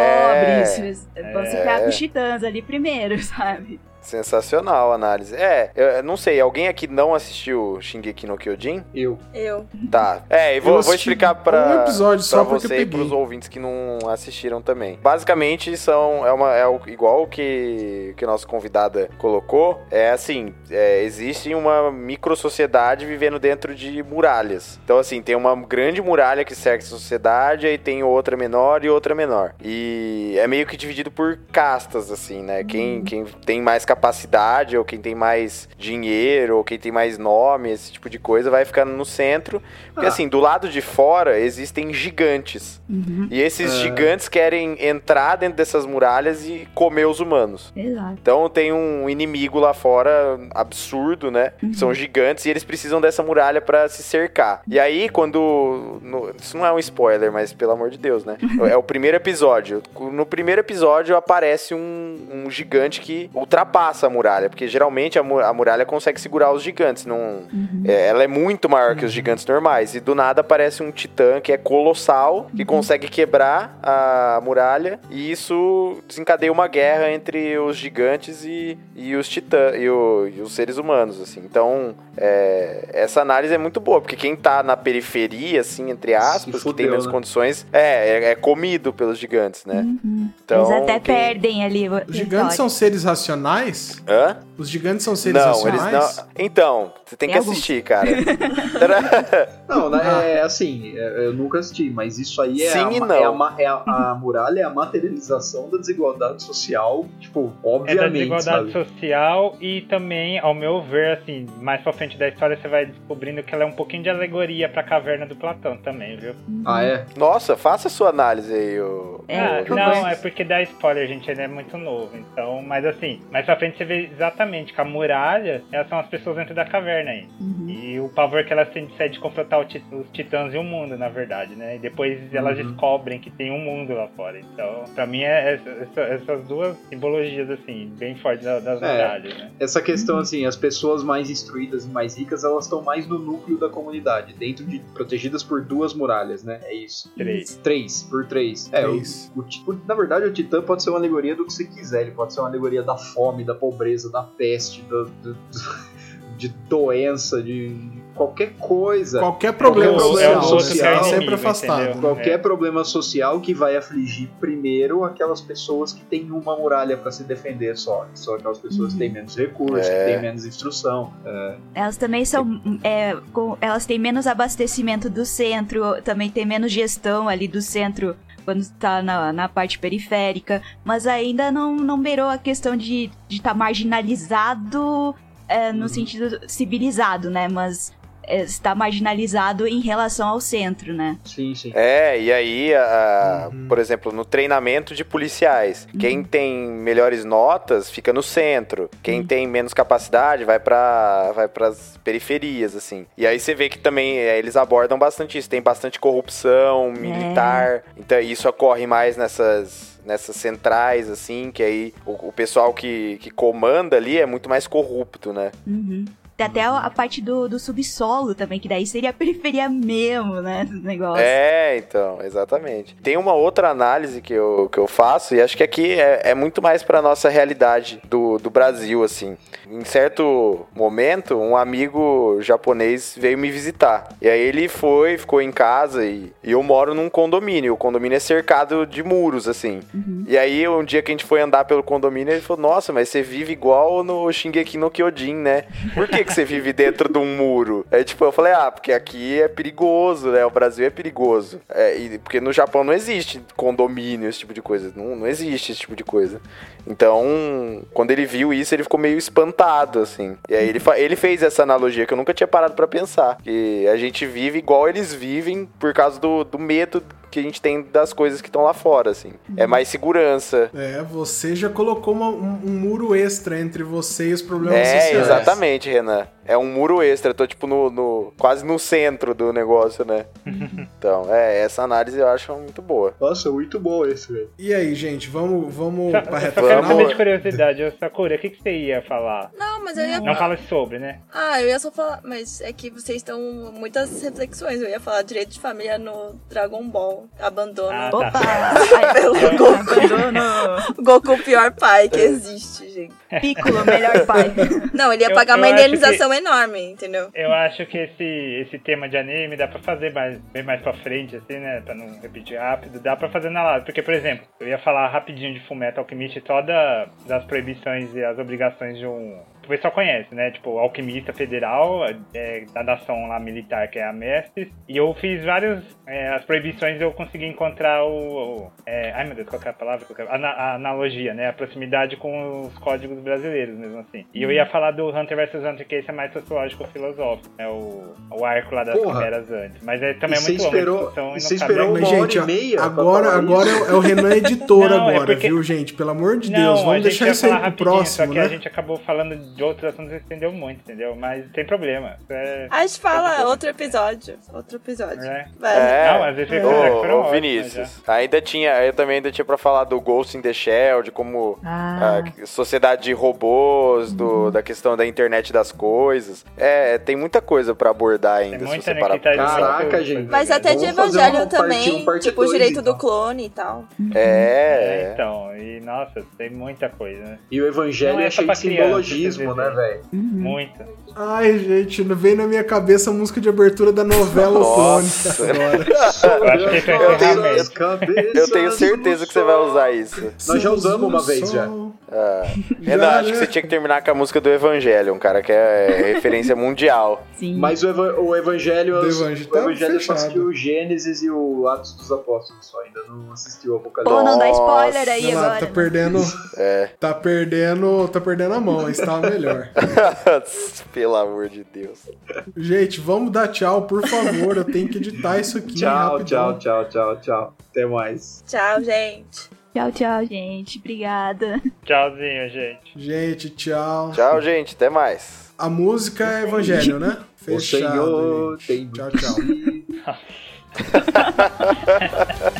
Speaker 5: pobres. Vão se
Speaker 8: É.
Speaker 5: criar com os titãs ali primeiro, sabe?
Speaker 8: Sensacional a análise. É, eu eu não sei, alguém aqui não assistiu Shingeki no Kyojin?
Speaker 1: Eu.
Speaker 2: Eu.
Speaker 8: Tá. É, e vou,
Speaker 3: Eu
Speaker 8: vou
Speaker 3: assisti
Speaker 8: explicar pra,
Speaker 3: um episódio só
Speaker 8: pra
Speaker 3: porque eu
Speaker 8: você e
Speaker 3: peguei.
Speaker 8: pros ouvintes que não assistiram também. Basicamente, são é, uma, é o- igual o que, que a nossa convidada colocou. É assim, é, existe uma micro-sociedade vivendo dentro de muralhas. Então, assim, tem uma grande muralha que cerca a sociedade, aí tem outra menor e outra menor. E é meio que dividido por castas, assim, né?
Speaker 3: Uhum.
Speaker 8: Quem, quem tem mais capacidade, ou quem tem mais dinheiro, ou quem tem mais nome, esse tipo de coisa, vai ficando no centro. Porque assim, do lado de fora existem gigantes.
Speaker 5: Uhum,
Speaker 8: E esses gigantes querem entrar dentro dessas muralhas e comer os humanos.
Speaker 5: exato.
Speaker 8: Então tem um inimigo lá fora absurdo, né? São gigantes e eles precisam dessa muralha pra se cercar. E aí, quando. no- isso não é um spoiler, mas pelo amor de Deus, né? É o primeiro episódio. No primeiro episódio aparece um, um gigante que ultrapassa a muralha. Porque geralmente a, mu- a muralha consegue segurar os gigantes. Não, é, ela é muito maior
Speaker 5: Uhum.
Speaker 8: que os gigantes normais. E do nada aparece um titã que é colossal,
Speaker 5: Uhum.
Speaker 8: que consegue quebrar a muralha. E isso desencadeia uma guerra entre os gigantes e, e os titã, e, o- e os seres humanos, assim. Então, é, essa análise é muito boa, porque quem tá na periferia, assim, entre aspas, que tem
Speaker 1: fudeu,
Speaker 8: menos
Speaker 1: né?
Speaker 8: condições, é, é, é comido pelos gigantes, né?
Speaker 5: Uhum.
Speaker 8: Então,
Speaker 5: Eles até
Speaker 8: quem-
Speaker 5: perdem ali. o-
Speaker 3: Os gigantes são seres racionais?
Speaker 8: Hã?
Speaker 3: Os gigantes são seres
Speaker 8: Não, eles
Speaker 3: racionais?
Speaker 8: não. Então, você tem,
Speaker 5: Tem
Speaker 8: que
Speaker 5: alguns.
Speaker 8: assistir, cara.
Speaker 1: Não, né, é assim, é- eu nunca assisti, mas isso aí é,
Speaker 8: Ah. Sim
Speaker 1: a,
Speaker 8: e
Speaker 1: ma-
Speaker 8: não.
Speaker 1: é a ma- é a- a muralha é a materialização da desigualdade social, tipo,
Speaker 4: É da
Speaker 1: obviamente,
Speaker 4: desigualdade
Speaker 1: sabe?
Speaker 4: social e também, ao meu ver, assim, mais pra frente da história você vai descobrindo que ela é um pouquinho de alegoria pra caverna do Platão também, viu?
Speaker 1: Ah, é?
Speaker 8: Nossa, faça a sua análise aí, ô.
Speaker 5: É,
Speaker 4: ah,
Speaker 5: por
Speaker 4: não,
Speaker 5: favor.
Speaker 4: é porque dá spoiler, gente, ele é muito novo. Então, mas assim, mais pra frente você vê exatamente que a muralha, elas são as pessoas dentro da caverna aí.
Speaker 5: Uhum.
Speaker 4: E o pavor que elas têm de sair de confrontar o ti- os titãs e o mundo, na verdade, né? E depois elas descobrem que tem um mundo lá fora. Então, pra mim, é essa- essa- essas duas simbologias, assim, bem fortes da- das
Speaker 1: É.
Speaker 4: muralhas, né?
Speaker 1: Essa questão, assim, as pessoas mais instruídas e mais ricas, elas estão mais no núcleo da comunidade, dentro de. protegidas por duas muralhas, né? É isso.
Speaker 4: Três.
Speaker 1: Três, por três. É, o,
Speaker 3: Três.
Speaker 1: o ti- o- na verdade, o Titã pode ser uma alegoria do que você quiser. Ele pode ser uma alegoria da fome, da pobreza, da peste, do- do- do- de doença, de qualquer coisa.
Speaker 3: Qualquer problema
Speaker 1: Qualquer
Speaker 3: social,
Speaker 1: problema social.
Speaker 3: tá
Speaker 1: É
Speaker 3: sempre
Speaker 4: inimigo,
Speaker 3: afastado.
Speaker 4: entendeu?
Speaker 1: Qualquer
Speaker 4: É.
Speaker 1: problema social que vai afligir primeiro aquelas pessoas que têm uma muralha pra se defender só. que São aquelas pessoas que têm menos recursos,
Speaker 8: É.
Speaker 1: que têm menos instrução.
Speaker 5: Elas também são. é, com- elas têm menos abastecimento do centro, também tem menos gestão ali do centro quando está na, na parte periférica, mas ainda não, não beirou a questão de estar de tá marginalizado é, no sentido civilizado, né? Mas é, está marginalizado em relação ao centro, né?
Speaker 1: Sim, sim.
Speaker 8: É, e aí, a- a-
Speaker 3: Uhum.
Speaker 8: por exemplo, no treinamento de policiais, quem tem melhores notas fica no centro, quem tem menos capacidade vai para vai pras periferias, assim. E aí você vê que também é, eles abordam bastante isso, tem bastante corrupção militar, então isso ocorre mais nessas nessas centrais assim que aí o, o pessoal que, que comanda ali é muito mais corrupto né
Speaker 5: Uhum. Tem até a a parte do, do subsolo também, que daí seria a periferia mesmo, né? Do negócio.
Speaker 8: É, então, exatamente. Tem uma outra análise que eu, que eu faço, e acho que aqui é, é muito mais pra nossa realidade do, do Brasil, assim. Em certo momento, um amigo japonês veio me visitar. E aí ele foi, ficou em casa, e, e eu moro num condomínio. O condomínio é cercado de muros, assim. E aí, um dia que a gente foi andar pelo condomínio, ele falou, nossa, mas você vive igual no Shingeki no Kyojin, né? Por que, que você vive dentro de um muro? É tipo, eu falei, ah, porque aqui é perigoso, né? O Brasil é perigoso. É, e- porque no Japão não existe condomínio, esse tipo de coisa. Não, não existe esse tipo de coisa. Então, quando ele viu isso, ele ficou meio espantado, assim. E aí ele, fa- ele fez essa analogia que eu nunca tinha parado pra pensar. Que a gente vive igual eles vivem por causa do, do medo que a gente tem das coisas que estão lá fora, assim. É mais segurança.
Speaker 3: É, você já colocou uma- um, um muro extra entre você e os problemas
Speaker 8: É,
Speaker 3: sociais.
Speaker 8: exatamente, Renan. É um muro extra, eu tô tipo no, no- quase no centro do negócio, né? Então, é, essa análise eu acho muito boa.
Speaker 1: Nossa, muito bom esse, velho.
Speaker 3: E aí, gente, vamos, Uhum. vamos
Speaker 4: Só,
Speaker 3: pra
Speaker 4: só
Speaker 3: reta
Speaker 4: quero
Speaker 8: Vamos.
Speaker 4: saber
Speaker 3: final?
Speaker 4: de curiosidade, ô, Sakura, o que, que você ia falar?
Speaker 2: Não, mas eu ia.
Speaker 4: Não fala sobre, né?
Speaker 2: Ah, eu ia só falar. Mas é que vocês estão. Muitas reflexões. Eu ia falar direito de família no Dragon Ball. Abandono.
Speaker 4: Ah, tá.
Speaker 5: Opa! Ai,
Speaker 4: Ah.
Speaker 5: Abandono!
Speaker 2: Goku, pior pai que existe, gente.
Speaker 5: Piccolo, melhor pai.
Speaker 2: Não, ele ia
Speaker 4: Eu-
Speaker 2: pagar
Speaker 4: eu
Speaker 2: uma
Speaker 4: acho
Speaker 2: indenização enorme, entendeu?
Speaker 4: Eu acho que esse, esse tema de anime dá pra fazer mais, bem mais pra frente, assim, né? Pra não repetir rápido. Dá pra fazer na live. Porque, por exemplo, eu ia falar rapidinho de Fullmetal Alchemist e todas as proibições e as obrigações de um... que O pessoal conhece, né? Tipo, o alquimista federal é, da nação lá militar, que é a Mestres. E eu fiz vários... é, as proibições eu consegui encontrar o... o- é, ai, meu Deus, qual que é a palavra? Qual que é a, ana- a analogia, né? A proximidade com os códigos brasileiros, mesmo assim. E eu ia
Speaker 3: Uhum.
Speaker 4: falar do Hunter vs Hunter, que esse é mais sociológico-filosófico. É o, o arco lá das
Speaker 1: Porra.
Speaker 4: quimeras antes. Mas é também
Speaker 1: E
Speaker 4: é
Speaker 1: você
Speaker 4: muito longa a
Speaker 1: esperou-
Speaker 4: discussão
Speaker 1: e
Speaker 4: não
Speaker 1: você
Speaker 4: cabe
Speaker 1: esperou
Speaker 4: aqui.
Speaker 1: uma
Speaker 3: Mas, gente,
Speaker 1: hora e meia
Speaker 3: agora,
Speaker 1: pra falar
Speaker 3: agora
Speaker 1: isso.
Speaker 3: é o Renan editor
Speaker 4: Não, é
Speaker 3: agora,
Speaker 4: porque-
Speaker 3: viu, gente? Pelo amor de
Speaker 4: Não,
Speaker 3: Deus,
Speaker 4: a
Speaker 3: vamos
Speaker 4: gente
Speaker 3: deixar
Speaker 4: ia
Speaker 3: isso aí
Speaker 4: falar
Speaker 3: pro
Speaker 4: rapidinho,
Speaker 3: próximo,
Speaker 4: Só que
Speaker 3: né?
Speaker 4: a gente acabou falando de outros assuntos e estendeu muito, entendeu? Mas tem problema. Isso é-
Speaker 2: A gente fala outro episódio. Outro episódio.
Speaker 4: É.
Speaker 2: Vai.
Speaker 4: Não, as reflexões aqui foram
Speaker 8: Ô, ô,
Speaker 4: ótimas,
Speaker 8: Vinícius, ainda tinha, eu também ainda tinha pra falar do Ghost in the Shell, de como
Speaker 5: Ah.
Speaker 8: a sociedade de robôs, do- da questão da internet das coisas. É, tem muita coisa pra abordar ainda,
Speaker 4: Tem
Speaker 8: se
Speaker 4: muita,
Speaker 8: você
Speaker 4: né,
Speaker 8: parar
Speaker 4: que tá
Speaker 8: pra pensar.
Speaker 1: Caraca,
Speaker 4: junto,
Speaker 1: gente.
Speaker 2: Mas até de
Speaker 1: Vamos fazer
Speaker 2: evangelho
Speaker 1: uma parte um,
Speaker 2: também,
Speaker 1: parte
Speaker 2: tipo o
Speaker 1: dois,
Speaker 2: direito
Speaker 1: então.
Speaker 2: do clone e tal.
Speaker 4: É,
Speaker 8: É, é.
Speaker 4: então. E, nossa, tem muita coisa, né?
Speaker 1: E o evangelho
Speaker 4: Não é
Speaker 1: é,
Speaker 4: só
Speaker 1: cheio
Speaker 4: pra
Speaker 1: de
Speaker 4: criança,
Speaker 1: simbologismo,
Speaker 4: quer
Speaker 1: né,
Speaker 4: dizer.
Speaker 1: velho?
Speaker 3: Uhum.
Speaker 4: Muita.
Speaker 3: Ai, gente, veio na minha cabeça a música de abertura da
Speaker 4: então.
Speaker 3: novela O Clone.
Speaker 8: Nossa.
Speaker 3: Agora.
Speaker 4: acho que esse é o
Speaker 1: Eu tenho-
Speaker 4: encerramento.
Speaker 8: Eu tenho certeza que você vai usar isso.
Speaker 1: Nós já usamos uma
Speaker 3: Sol,
Speaker 1: vez, já.
Speaker 3: sol.
Speaker 8: Ah,
Speaker 3: Já,
Speaker 8: Renan, acho
Speaker 3: né?
Speaker 8: que você tinha que terminar com a música do Evangelion, cara, que é referência mundial.
Speaker 5: Sim.
Speaker 1: Mas o, eva o Evangelho,
Speaker 3: Do
Speaker 1: o
Speaker 3: Evangelho tá
Speaker 1: Evangelho é só
Speaker 3: fechado.
Speaker 1: assistiu o Gênesis e o Atos dos Apóstolos, só ainda não assistiu o
Speaker 5: Pô,
Speaker 1: Apocalipse.
Speaker 5: não dá
Speaker 8: Nossa.
Speaker 5: spoiler aí
Speaker 3: Olha lá,
Speaker 5: agora. né?
Speaker 3: tá perdendo.
Speaker 8: É.
Speaker 3: Tá perdendo. Tá perdendo a mão, mas tá melhor.
Speaker 8: Pelo amor de Deus.
Speaker 3: Gente, vamos dar tchau, por favor. Eu tenho que editar isso aqui.
Speaker 1: Tchau,
Speaker 3: rapidão.
Speaker 1: tchau, tchau, tchau, tchau. Até mais.
Speaker 2: Tchau, gente.
Speaker 5: Tchau, tchau, gente. Obrigada.
Speaker 4: Tchauzinho, gente.
Speaker 3: Gente, tchau.
Speaker 8: Tchau, gente. Até mais.
Speaker 3: A música é Evangelho, né?
Speaker 1: O Senhor
Speaker 3: gente.
Speaker 1: tem
Speaker 3: Tchau, tchau.
Speaker 1: tchau.